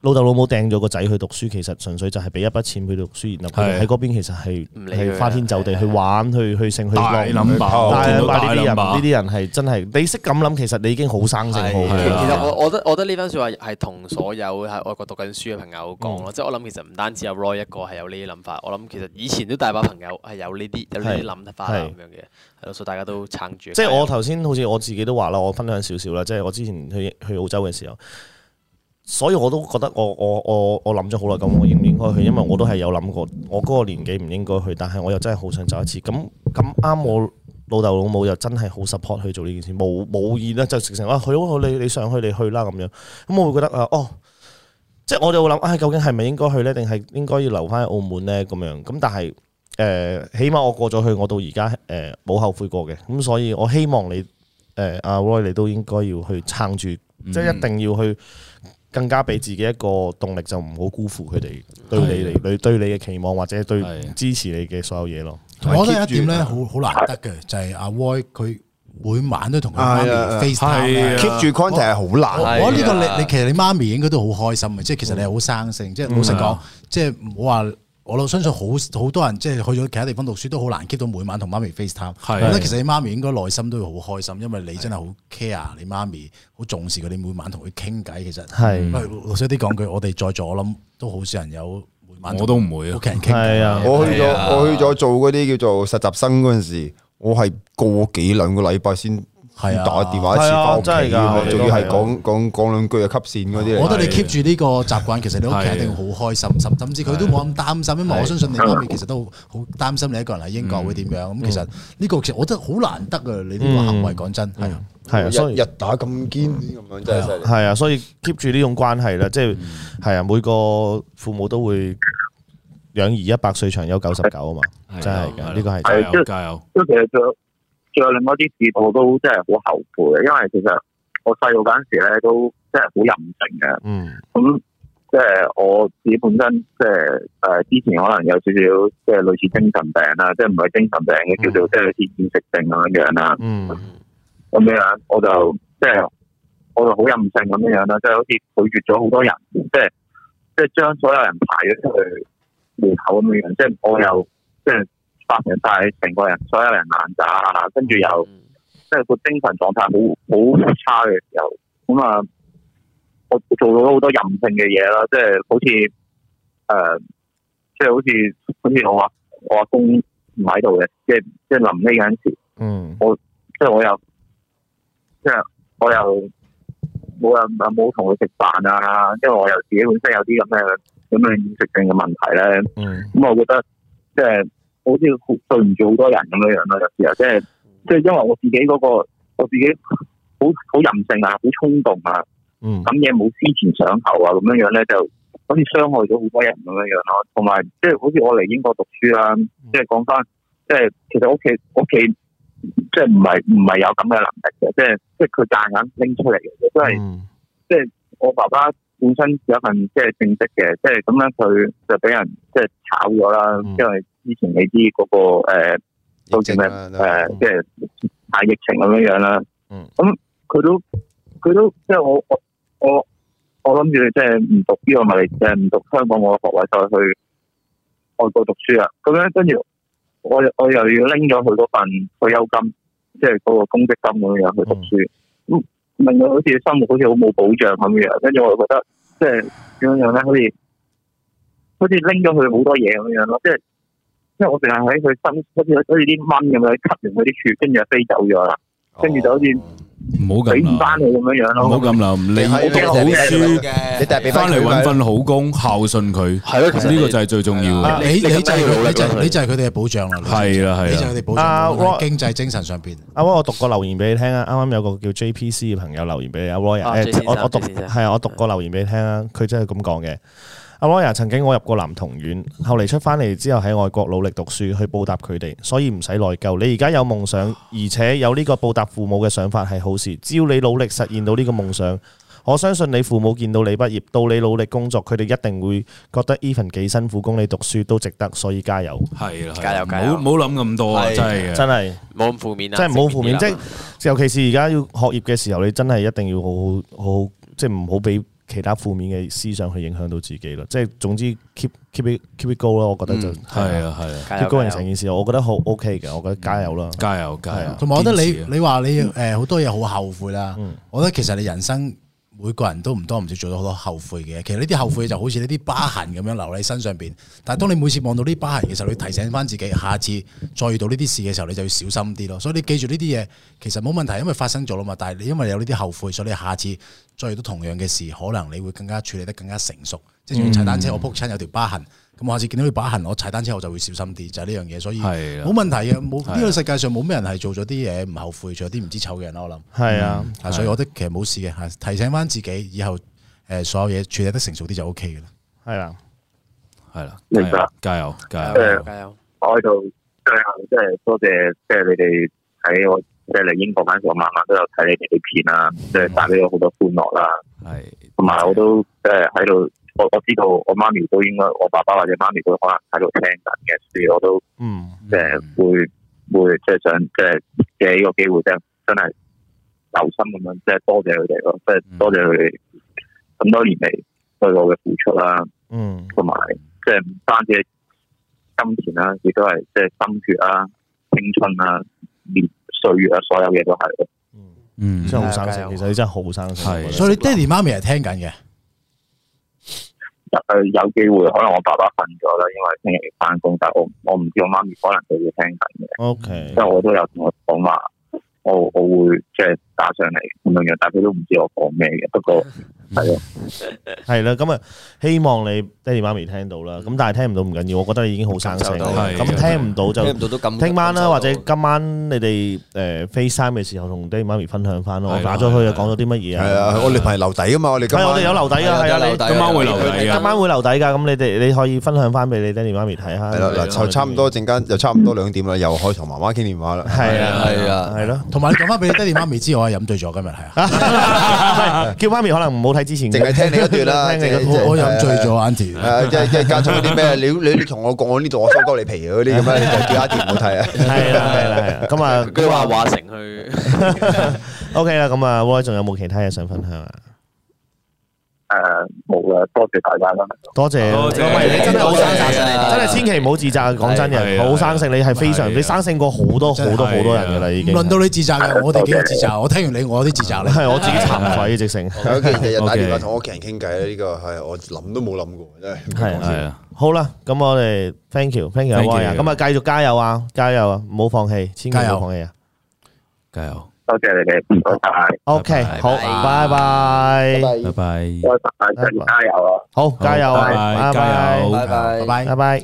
老豆老母掟咗個仔去讀書，其實純粹就係俾一筆錢佢讀書，然後佢哋喺嗰邊其實係理佢啊係花天酒地去玩、去去性、去大浪諗法大見到諗法呢啲人，大諗法呢啲人係真係你識咁諗，其實你已經好生性好。其其實我我覺得我覺得呢番説話係同所有喺外國讀緊書嘅朋友講嗯咯，即係我諗其實唔單止有 Roy 一個係有呢啲諗法，我諗其實以前都大把朋友係有呢啲有呢啲諗法啦係咁樣嘅，係咯，所以大家都撐住。即係啊我頭先好似我自己都話啦，我分享少少啦，即係我之前去去澳洲嘅時候，所以我都覺得我我我我諗咗好耐，咁我應唔應該去？因為我都係有諗過，我嗰個年紀唔應該去，但係我又真係好想走一次。咁咁啱我老豆老母又真係好 support 去做呢件事，冇冇意啦，就直情啊去咯，你你上去你去啦咁樣。咁我會覺得啊哦。即係我哋會諗，啊，究竟係咪應該去呢？定係應該要留翻喺澳門呢？咁樣咁，但係誒、呃起碼我過咗去，我到而家誒冇後悔過嘅。咁所以我希望你誒阿、Roy，你都應該要去撐住，即係一定要去更加俾自己一個動力，就唔好辜負佢哋對你嚟對對你嘅期望或者對支持你嘅所有嘢咯。我覺得有一點啊咧，好好難得嘅，就係阿 Roy 佢每晚都同佢媽係啊咪 FaceTime 啊 keep 住 contact 係好難係我啊我呢個你你其實你媽咪應該都好開心嘅，即係其實你係好生性，即係老實嗯講，即係唔好話。我都相信好好多人即係去咗其他地方讀書都好難 keep 到每晚同媽咪 FaceTime。我係覺得其實你媽咪應該內心都會好開心，因為你真係好 care 你媽咪，好重視佢，你每晚同佢傾偈。其實係喂老實啲講句，我哋在座我諗都好少人有每晚同我都唔會啊屋企人傾偈。我去咗係啊我去咗做嗰啲叫做實習生嗰陣時，我係過幾兩個禮拜先打係啊電話一次係啊翻屋企真係㗎我㗎，哋都仲要係係啊講講講兩句啊，吸線嗰啲嚟。我覺得你 keep 住呢個習慣，其實你屋企人一定好開心，甚甚至佢都冇咁擔心，因為我相信你媽咪其實都好擔心你一個人喺英國會點樣。咁其實呢個其實我覺得好難得啊！你呢個行為講真係啊，係啊，所以日打咁堅咁樣真係犀利。係啊，所以 keep 住呢種關係啦，即係係啊，每個父母都會養兒一百歲，長憂九十九啊嘛，真係㗎，呢個係啊係，即係即係其實仲有仲有另外一啲事，我都真係好後悔嘅，因為其實我細個嗰陣時咧都真係好任性嘅。嗯，咁即係我自己本身即係誒之前可能有少少即係類似精神病啦，即係唔係精神病嘅，叫做即係類似厭食症啊咁樣樣啦。嗯，咁樣我就即係我就好任性咁樣樣啦，即係好似拒絕咗好多人，即係即係將所有人排咗出去門口咁樣樣，即係我又即係發明晒成個人所有人眼渣啊，跟住又即係個精神狀態好好差嘅時候，咁啊〜我做到好多任性嘅嘢啦，即係好似誒、呃即係好似好似我阿我阿公唔喺度嘅，即係即係臨呢嗰陣時，嗯，我即係我又即係我又冇人冇同佢食飯啊，因為我又自己本身有啲咁嘅咁嘅厭食症嘅問題咧，嗯，咁我覺得即係好似好對唔住好多人咁樣樣咯，有時候即係即係因為我自己嗰、個我自己好好任性啊，好衝動啊。嗯，咁嘢冇思前想後啊，咁樣樣咧就好似傷害咗好多人咁樣樣咯。同埋即係好似我嚟英國讀書啦，即係講翻，即係其實屋企屋企即係唔係唔係有咁嘅能力嘅，即係即係佢夾硬拎出嚟嘅，即係即係我爸爸本身有一份即係正職嘅，即係咁樣佢就俾人即係炒咗啦，因為之前你知嗰個誒到時咩誒即係大疫情咁樣樣啦。咁佢都佢都即係我我我我諗住即係唔讀呢個咪誒唔讀香港我嘅學位再去外國讀書啊。咁樣跟住我我又要拎咗佢嗰份退休金，即係嗰個公積金咁樣去讀書。咁令到好似生活好似好冇保障咁樣。跟住我又覺得即係點樣樣咧，好似好似拎咗佢好多嘢咁樣咯，即係。即係我淨係喺佢身，好似好似啲蚊咁樣吸完佢啲血，跟住就飛走咗啦，跟住就好似唔好俾唔咁翻啦，佢咁樣樣唔咯。好咁啦，你係讀好書，你翻俾返佢嚟揾份好工，孝順佢，係咯其實呢個就係最重要啊嘅。你你就係佢你就係你就係佢哋嘅保障啦。係啦係啦你就係佢哋保啊障無論我喺經濟精神上邊。啱啱我嗯讀個留言俾你聽啊！啱啱有個叫 JPC 嘅朋友留言俾你，阿 Roy 啊誒 J 先，生我我讀 J 先生係啊，我讀個留言俾你聽啊，佢真係咁講嘅。阿 Roy 曾經我入過男童院，後嚟出翻嚟之後喺外國努力讀書去報答佢哋，所以唔使內疚。你而家有夢啊想，而且有呢個報答父母嘅想法係好事。只要你努力實現到呢個夢想，我相信你父母見到你畢業，到你努力工作，佢哋一定會覺得 Even 幾辛苦供你讀書都值得，所以加油。係啦，加油加油唔好唔好諗咁多啊，真係嘅真係冇咁負面啊，真係唔好負面，即正面啲啦係尤其是而家要學業嘅時候，你真係一定要好好好好，即係唔好俾其他負面嘅思想去影響到自己咯。即係總之 keep keep it keep it go 咯，我覺得就嗯係啊係啊加油 keep going 加油成件事，我覺得好 OK 嘅，我覺得加油啦，啊加油啊加油同埋我覺得你你話你誒好多嘢好後悔啦，我覺得其實你人生每個人都唔多唔少做到好多後悔嘅，其實呢啲後悔就好似呢啲疤痕咁樣留喺身上邊。但係當你每次望到呢啲疤痕嘅時候，你提醒翻自己，下次再遇到呢啲事嘅時候，你就要小心啲咯。所以你記住呢啲嘢其實冇問題，因為發生咗啦嘛。但係你因為有呢啲後悔，所以你下次再遇到同樣嘅事，可能你會更加處理得更加成熟。即係仲要踩單車，嗯我仆親有條疤痕。咁我下次見到條疤痕，我踩單車我就會小心啲，就係呢樣嘢，所以係啦冇問題嘅，冇係啊呢個世界上冇咩人係做咗啲嘢唔後悔，做咗啲唔知醜嘅人咯，我諗。係啊嗯係啊所以我覺得其實冇事嘅，係提醒翻自己以後誒所有嘢處理得成熟啲就 O K 嘅啦。係啊啦，係啦，明白加油加油誒加油！呃我喺度最後即係多謝，即係你哋喺我即係嚟英國嗰陣時，我晚晚都有睇你哋啲片啦，即係帶俾我好多歡樂啦。係，同埋我都即係喺度，我我知道我媽咪都應該，我爸爸或者媽咪都可能喺度聽緊嘅，所以我都嗯即係會會即係想即係借呢個機會，即係真係留心咁樣，即係多謝佢哋咯，即嗯係多謝佢哋咁多年嚟對我嘅付出啦。嗯同埋即係唔單止係金錢啦，亦都係即係心血啦、青春啦、年歲月啊，所有嘢都係咯。真係好生性，其實你真係好生性，我覺得所以你爹哋媽咪係聽緊嘅，誒有機會，可能我爸爸瞓咗啦，因為聽日要翻工，但係我我唔知我媽咪可能佢會聽緊嘅。 OK，即係我都有同佢講話，我我會即係打上嚟咁樣樣，但係佢都唔知我講咩嘅。不 (laughs) 過係咯，係啦，咁啊，希望你爹哋媽咪聽到啦。咁但係聽唔到唔緊要，我覺得已經好生性。感受到係咁聽唔到就聽唔到都感聽晚啦，或者今晚你哋誒 FaceTime 嘅時候，同爹哋媽咪分享翻咯。我打咗去啊，講咗啲乜嘢啊？係啊我哋咪留底㗎嘛我哋今晚係我哋有留底㗎，係係啊啊，有你留底㗎今晚會留底㗎今晚會留底啊㗎。咁你哋你可以分享翻俾你爹哋媽咪睇下。係啦，嗱，就差唔多陣間，又差唔多兩點啦，又可以同媽媽傾電話啦。係啊係啊係咯。同埋你講翻俾你爹哋媽咪知，我係飲醉咗今日係啊，叫媽咪可能唔好睇之前，淨係聽你一段啦，聽你嗰淨係段淨係我飲醉咗 Auntie (laughs) 係啊即係即係加咗啲咩？你你你同我講我呢度我收鳩你皮嗰啲咁 (laughs) 樣，你就叫阿田唔好睇啊。係啦係啦係啦，咁啊，佢話華城去 OK 啦，咁啊，Roy 仲有冇其他嘢想分享啊？誒冇啦，多謝大家啦。多謝，多謝因為你真係好生性，真係千祈唔好自責。啊講真係嘅，係好生性，你係非常，你生性過好多好多好多人噶啦，已唔經。輪到你自責嘅，我哋幾個自責，我聽完你我有啲自責 (laughs) 咧，係我自己慚愧直 (laughs) 成。喺屋 (laughs) 企日日打電話同屋企人傾偈咧，呢個係我諗都冇諗過，真係。係係啊。好啦，咁我哋 thank you，thank you， Thank you 威啊！咁啊，繼續加油啊，加油啊，唔好放棄，千祈唔好放棄啊！加油！多謝你哋，唔該晒。 OK，好，拜拜，拜拜，多謝大家加油啊！好，加油啊！拜拜加油拜拜拜拜，拜拜。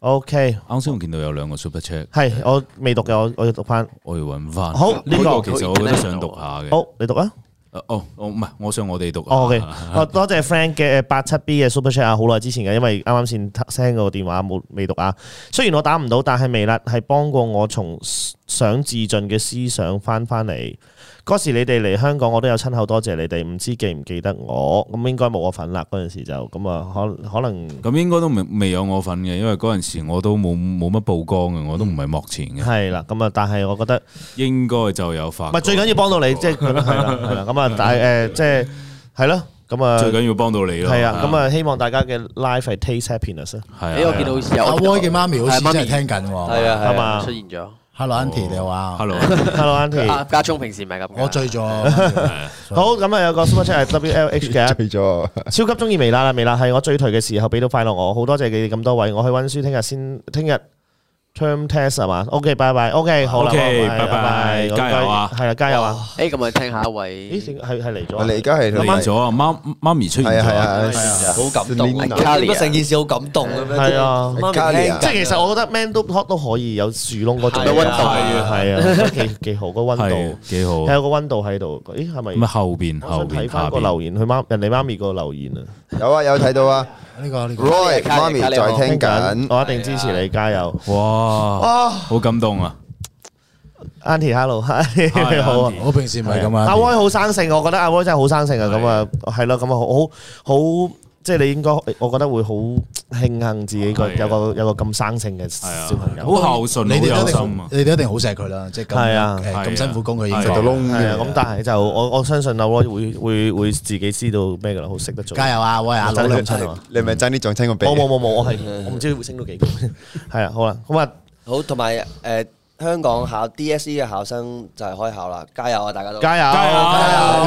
OK，啱先我見到有兩個 super chat，係我未讀嘅，我我要讀翻。我要揾翻。好呢呢個個其實我覺得想讀下嘅。好，你讀啊。誒哦，我唔係，我想我哋讀下。啊哦，OK，哦，多謝 Frank 嘅八七 B 嘅 Super Chat 啊，好耐之前嘅，因為啱啱先 send 個電話冇未讀啊。雖然我打唔到，但係微辣係幫過我從想自盡嘅思想翻翻嚟。嗰時你哋嚟香港，我都有親口多謝你哋，唔知記唔記得我？咁應該冇我份啦，嗰陣時就咁啊，可可能咁應該都未未有我份嘅，因為嗰陣時我都冇冇乜曝光嘅，我都唔係幕前嘅。係啦，咁啊，但係我 (laughs) 覺得應該就有發唔過。係最緊要幫到你， (laughs) 即係係啦係啦，咁啊，但係誒即係係咯，咁啊最緊要幫到你咯。係啊，咁啊，希望大家嘅 life 係 taste happiness 啊。係啊誒我見到好似有阿 Roy 嘅媽咪好似係媽咪真係聽緊喎，係啊係啊係嘛出現 (laughs) 咗。 Hello Auntie 你好啊 Hello Auntie 啊家聰平時唔係咁㗎。我醉咗。好，咁啊有個 super (laughs) chat 係 WLH 嘅，醉咗，超級中意微辣啦，啊微辣係我最頹嘅時候俾到快樂我，好多謝你哋咁多位，我去温書，聽日先，聽日 term test 係嘛？OK，拜拜，OK，好啦 OK，拜拜拜拜加油啊係啊，加油啊！ (laughs) 誒，咁我哋聽下一位。咦，係 (laughs) 係嚟咗啊。你而家係嚟咗啊！媽媽哎咪出現咗啊，好感動啊！ Carly 啊成件事好感動咁樣。係啊，媽咪聽即係其實我覺得 man 都都可以有樹窿嗰種係啊溫度啊，係 (laughs) 啊，都幾幾好個溫係度，幾好係有個溫度喺度。咦，係咪？咁啊後邊我想後邊睇翻個下邊留言，佢媽人哋媽咪個留言啊。有啊，有睇到啊。呢個呢個 Roy 媽咪在聽緊，我一定支持你，加油！哇，好感動啊！ (laughs) Auntie，hello，你好啊 Auntie！我平時唔係咁啊阿 Auntie Y 好生性，我覺得阿 Y 真係好生性啊！咁啊，係咯，咁啊，好好即係你應該，我覺得會好慶幸自己個有個有個咁生性嘅小朋友，你哋一定你哋一定好錫佢啦，即係係啊咁，誒咁辛苦工佢已經係啊係啊咁但係就我我相信阿 Roy 會會會自己知道咩噶啦，好識得做。加油啊，Roy 啊真係努力咁親啊你咪爭啲撞親個鼻？冇冇冇冇，我係嗯我唔知會升到幾高。係啊，好啦，咁啊，好，同埋誒香港考 DSE 嘅考生就係開考啦，加油啊，大家都加油加油，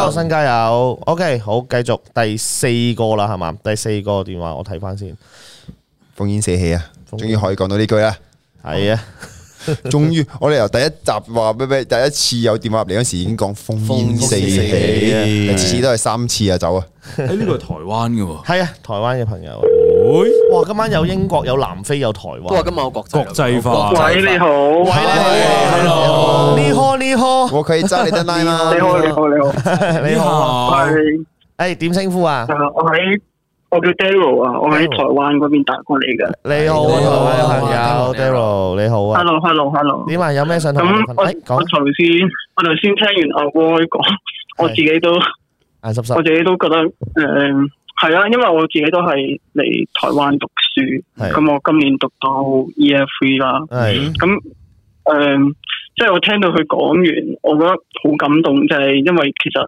考生加油。OK，好，繼續第四個啦，係嘛？第四個電話我睇翻先。烽煙四起啊！終於可以講到呢句啦。係啊， (laughs) 終於我哋由第一集話咩咩，第一次有電話入嚟嗰時已經講烽煙四烽煙四起，起次次都係三次啊走啊！誒呢個係台灣嘅喎，係啊，台灣嘅朋友啊。哇，今晚有英國，有南非，有台灣。都話今晚有國際國際化喂，你好。喂，你好。Hello。你好，你好。我可以揸 (laughs) 你得拉嗎？你好，你好，你好， (laughs) 你好係誒，點稱呼啊？我喺我叫 Daryl 啊，我喺台灣嗰邊打過嚟嘅。你好啊，台灣嘅朋友 Daryl，你好啊。 Hello，Hello，Hello。點啊？有咩想同我哋咁分我誒講我頭先我頭先聽完阿 Roy 講，我自己都眼濕濕我自己都覺得誒係啊，因為我自己都係嚟台灣讀書，係咁我今年讀到 Year Three 啦，係咁誒，即係我聽到佢講完，我覺得好感動，就係因為其實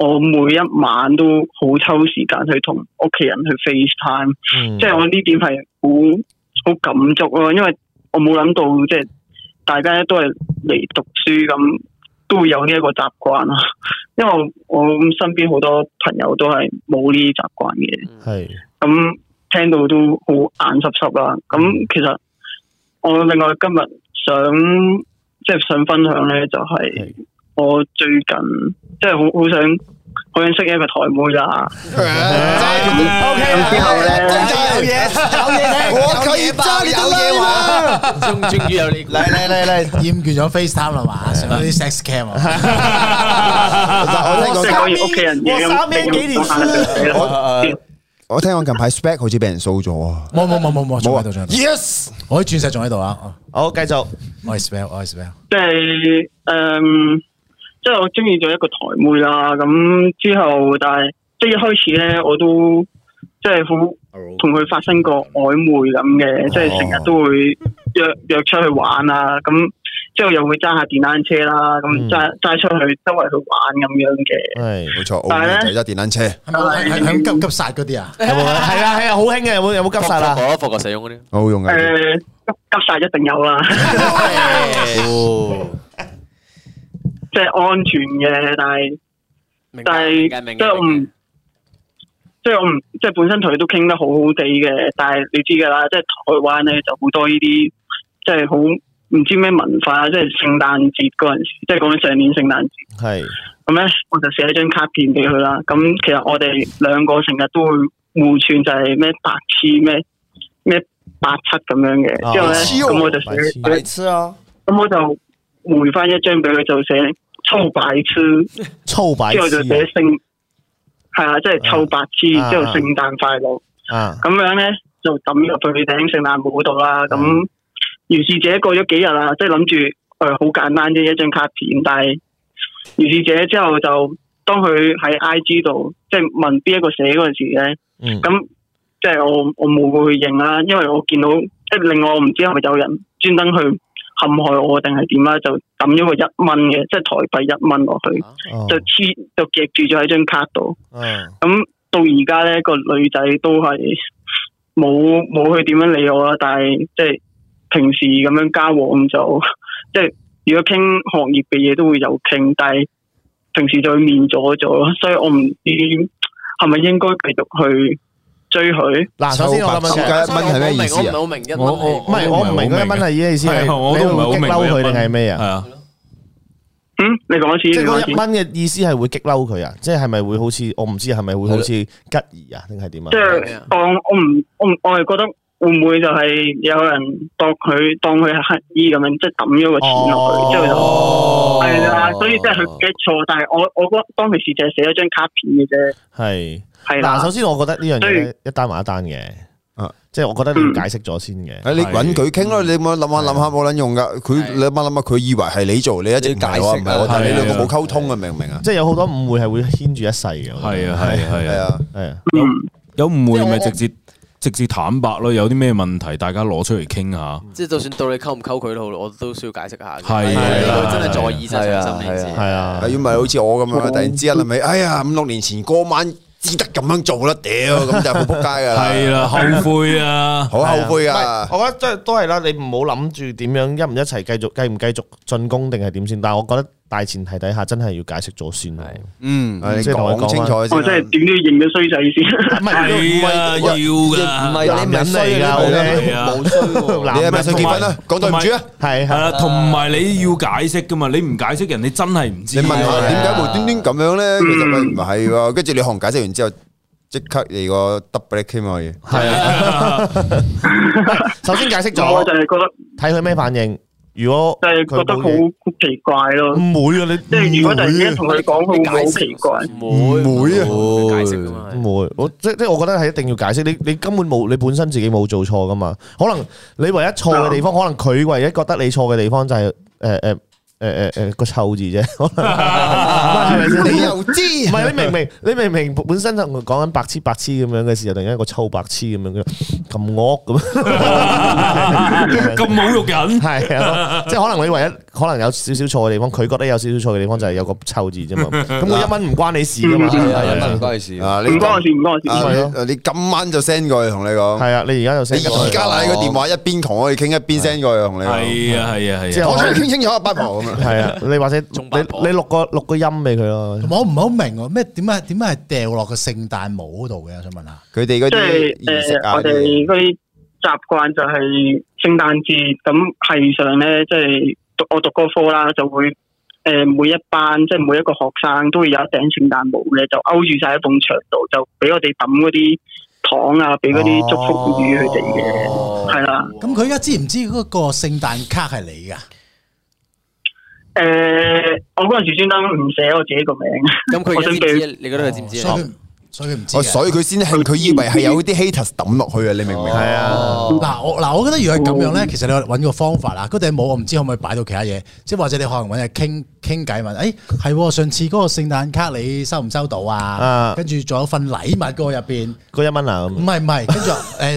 我每一晚都好抽時間去同屋企人去 FaceTime，即嗯係我呢點係好好感觸咯，因為我冇諗到即係大家都係嚟讀書咁，都會有呢一個習慣啦。 (laughs) 因為我我身邊好多朋友都係冇呢啲習慣嘅，係咁聽到都好眼濕濕啦。咁其實我另外今日想即係想分享咧，就係我最近即係好好想好想識一個台妹啊啦。咁之後咧，有嘢有嘢聽，我可以揸你得啦嘛！終終於有你嚟嚟嚟嚟，厭倦咗 FaceTime 啦嘛，上嗰啲 sex cam 啊，即係講完屋企人嘢咁，我我聽講近排 spec 好似俾人掃咗啊！冇冇冇冇冇，仲喺度仲喺度。 Yes，我啲鑽石仲喺度啊！好，繼續。我係 spell，我係 spell。即係誒，即係我中意咗一個台妹啦。咁之後，但係即係一開始咧，我都即係好同佢發生過曖昧咁嘅，即係成日都會約約出去玩啊。咁之後又會揸下電單車啦，咁揸揸出去周圍去玩咁樣嘅。係冇錯，澳門仔揸電單車，係咪響急急殺嗰啲啊？有冇啊？係啊係啊，好興嘅，有冇有冇急殺啊？我服個使用嗰啲。好用嘅。誒，急急晒一定有啦，即係安全嘅，但係但係即係我唔即係我唔即係本身同佢都傾得好好地嘅，但係你知㗎啦，即係台灣咧就好多呢啲即係好唔知咩文化，即係聖誕節嗰陣時，即係講緊上年聖誕節。係咁咧，我就寫張卡片俾佢啦。咁其實我哋兩個成日都會互串，就係咩白痴咩咩八七咁樣嘅。之後咧，咁我就寫白痴啊！咁我就回翻一張俾佢，就寫臭白痴，粗白之後就痴寫聖，係啊，即係臭白痴，啊之後聖誕快樂。啊！咁樣咧就抌入去頂聖誕帽度啦。咁如是者過咗幾日啦，即係諗住誒好簡單啫一張卡片，但係如是者之後就當佢喺 I G 度即係問邊一個寫嗰陣時咧，嗯咁、即係我我冇過去認啦，因為我見到即係另外我唔知係咪有人專登去陷害我定係點啦，就抌咗個一蚊嘅，即係台幣一蚊落去，哦就黐就夾住咗喺張卡度。嗯咁到而家咧，個女仔都係冇冇去點樣理我啦，但係即係平時咁樣交往就 (laughs) 即係如果傾行業嘅嘢都會有傾，但係平時就會面咗咗咯，所以我唔知係咪應該繼續去追佢。嗱，首先我咁樣嘅啊我我唔係我唔明嗰一蚊係咩意思？係我都唔係好明你會激嬲佢定係咩啊？係啊，嗯，你講一即次，係你講一嗰一次。蚊嘅意思係會激嬲佢啊？即係係咪會好似我唔知係咪會好似吉兒啊？定係點啊？即係當我唔我唔我係覺得會唔會就係有人當佢當佢係乞衣咁樣，即係抌咗個錢哦落去，之後就係啦。所以即係佢記錯，但係我我嗰當其時就係寫咗張卡片嘅啫。係係啦嗱，首先我覺得呢樣嘢咧一單還一單嘅，即係我覺得你嗯要解釋咗先嘅。啊誒，你係揾佢傾咯，你冇諗下諗下冇撚用噶。佢你諗下諗下，佢以為係你做，你一直唔係我，唔啊係我，但係你兩個冇溝通嘅，明唔明啊？即係有好多誤會係會牽住一世嘅。係啊係啊係啊係啊，有誤會咪直接直接坦白咯，有啲咩問題大家攞出嚟傾下。即係就算到你溝唔溝佢都好，我都需要解釋下嘅。係啊因為佢真係在意真係上心呢件事。係啊，要唔係好似我咁樣，突然之間諗起，哎呀，五六年前嗰晚知得咁樣做啦，屌，咁就好撲街噶啦。係 (laughs) 啦，後悔啊，好後悔係啊！唔係我覺得即係都係啦，你唔好諗住點樣一唔一齊繼續繼唔繼續進攻定係點先，但係我覺得大前提底下真係要解釋咗先咯。嗯係你即係同佢講清楚啊講先啊啦我真哦係點都要認咗衰仔先。唔係啊要㗎要㗎男人嚟㗎係 OK 啊，冇衰喎你係咪想結婚啊講對唔住啊係係啦，同埋你要解釋噶嘛，你唔解釋人哋真係唔知。你問下點解無端端咁樣咧？其實喂唔係喎，跟住你行解釋完之後，即刻嚟個 double click 嘛可以。係 (laughs) 啊，首先解釋咗，我就係覺得睇佢咩反應。如果就係覺得好好奇怪咯。唔會啊，你即係如果突然間同佢講，會唔會好奇怪？唔會啊，解釋噶嘛，唔會。我即即係我覺得係一定要解釋。你你根本冇，你本身自己冇做錯噶嘛。可能你唯一錯嘅地方，可能佢唯一覺得你錯嘅地方就係誒誒誒誒誒個臭字啫。可能 (laughs) 係咪先你又知唔係你明唔明？你明唔明？本身就講緊白痴白痴咁樣嘅時候，突然間一個臭白痴咁樣咁惡咁。咁侮辱人，係啊， (laughs) 即係 (laughs) 可能你唯一可能有少少錯嘅地方，佢覺得有少少錯嘅地方就係有個臭字啫嘛。咁佢一蚊唔關你事 (laughs) 噶嘛，係啊係啊一蚊唔關你事唔關我事唔關我係咯啊！你今晚就 send 過去同你講。係啊，你而家就 send 過去而家嗱，你個電話一邊同我哋傾，一邊 send 過去同你講。係啊係啊係啊即係我我想傾清楚啊，八婆咁啊。係啊，你或者你你錄個錄個音俾佢咯。我唔係好明喎，咩點啊解點解係掉落個聖誕帽嗰度嘅？我想問下。佢哋即係誒，我哋嗰啲習慣就係聖誕節咁係上咧，即係讀我讀嗰科啦，就會誒每一班即係每一個學生都會有一頂聖誕帽咧，就勾住晒喺埲牆度，就俾我哋抌嗰啲糖啊，俾嗰啲祝福語佢哋嘅，係啦。咁佢而家知唔知嗰個聖誕卡係你㗎？誒、呃我嗰陣時專登唔寫我自己個名，咁 (laughs) 我想俾你覺得佢知唔知啊？所以佢唔哦，所 Ờ, 以佢先係佢以為係有啲 haters 抌落去啊！你明 Ờ. 唔明？係啊。嗱，我嗱，我覺得如果係咁樣咧，其實你揾個方法啦。嗰頂帽我唔知可唔可以擺到其他嘢，即係或者你可能揾人傾傾偈問，誒係喎上次嗰個聖誕卡你收唔收到啊啊？跟住仲有份禮物嗰個入邊，嗰一蚊啊咁唔係唔係，跟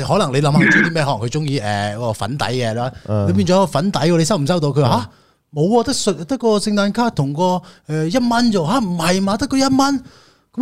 住誒可能你諗下佢中意啲咩，可能佢中意誒嗰個粉底嘅啦，嗯啊你變咗個粉底喎，你收唔收到？佢話嚇。冇啊，得信得個聖誕卡同個誒一蚊啫喎嚇，唔係嘛？得個一蚊，咁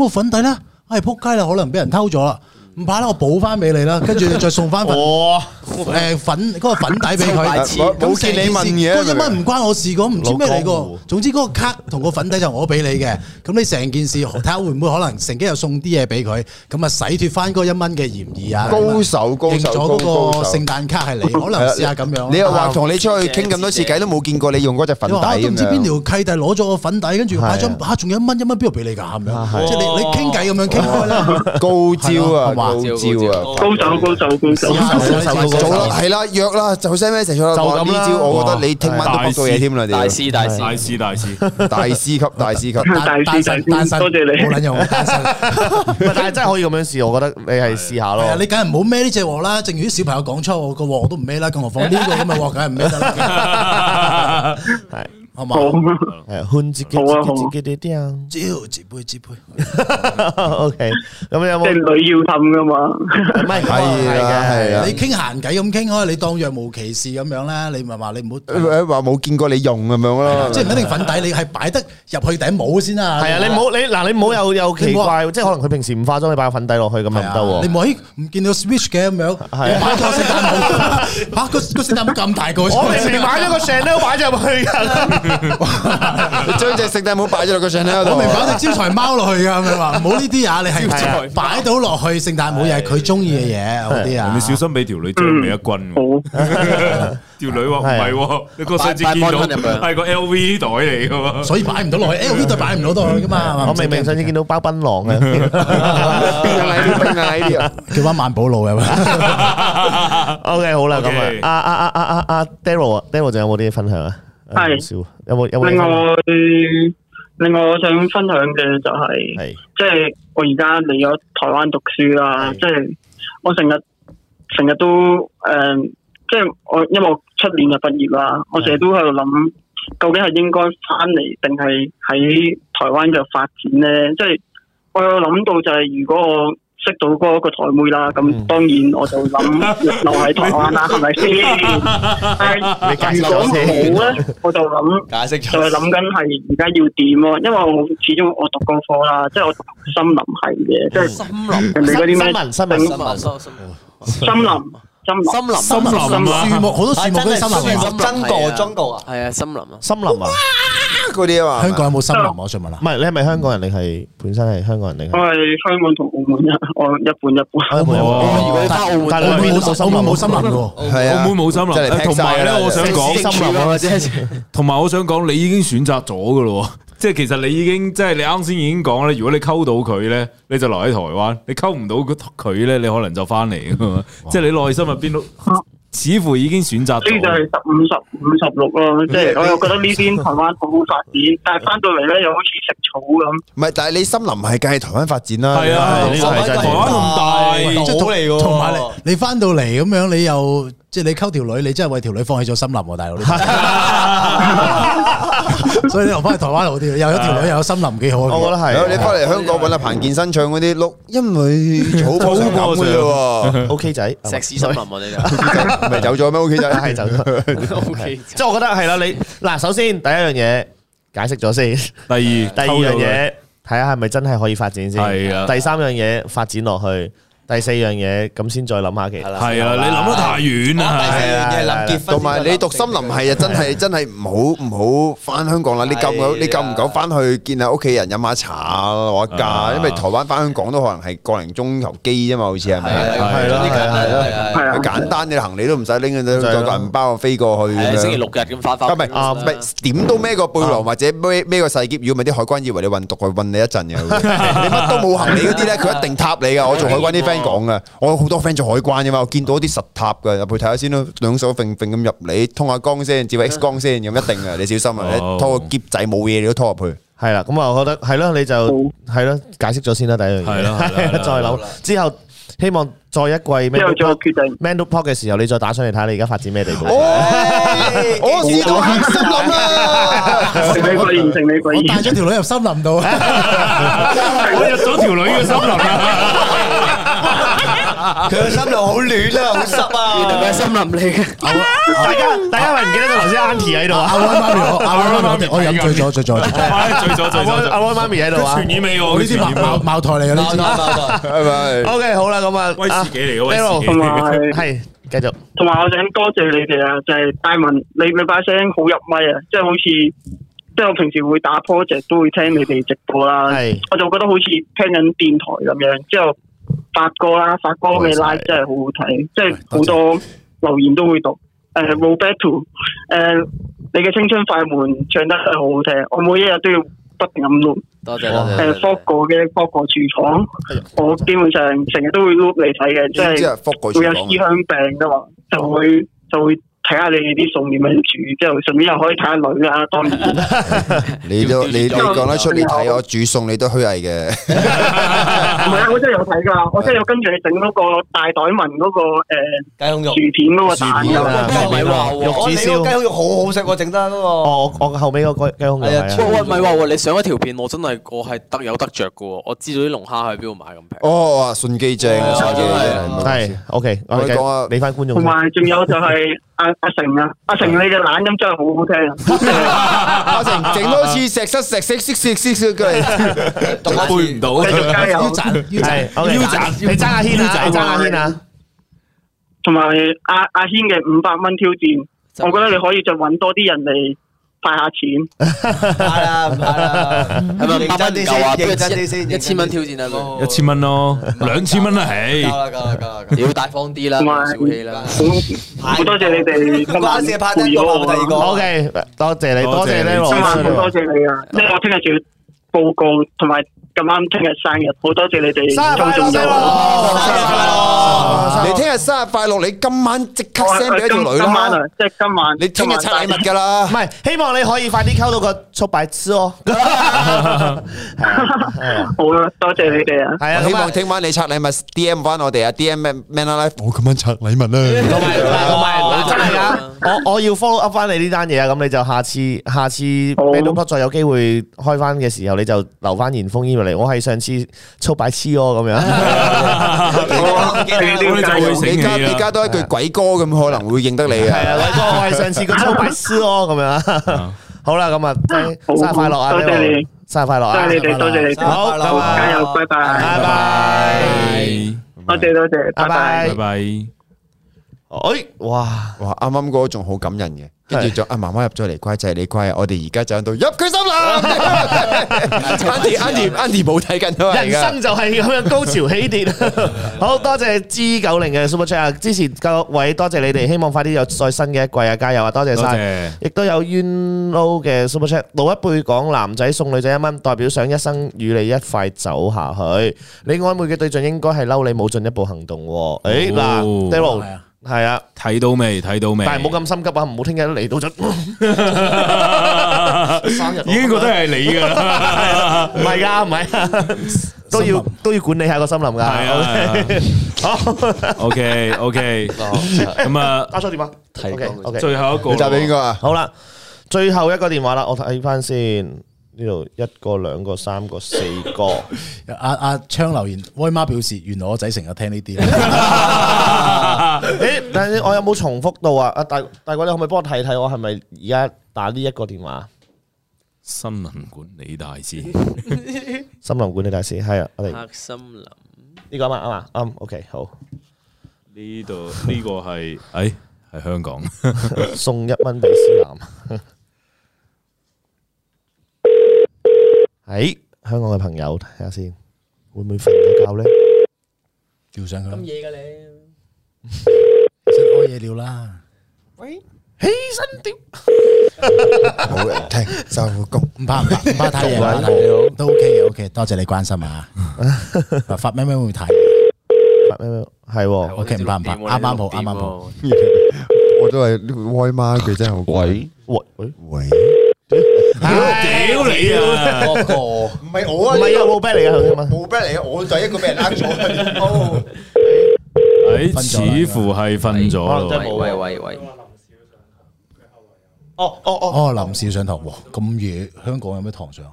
我粉底咧，唉仆街啦，可能俾人偷咗啦，唔怕啦，我補翻俾你啦，跟住你再送 (laughs) 翻份哦 (laughs) 呃誒粉嗰個粉底 (laughs) 俾佢。啊冇冇見你問嘢啊嗰一蚊唔關我事，講唔知咩嚟個。總之嗰個卡同個粉底就我俾你嘅，咁你成件事睇下會唔會可能乘機又送啲嘢俾佢，咁啊洗脱翻嗰一蚊嘅嫌疑啊！高手高手認咗嗰高手個聖誕卡係 (laughs) 你，可能試下咁樣。啊你又話同你出去傾咁多次偈都冇見過你用嗰隻粉你底話啊都唔咁知邊樣。啊條契弟攞咗個粉底，跟住擺張嚇，仲有一蚊一蚊邊度俾你㗎咁樣？即係你你傾偈咁樣傾哦開啦。高招啊！係嘛高招啊！高手高手高手，做啦，係啦，約啦，就 send message 啦。就咁啦呢招我覺得你聽晚都大學到嘢添啦。屌大師大師係大師大師 (laughs) (laughs) 大師級大師級單身單身，冇撚用。喂但係真係可以咁樣試，我覺得你係試下咯係。啊，你梗係唔好孭呢只鑊啦。正如啲小朋友講粗口，我個鑊我都唔孭啦，更何況呢個咁嘅鑊，梗係唔孭 (laughs) 得啦。 (laughs) 係好嘛？好係換自己好啊好啊自己啲啲啊。 (laughs) 招接杯接杯。 O K，咁有即冇？係女要氹噶嘛？唔 (laughs) 係 à, à, 係啊你傾閒偈咁傾開，你當若無其事咁樣啦。你咪話你唔好，誒話冇見過你用咁樣咯。即係唔一定粉底，你係擺得入去頂帽先啊。係啊，你唔好你嗱，你唔好有有奇你唔好怪，即係可能佢平時唔化妝，你擺個粉底落去咁又唔得你喎。唔可以唔見到 Switch 嘅咁樣， (laughs) 係啊擺個聖 (laughs) 誕帽嚇，個個聖誕帽咁大個，我 (laughs) 明明買咗個 Chanel 擺咗入去㗎，你將隻聖誕帽擺咗落個上喺度。我明擺隻招財貓落去㗎，咁樣話唔好呢啲啊！你招財係貓擺到落去聖誕帽又係佢中意嘅嘢嗰啲啊你。小心俾條女將你一棍 (laughs) 喎。條女話唔係喎，你個細節見擺到擺翻入去係個 LV 袋嚟噶喎。所以擺唔到落去，L V 都擺唔到落去噶嘛。我明明上次見到包檳榔嘅。à. 叫翻萬寶路 (laughs) 啊嘛。 O K，好啦，咁 OK 啊，阿阿阿阿阿阿 Daryl 啊，Daryl 仲有冇啲分享啊？係少，有冇有冇嘢分另享？外，另外我想分享嘅就係、即係我而家嚟咗台灣讀書啦，即係我成日成日都诶、呃即係我因為我出年就畢業啦，我成日都喺度諗，究竟係應該翻嚟定係喺台灣嘅發展咧？即係我有諗到就係如果我識到嗰個台妹啦，嗯咁當然我就諗 (laughs) 留喺台灣啦，係咪先？你如解釋果咗先冇咧，我就諗解釋就係諗緊係而家要點咯，因為我始終我讀嗰科啦，即係我讀森林系嘅，即係人哋嗰啲咩森林森林森林森林森林森林啊樹木好多樹木都係森林啊真真過過真真過啊，係啊，森林啊，森林啊，嗰啲啊嘛香港有冇森林啊？我想問啦。唔係你係咪香港人？你係本身係香港人定我係？係香港同澳門一，我一半一半。如果你翻澳門但係兩邊都冇森林，澳門冇森林 (laughs) 喎。係啊澳門冇森林，真係誒同聽晒埋咧，啦我想真係森林啊真講係，同埋我想講，你已經選擇咗噶咯， (laughs) 即係其實你已經即係你啱先已經講咧，如果你溝到佢咧，你就留喺台灣；你溝唔到佢咧，你可能就翻嚟噶嘛。即係你內心入邊都似乎已經選擇所以就咗。係十五、十五、十六咯，即係我又覺得呢邊台灣好好發展，但係翻到嚟咧又好似食草咁。唔係，但係你森林係梗係台灣發展啦。係啊你台灣真係台灣咁大即係同同嚟㗎同埋你你翻到嚟咁樣，你又即係你溝條女，你真係為條女放棄咗森林喎，大佬。 (laughs) 所以你留翻去台灣好啲，又有條女又有森林幾好啊。我覺得係你翻嚟香港揾阿彭健新唱嗰啲碌，因為草草坡上坡咁 (laughs) 嘅啫上喎。 OK 仔，石屎森林啊， (laughs) 你就。唔 (laughs) 係走咗咩？OK 仔係走 (laughs) 咗。 OK (laughs) 即係我覺得係啦，你嗱，首先第一樣嘢解釋咗先，第二第二樣嘢睇下係咪真係可以發展先，係啊第三樣嘢發展落去，第四樣嘢咁先再諗下其他。係啊，你諗得太遠啦。同埋你讀森林係啊，真係真係唔好唔好翻香港啦！你夠唔夠？你夠唔夠翻去見下屋企人飲下茶啊攞下啊架？因為台灣翻香港都可能係個零鐘頭機啫嘛，好似係咪？係咯係咯，簡單嘅行李都唔使拎嘅，再個銀包飛過去咁樣。係星期六日咁翻翻啊，唔係啊，唔係點都孭個背啊囊或者孭孭個細箧，如果唔係啲海關以為你運毒，佢運你一 (laughs) 陣嘅。你乜都冇行李嗰啲咧，佢一定塔你噶。我做海關啲 friend 講噶，我有好多 friend 做海關嘅嘛，我見到啲實塔噶，入去睇下先咯，兩手揈揈咁入嚟，通下光先，照下啊 X 光先，咁一定嘅，你小心啊！你拖個夾仔冇嘢，你都拖入去。係啦，咁啊，我覺得係咯，你就係咯，解釋咗先啦，第一樣嘢，係啦係啦係啦再好諗啦之後，希望再一季 m 之 a 後 n 再 d 決定 m a n d p o k 嘅時候，你再打上嚟睇下你而家發展咩地步。我試到黑心諗啦，成你貴言，成你貴我帶咗條女入 (laughs) 森林度。我入咗條女嘅森林啦。佢個心度好暖啊，好濕啊！原來佢係森林嚟嘅。大家大家咪唔記得咗頭先 Auntie 喺度啊？阿威媽咪，我阿威媽咪，我飲醉 (laughs) 咗，醉咗。醉咗醉咗，阿威媽咪喺度啊？佢傳染味我呢佢傳啲染味茅我茅台嚟嘅呢啲。係咪？ O K，好啦，咁啊，威士忌嚟嘅威士忌 Daryl，同埋係繼續。同埋我想多謝你哋啊，就係、大文，你你把聲好入咪啊，即係好似即係我平時會打 project 都會聽你哋直播啦，我就覺得好似聽緊電台咁樣。之後發哥啦，發哥嘅 live 真係好好睇，即係好多留言都會讀。誒、Roberto，誒、你嘅青春快門唱得係好好聽，我每一日都要不停咁錄。多謝多謝多誒謝。 Fogo 嘅 Fogo 廚房，我基本上成日都會 look 嚟睇嘅，即知係係 Fogo 會有廚房思鄉病噶嘛，就會就會睇下你哋啲餸點樣煮，之後順便又可以睇下女啦，當然 (laughs) 你都你你講得出，你睇我煮餸你都虛偽嘅。 (laughs) 唔係啊，我真係有睇㗎，我真係有跟住你整嗰個大袋文嗰個誒薯片啊嗰個蛋㗎嘛，哎哦，我我後尾嗰個雞胸肉係喂啊哎喂，唔係喎喂，你上一條片，我真係我係得有得着嘅喎，我知道啲龍蝦喺邊度買咁平。哦，哇，順機正啊，順機正。係 OK，我我哋哋講啊講你翻觀眾同先。埋仲有就係阿阿成啊，阿成你嘅懶音真係好好聽啊！ (laughs) 阿成整多次石室石石石石石石過嚟， (laughs) 背唔到，繼續加油腰斬腰斬係 OK，腰斬你爭下軒啊，你爭下軒啊。同埋阿阿軒嘅五百蚊挑戰，我覺得你可以再揾多啲人嚟派下錢。係咪五百蚊唔夠啊？不如一一千蚊挑戰啊！一千蚊咯，哦兩千蚊啦，唉，要大方啲啦，同唔埋小氣啦。好好多謝你哋今晚陪咗我啊， OK，多謝你，多多謝謝你你，羅今晚好多生謝你啊！即係我聽日仲要報告，同埋咁啱聽日生日，好多謝你哋日快樂，中生日快中有我。樂，生日快樂。啊！你聽日生日快樂，你今晚即刻 send 俾一條女啦。今晚啊，即係今晚。你聽日拆禮物㗎啦。唔係，希望你可以快啲溝到個速白痴哦。好啦，多謝你哋啊。係希望聽晚你拆禮物 D M 翻我哋啊，D M Man Man Life，我今晚拆禮物啦。同埋同埋嗱真係㗎，我我要 follow up 翻你呢單嘢啊，咁你就下次下次 b a t t 再有機會開翻嘅時候，你就留翻言風 email 嚟，我係上次粗擺痴哦咁樣，你加你加多一句鬼哥咁，可能會認得你係啊，偉哥，我係上次個粗擺痴哦咁樣。好啦，咁啊，生日快樂啊，多謝你生日快樂多啊，謝你哋，多謝你哋。好，拜拜加油，拜拜，拜拜。多謝多謝，拜拜。拜。哎，哇哇，啱啱嗰個仲好感人嘅，跟住就啊媽媽入咗嚟，乖仔你乖啊，我哋而家就喺度入 (laughs) 佢心啦。Andy Andy Andy 冇睇緊啊嘛，人生就係咁樣高潮起 (laughs) (laughs) (laughs) 跌。好多謝 G 九零嘅 Super Chat 啊，支持各位，多謝你哋，希望快啲有再新嘅一季啊，加油啊，多謝多晒謝。亦都有 Uno 嘅 Super Chat，老一輩講男仔送女仔一蚊，代表想一生與你一塊走下去。你曖昧嘅對象應該係嬲你冇進一步行動喎。誒嗱哦 d a r y l 係啊，睇到未？睇到未？但係唔好咁心急啊，唔好聽日嚟到就生日已經覺得係你㗎啦， (laughs) 唔係㗎，唔係 (laughs) 㗎，都要都要管理下個森林㗎。係啊 OK 好， OK OK，咁啊，阿叔點啊？OK OK，最後一個你答邊個啊？好啦，最後一個電話啦，我睇翻先，呢度一個、兩個、三個、四個。 (laughs) 阿阿 (laughs) 昌留言，威媽表示原來我仔成日聽呢啲。誒，但係我有冇重複到啊？阿大大哥，你可唔可以幫我睇睇我係咪而家打呢一個電話？新聞管理大師， (laughs) 森林管理大師係啊，我哋黑森林呢個啊嘛啱嘛啱，OK 好。呢度呢個係， (laughs) 誒係香港，送一蚊俾思南。 (laughs) 喺香港嘅朋友睇下先，會唔會瞓咗覺咧？叫上佢，嘢㗎你，食屙夜尿啦。起身點？冇人聽收工，唔怕唔怕唔怕太夜，唔怕玩太夜都 OK 嘅 OK，多謝你關心啊。發咩咩會太夜發咩咩係？OK 唔怕唔怕，啱啱好啱啱好。我都係呢個威媽，佢真係好鬼喂喂喂，屌你啊！唔係我啊，唔係啊，冇 back 嚟嘅頭先嘛。冇 b 嚟嘅，我就係一個俾人呃咗。哦，誒，似乎係瞓咗可能真咯係。冇喂喂喂，哦哦哦，哦，林少上堂，哇咁夜，香港有咩堂上？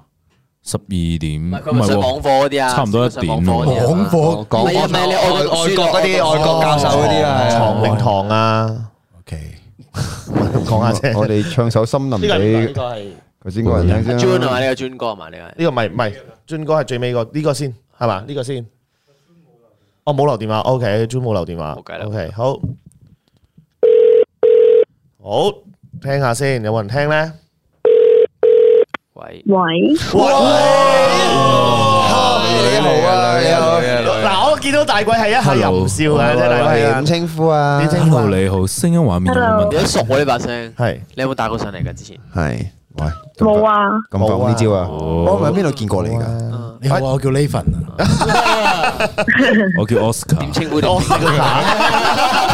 十二點，唔係佢咪上網喎，課嗰啲啊，差唔多一上點網課嗰啲啊講課唔係唔係你外國外國嗰啲外國教授嗰 à? 啲啊，唐明堂啊， OK，講下啫。我哋唱首《森林》呢個係呢俾個係頭先嗰個人聽先專啦啊嘛，呢個專哥啊嘛，呢呢個唔係唔係，俊哥係最尾個呢個先係嘛？呢個先。哦，冇留電話，OK，專冇留電話冇計啦，OK，好，好，聽下先，有冇人聽咧？個喂。喂，你好啊，你好，嗱，我見到大貴係一下又唔笑嘅，即係大貴點稱呼啊？點稱呼 Hello，你好，聲音畫面有冇問題你都熟喎呢把聲，係你有冇帶過上嚟㗎之前？係喂，冇啊，咁講呢招啊？我咪喺邊度見過你㗎？你好啊，我叫 Levin 啊。我叫 Oscar，稱呼你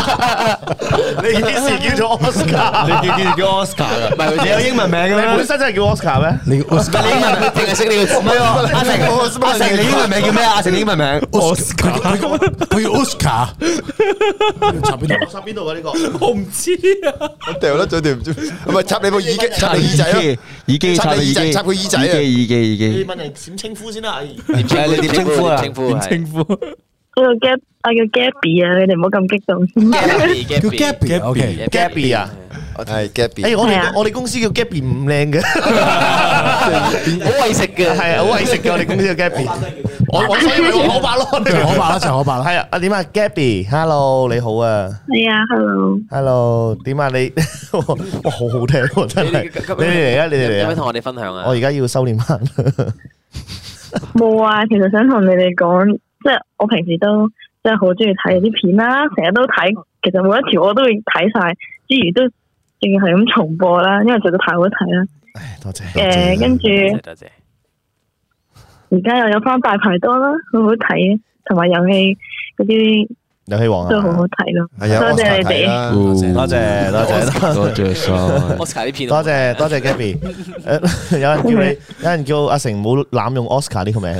你幾時叫做 (laughs) Oscar？你叫叫 Oscar 唔係佢你有英文名你嘅本咩？身真係叫 Oscar 咩？你叫 Oscar 你英文名淨係識呢個字。唔係阿成，阿成，你英文名叫咩？啊阿成，你英文名 Oscar，佢叫 Oscar，插邊度？插邊度嘅呢啊個？掉甩咗條唔知，唔係插你個耳機，插你耳仔咯，耳機插插你你耳仔，耳插佢耳仔啊！機，耳機，你耳問人點稱呼先啦？哎機。誒，你點稱呼啊？稱呼係稱呼我叫 Gab，我叫 Gabby 啊，你哋唔好咁激動先。 (laughs) 叫啊 Gabby，OK。 Gabby 啊！係 Gabby，哎誒，哎我係啊哋我哋公司叫 Gabby 唔靚嘅， (laughs) 哎好為食嘅，係啊，好為食嘅，我哋公司叫 Gabby。我我所以咪用可白咯，就可白啦，就可白啦。係啊，啊點啊，Gabby，hello，你好啊係啊，Hello， ，hello，點啊你？哇，好好聽喎，真係。你哋嚟啊，你哋有嚟咩啊！同我哋分享啊？我而家要收斂翻。冇啊，其實想同你哋講，即係我平時都即係好中意睇啲片啦，成日都睇，其實每一條我都會睇晒，之餘都仲要係咁重播啦，因為實在太好睇啦。多謝。誒，跟住多謝多謝，而家又有翻大排檔啦，好好睇啊，同埋遊戲嗰啲遊戲王都好啊！好睇咯。係啊多謝 Oscar 你睇啦哋，多謝多謝多謝多謝晒 Oscar 呢片，多謝多謝 Gabby。誒有人叫你，有人叫阿成唔好濫用 Oscar 呢個名。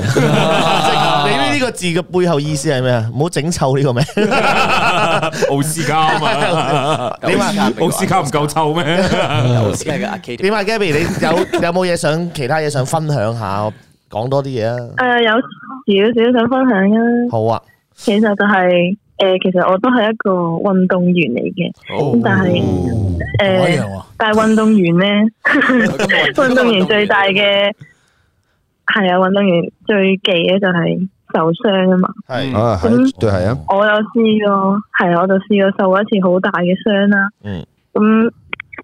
你呢呢個字嘅背後意思係咩啊？唔好整臭呢個名。奧斯卡啊嘛，你話奧斯卡唔夠臭咩？奧斯卡嘅 arcade 點啊，Gabby？你有 (laughs) 有冇嘢想其他嘢想分享下？講多啲嘢啊！誒有少少想分享啊。好啊。其實就係誒，其實我都係一個運動員嚟嘅，咁但係誒，但係運動員咧，運動員最大嘅係啊，運動員最忌嘅就係受傷啊嘛。係啊，係 Ừ. 咁對係啊，我有試過，係啊我就試過受過一次好大嘅傷啦。嗯，咁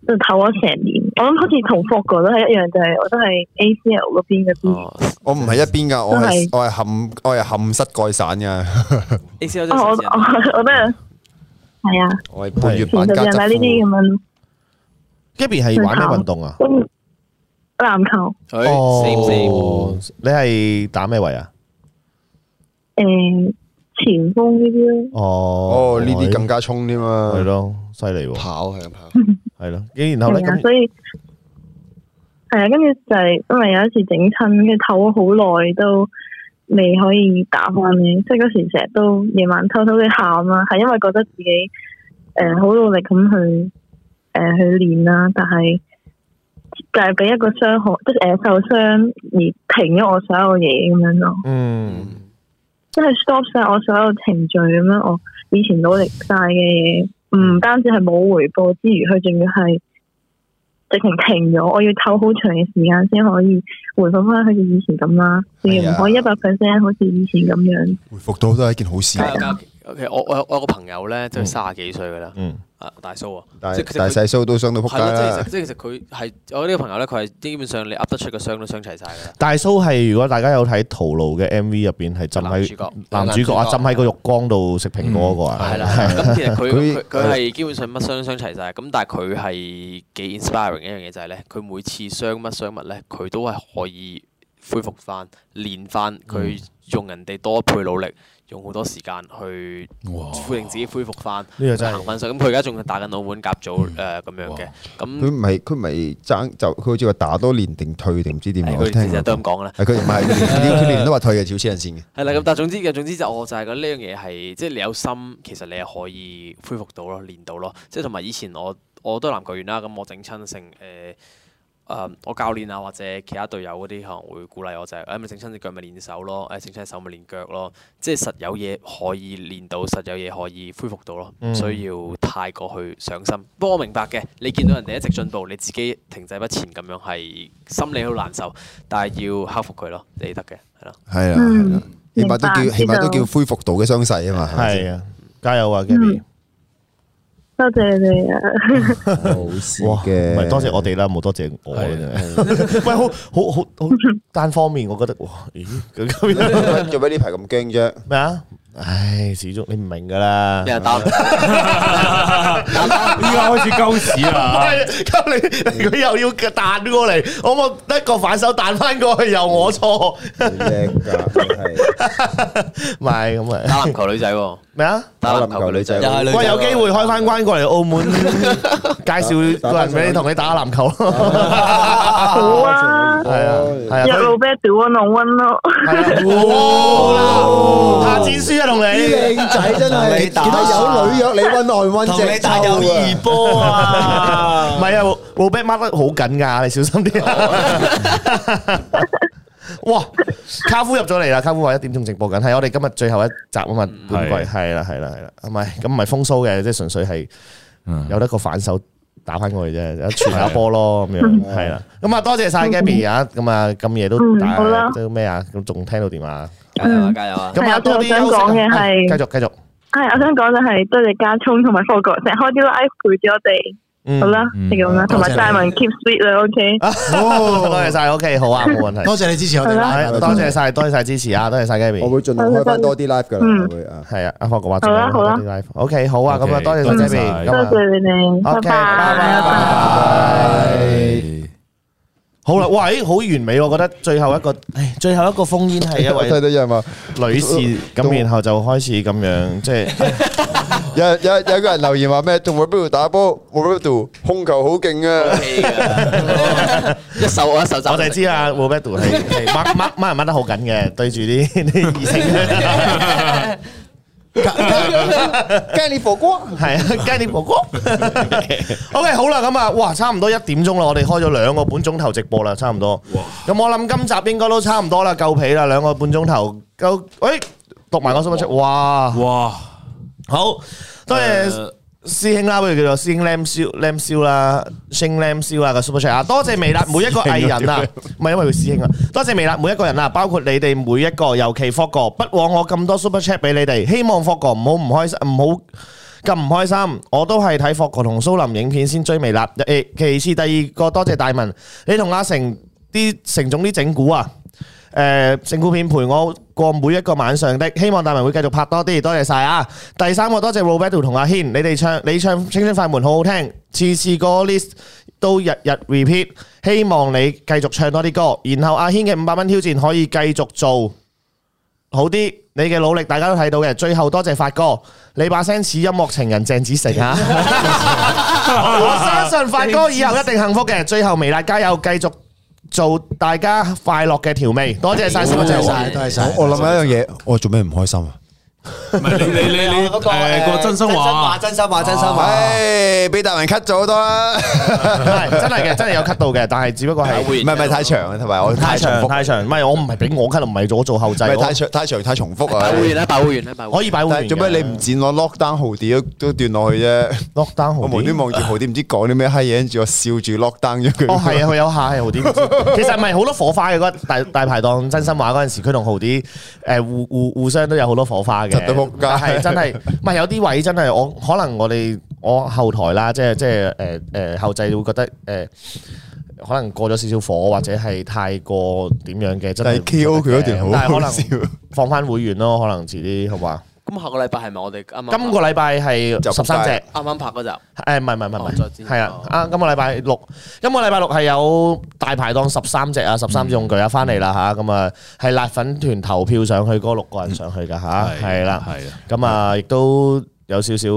就唞咗成年。我諗好似同霍哥都係一樣，就係、我都係 ACL 嗰邊嗰啲。我唔係一邊㗎，我係都我係冚我係冚膝蓋散㗎， A C 哦、我我我都有，係啊， (laughs) 我係半月其實板就加係咪呢側啲咁樣 Gabby 係玩咩運動啊？咁嗯籃球哦，你係打咩位啊？誒、前鋒呢啲咯。哦，哦呢啲更加衝添啊，係咯，犀利喎，跑係咁跑， (laughs) 係咯，咁然後咧係啊，咁所以係啊，跟住就係因為有一次整親，跟住唞咗好耐都未可以打翻嘅，即係嗰時成日都夜晚偷偷地喊啦，係因為覺得自己誒好、努力咁去誒、呃去練啦，但係就係俾一個傷害，即係誒受傷而停咗我所有嘢咁樣咯。嗯。即係 stop 晒我所有程序咁樣，我以前努力晒嘅嘢，唔單止係冇回報之餘，佢仲要係直情停咗，我要唞好長嘅時間先可以回復翻佢哋以前咁啦，哎仲要唔可以一百 percent 好似以前咁樣。回復到都係一件好事。加油加油！OK，我我有我有個朋友咧，即係卅幾歲噶啦，啊大叔啊，大即係其實佢大細蘇都傷到仆街係咯即啦係其實即係其實佢係我呢個朋友咧，佢係基本上你噏得出嘅傷都傷齊晒㗎啦。大蘇係如果大家有睇徒勞嘅 MV 入邊係浸男主角喺男主角男啊，主角浸喺個浴缸度食蘋果嗰個啊，係啦，咁其實 (laughs) 佢佢佢係係基本上乜傷都傷齊晒，咁但係佢係幾 inspiring 嘅一樣嘢就係咧，佢每次傷乜傷物咧，佢都係可以恢復翻、練翻，嗯佢用人哋多一倍努力，用好多時間去令自己恢復翻，呢個真係嗯行翻上。咁佢而家仲係打緊澳門甲組誒咁樣嘅，佢咁唔係佢唔係爭就佢好似話打多練定退定唔知點係啊？佢我聽成日人都咁講啦係佢 (laughs) 唔係佢連佢連都話退嘅，少黐人線嘅。係啦，咁但係總之嘅，總之就我就係覺得呢樣嘢係，即係你有心，其實你係可以恢復到咯，練到咯。即係同埋以前我我都係籃球員啦，咁我整親成誒誒，我教練啊或者其他隊友嗰啲可能會鼓勵我就係、哎誒咪整親隻腳咪練手咯，誒整親隻手咪練腳咯。即係實有嘢可以練到，實有嘢可以恢復到咯，唔嗯需要太過去上心。不過我明白嘅，你見到人哋一直進步，你自己停滯不前咁樣係心理好難受，但係要克服佢咯，你得嘅，係啦。係啊，係嗯啊，起碼都叫明白起碼都知道叫恢復到嘅傷勢啊嘛。係啊，加油啊嗯，多謝 (laughs) 你哋啊！冇事嘅，唔係多謝我哋啦，冇多謝我啦，真係。 (laughs) 喂，好好好好單方面，我覺得哇，咦咁咁樣做咩呢排咁驚啫？咩啊？唉，始終你唔明噶啦，咩人打？依家開始鳩屎 (laughs) 啦咁你你佢又要彈過嚟，我冇得個反手彈翻過去，又我 (laughs) 錯。叻 (laughs) 㗎，唔係咁啊！打籃球女仔喎，咩啊？打籃球女仔，喂，有機會開翻關過嚟澳門，介紹個人俾你同你打下籃球咯。 (laughs) 好啊，係啊，係啊，Dạ, 一路 b a t 我濃温咯， (laughs) 好啦，下戰書啊，同你靚仔真係見到有女約你温來温正，同你打友誼波啊！ (laughs) 唔係啊，Robert mark 得好緊㗎，你小心 (laughs) 啲。哇！卡夫入咗嚟啦，卡夫話一點鐘直播緊，係我哋今日最後一集啊嘛，本季係係啦係啦係啦，唔係咁唔係風騷嘅，即係純粹係有得個反手打翻過去啫，傳下波咯咁樣嗯係啦。咁啊，多謝晒 Gabby 啊，咁啊咁夜都嗯打好啦即係咩啊？咁仲聽到電話，加油啊加油咁係啊，啊多啲我想休息啊講嘅係繼續繼續，係我想講就係多謝家聰同埋霍哥成日開啲 live 陪住我哋。嗯好啦，嗯係咁啦，同埋多謝你 Simon keep sweet 啦，OK。 (laughs) 哦，多謝晒，OK，好啊，冇問題。多謝你支持我哋啦係多謝晒，多謝晒支持啊，多謝晒 Gabby。啊我會盡量開翻多啲 live 㗎啦，會啊。係啊，阿方哥話好啦好啦多啲 live。OK，好啊，咁啊， OK，多謝多謝晒嗯 Gabby 今日。晒多謝你哋，拜 OK，拜拜拜。拜拜。好啦，哇！咦好完美，我覺得最後一個，唉，最後一個封煙係一 (laughs) 我睇到位有人話女士，咁然後就開始咁樣，即係有有有個人留言話咩？同 Roberto 打波，Roberto 控球好勁啊！一手我一手我就係知啦，Roberto 係係掹掹掹人掹得好緊嘅，對住啲啲異 (laughs) 性。雞你火鍋係啊，雞你火鍋。OK，好 (laughs) 啦，咁啊，哇，差唔多一點鐘啦，我哋開咗兩個半鐘頭直播啦，差唔多。咁我諗今集應該都差唔多啦，夠皮啦，兩個半鐘頭夠。誒，讀埋我 super chat，哇哇，好多謝。師兄啦，不如叫做師兄 Lam 燒 Lam 燒啦，星 Lam 燒啦個 super chat 啊！多謝微辣每一個藝人 à? (laughs) 啊，唔係因為佢師兄啊，多謝微辣每一個人啊，包括你哋每一個，尤其霍哥，不枉我咁多 super chat 俾你哋，希望霍哥唔好唔開心，唔好咁唔開心。我都係睇霍哥同蘇林影片先追微辣。誒，其次第二個多謝大文，你同阿成啲成總啲整蠱啊！誒整蠱片陪我過每一個晚上的，希望大文會繼續拍多啲，多謝晒啊！第三個多謝 Roberto 同阿軒，你哋唱你唱《青春快門》好好聽，次次個 list 都日日 repeat，希望你繼續唱多啲歌，然後阿軒嘅五百蚊挑戰可以繼續做好啲，你嘅努力大家都睇到嘅。最後多謝發哥，你把聲似音樂情人鄭子誠啊！ (laughs) 我相信發哥以後一定幸福嘅。最後微辣加油，繼續做大家快樂嘅調味。多謝晒，多謝晒，多謝晒。我諗緊一樣嘢，我做咩唔開心啊？你你 (laughs) 你誒個真心話，真心話，真心話。啊唉，俾大文 cut 咗好多啦，係真係嘅，真係有 cut 到嘅，但係只不過係唔係唔係太長啊，同埋我太長太長，唔係我唔係俾我 cut，唔係我做後唔製係。太長太長太重複啊！擺會員啦，擺會員啦，擺會員可以擺會員嘅但係做咩你唔剪我 lockdown 豪啲都斷落去啫？lockdown 豪我無端望住豪啲，唔知講啲咩閪嘢，跟住我笑住 lockdown 咗佢。哦，係啊，佢有下係豪啲，其實唔係好多火花嘅嗰大大排檔真心話嗰陣時，佢同豪啲誒互互互相都有好多火花嘅，窒到仆街但係真 (laughs) 係唔係有啲位真係我可能我哋我後台啦，即係即係誒誒後製會覺得誒。呃可能過咗少少火，或者係太過點樣嘅，真係但係 KO 佢嗰段好但係可好笑能放翻會員咯，可能遲啲好 (laughs) 嘛？咁下個禮拜係咪我哋啱啱？今個禮拜係就十三隻。啱啱拍嗰集，誒唔係唔係唔係唔再知係，係啊！啊，今個禮拜六，今個禮拜六係有大排檔十三隻啊，十三隻用具啊，翻嚟啦吓，咁啊係辣粉團投票上去嗰六個人上去噶吓，係啦，係啊，咁啊亦都有少少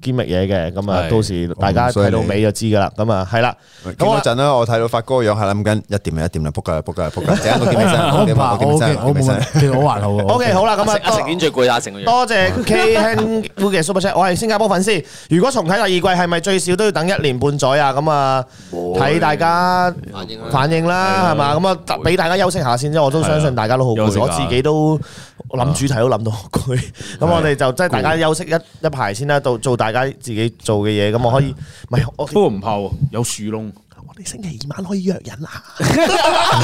堅密嘢嘅，咁啊係到時大家咁所以睇到你尾就知噶啦，咁啊係啦，傾咁啊多陣啦，我睇到發哥個樣係諗緊一點啦，一點啦，仆街啦，仆街啦，仆街啦！陣間我點起身，我點啊我點起身， (laughs) 我點起身。其實我還好 (laughs) 喎。 OK 好啦，咁啊阿成娟最攰啦，阿成個樣。多謝 K Hen 嘅 Super Chat，我係新加坡粉絲。如果重睇第二季，係咪最少都要等一年半載啊？咁啊，睇大家反應啦，係嘛？咁啊，俾大家休息下先啫。我都相信大家都好啊休息攰，下啊我自己都我諗主題都諗到好攰。咁我哋就即係大家休息一一排先啦，到做大家自己做嘅嘢。咁我可以，唔係我不過唔怕喎，有樹窿。我哋星期二晚可以約人啦。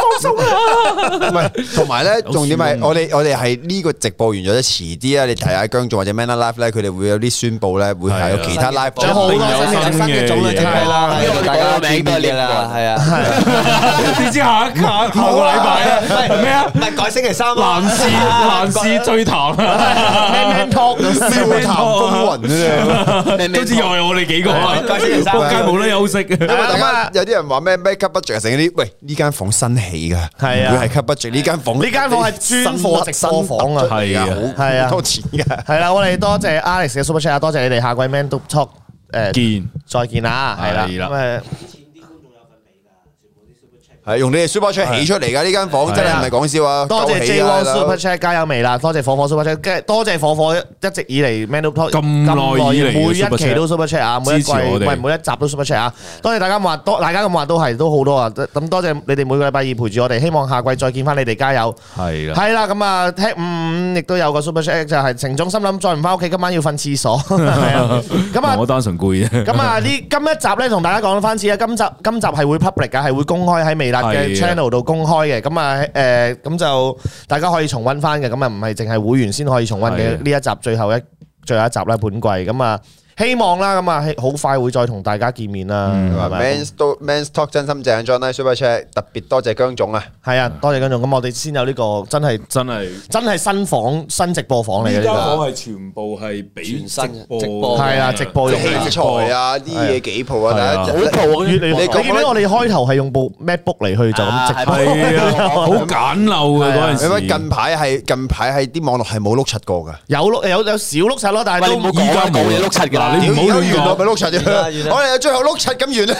唔係，同埋咧，重點係我哋我哋係呢個直播完咗咧，遲啲啊咧，你睇下姜總或者 Man Live 咧，佢哋會有啲宣佈咧，會係啊有其他 live 仲有好多新嘅種類直播啦因為我哋改咗名都係呢個，係啊， (laughs) 你知下一下下個禮拜係咩啊？唔係改星期三啊男，士男士追談啊， Man Man Talk 笑談風雲啊！都知又係我哋幾個啊，改星期三仆街冇得休息因為嘅。大家有啲人話咩咩 cut budget 成嗰啲，喂呢間房新起㗎，係啊唔會係 cut budget 呢間房，呢間房係專貨直播房啊係啊，好係啊好多錢㗎。係啦，我哋多謝 Alex 嘅 Super Chat，多謝啊你哋下季 Man Talk 誒見再見啦，係啦，係啦咁誒。係用你哋 super chat 起出嚟㗎呢間房，真係唔係講笑啊！多謝夠起 J 啊 One 大佬 Super Chat 加油未啦，多謝火火 Super Chat，跟多謝火火一直以嚟 Man Up Talk 咁耐以嚟嘅每 Super Chat 一期都 Super Chat 啊，每一季支持我哋唔係每一集都 Super Chat 啊，多謝大家咁話，多大家咁話都係都好多啊，咁多謝你哋每個禮拜二陪住我哋，希望下季再見翻你哋，加油！係啦，係啦，咁啊，聽五五亦都有個 Super Chat 就係程總心諗再唔翻屋企，今晚要瞓 (laughs) 廁所，係啊咁啊我。單純攰啫。咁 (laughs) 啊，呢今一集咧同大家講翻次啊，今集今集係會 public 嘅，係會公開喺微辣嘅係啊 channel 度公開嘅。咁啊，誒、咁就大家可以重温翻嘅。咁啊，唔係淨係會員先可以重温嘅係啊呢一集最後一最後一集啦，本季咁啊。希望啦，咁啊，希好快會再同大家見面啦，嗯係咪？啊 Man's Talk- Man's Talk 真心正 John Lee Super Chat 特別多謝姜總啊！係啊，多謝觀眾。咁我哋先有呢個真係真係真係新房新直播房嚟嘅呢呢間個房係全部係俾直播，係啊，直播用器嘅材啊啲嘢幾鋪啊大家好好鋪啊越嚟越你你講見唔見我哋開頭係用部 MacBook 嚟去就咁 à, (laughs) 直播？係啊好簡陋嘅嗰陣時因為近排係近排係啲網絡係冇碌柒過㗎。有碌有有少碌柒咯，但係都喂你唔好講啊依家冇冇嘢碌柒㗎啦嗱你唔好屌而家亂講完啦完啦我哋最後碌柒咁完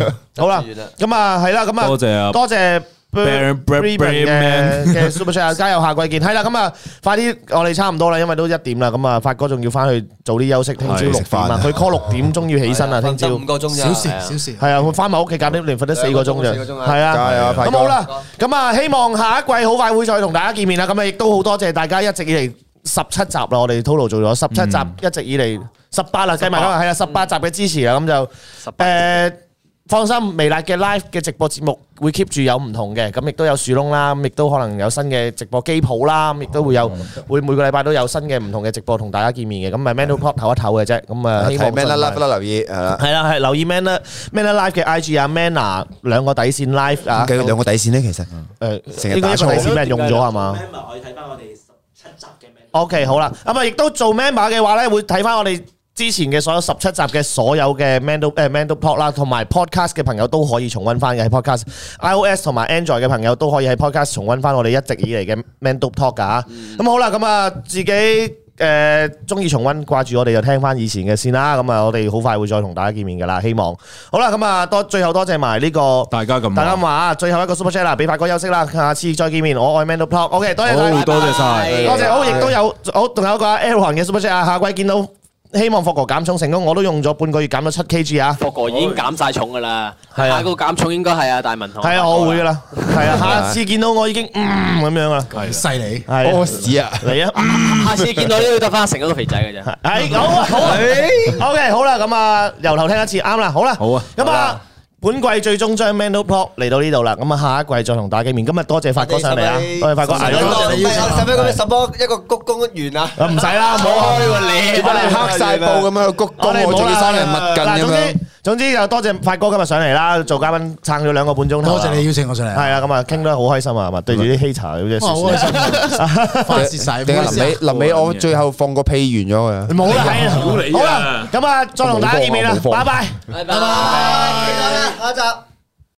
啦。好啦，咁啊係啦，咁啊多謝啊多謝 Baron Brayman Brayman 嘅嘅 Super Chat，加油下季見。係啦，咁啊快啲，我哋差唔多啦，因為都一點啦，咁啊發哥仲要翻去早啲休息，聽朝係六食飯點啊啊，佢 call 六點鐘要起身啊，聽朝瞓五個鐘咋小事係啊小事係啊，佢翻埋屋企搞啲連瞓得四個鐘兩個鐘四個鐘啫，啊係加油啊啊，發咁哥好啦，咁啊希望下一季好快會再同大家見面啦，咁啊亦都好多謝大家一直以嚟。十七集啦，我哋 total 做咗十七集，一直以嚟十八啦，計埋啦，係啊，十八集嘅支持啊，咁就誒放心，微辣嘅 live 嘅直播節目會 keep 住有唔同嘅，咁亦都有樹窿啦，咁亦都可能有新嘅直播機鋪啦，咁亦都會有會每個禮拜都有新嘅唔同嘅直播同大家見面嘅，咁咪 mental pop 唞一唞嘅啫，咁啊希睇望 Man 啦盡快啦啦留意係啦。係啦，係留意 Man 啦，Man 啦 Live 嘅 IG 啊，Manna 兩個底線 Live 啊，佢兩個底線咧，其實誒成日應該打一個底線錯俾人用咗係嘛？可以睇翻我哋十七集嘅 OK，好啦，咁啊，亦都做 member 嘅話咧，會睇翻我哋之前嘅所有十七集嘅所有嘅 Mando 誒 Mando Pod 啦，同埋 podcast 嘅朋友都可以重温翻嘅喺 podcast iOS 同埋 Android 嘅朋友都可以喺 podcast 重温翻我哋一直以嚟嘅 Mando Pod 噶嚇。咁好啦，咁啊自己。誒中意重温掛住我哋就聽翻以前嘅先啦，咁啊我哋好快會再同大家見面噶啦，希望好啦，咁啊多最後多謝埋呢個大家咁大家咁話，啊最後一個 super chat 啦，俾發哥休息啦，下次再見面，我愛 Mando Pod。OK，多謝晒，好多謝晒多謝好，亦都有好，仲有一個 Aaron 嘅 super chat 啊，下季見到。希望霍哥減重成功，我都用咗半個月減咗七 kg 啊！霍哥已經減晒重㗎啦，係啊下一個減重應該係啊大文同係啊，我會噶啦，係啊，Dạ. 下次見到我已經嗯咁樣噶啦，犀利，係屙屎 Dạ. 啊！你 (laughs) 啊，下次見到呢都得翻成個肥仔嘅啫。係好啊，好啊，OK，好啦，咁啊，由頭聽一次，啱啦，好啦，好啊，咁啊，本季最終章 Man Do Pro 嚟到呢度啦，咁啊，下一季再同大家見面。今日多謝發哥上嚟啊，多謝發哥，啊唔使啦，唔好開你黑晒布咁樣鞠我哋躬，我仲要生人勿哎嗱，近總咁樣之。總之就多謝發哥今日上嚟啦，做嘉賓撐咗兩個半鐘頭啦。多謝你邀請我上嚟係啊，咁啊傾得好開心啊，係嘛？對住啲希茶嗰只。哇好開 (laughs) 心發泄晒定係發臨泄晒尾啊臨尾我最後放個屁完咗佢。冇啦，係啊，好啦，咁啊，再同大家見面啦冇，拜放拜。拜拜，下一集。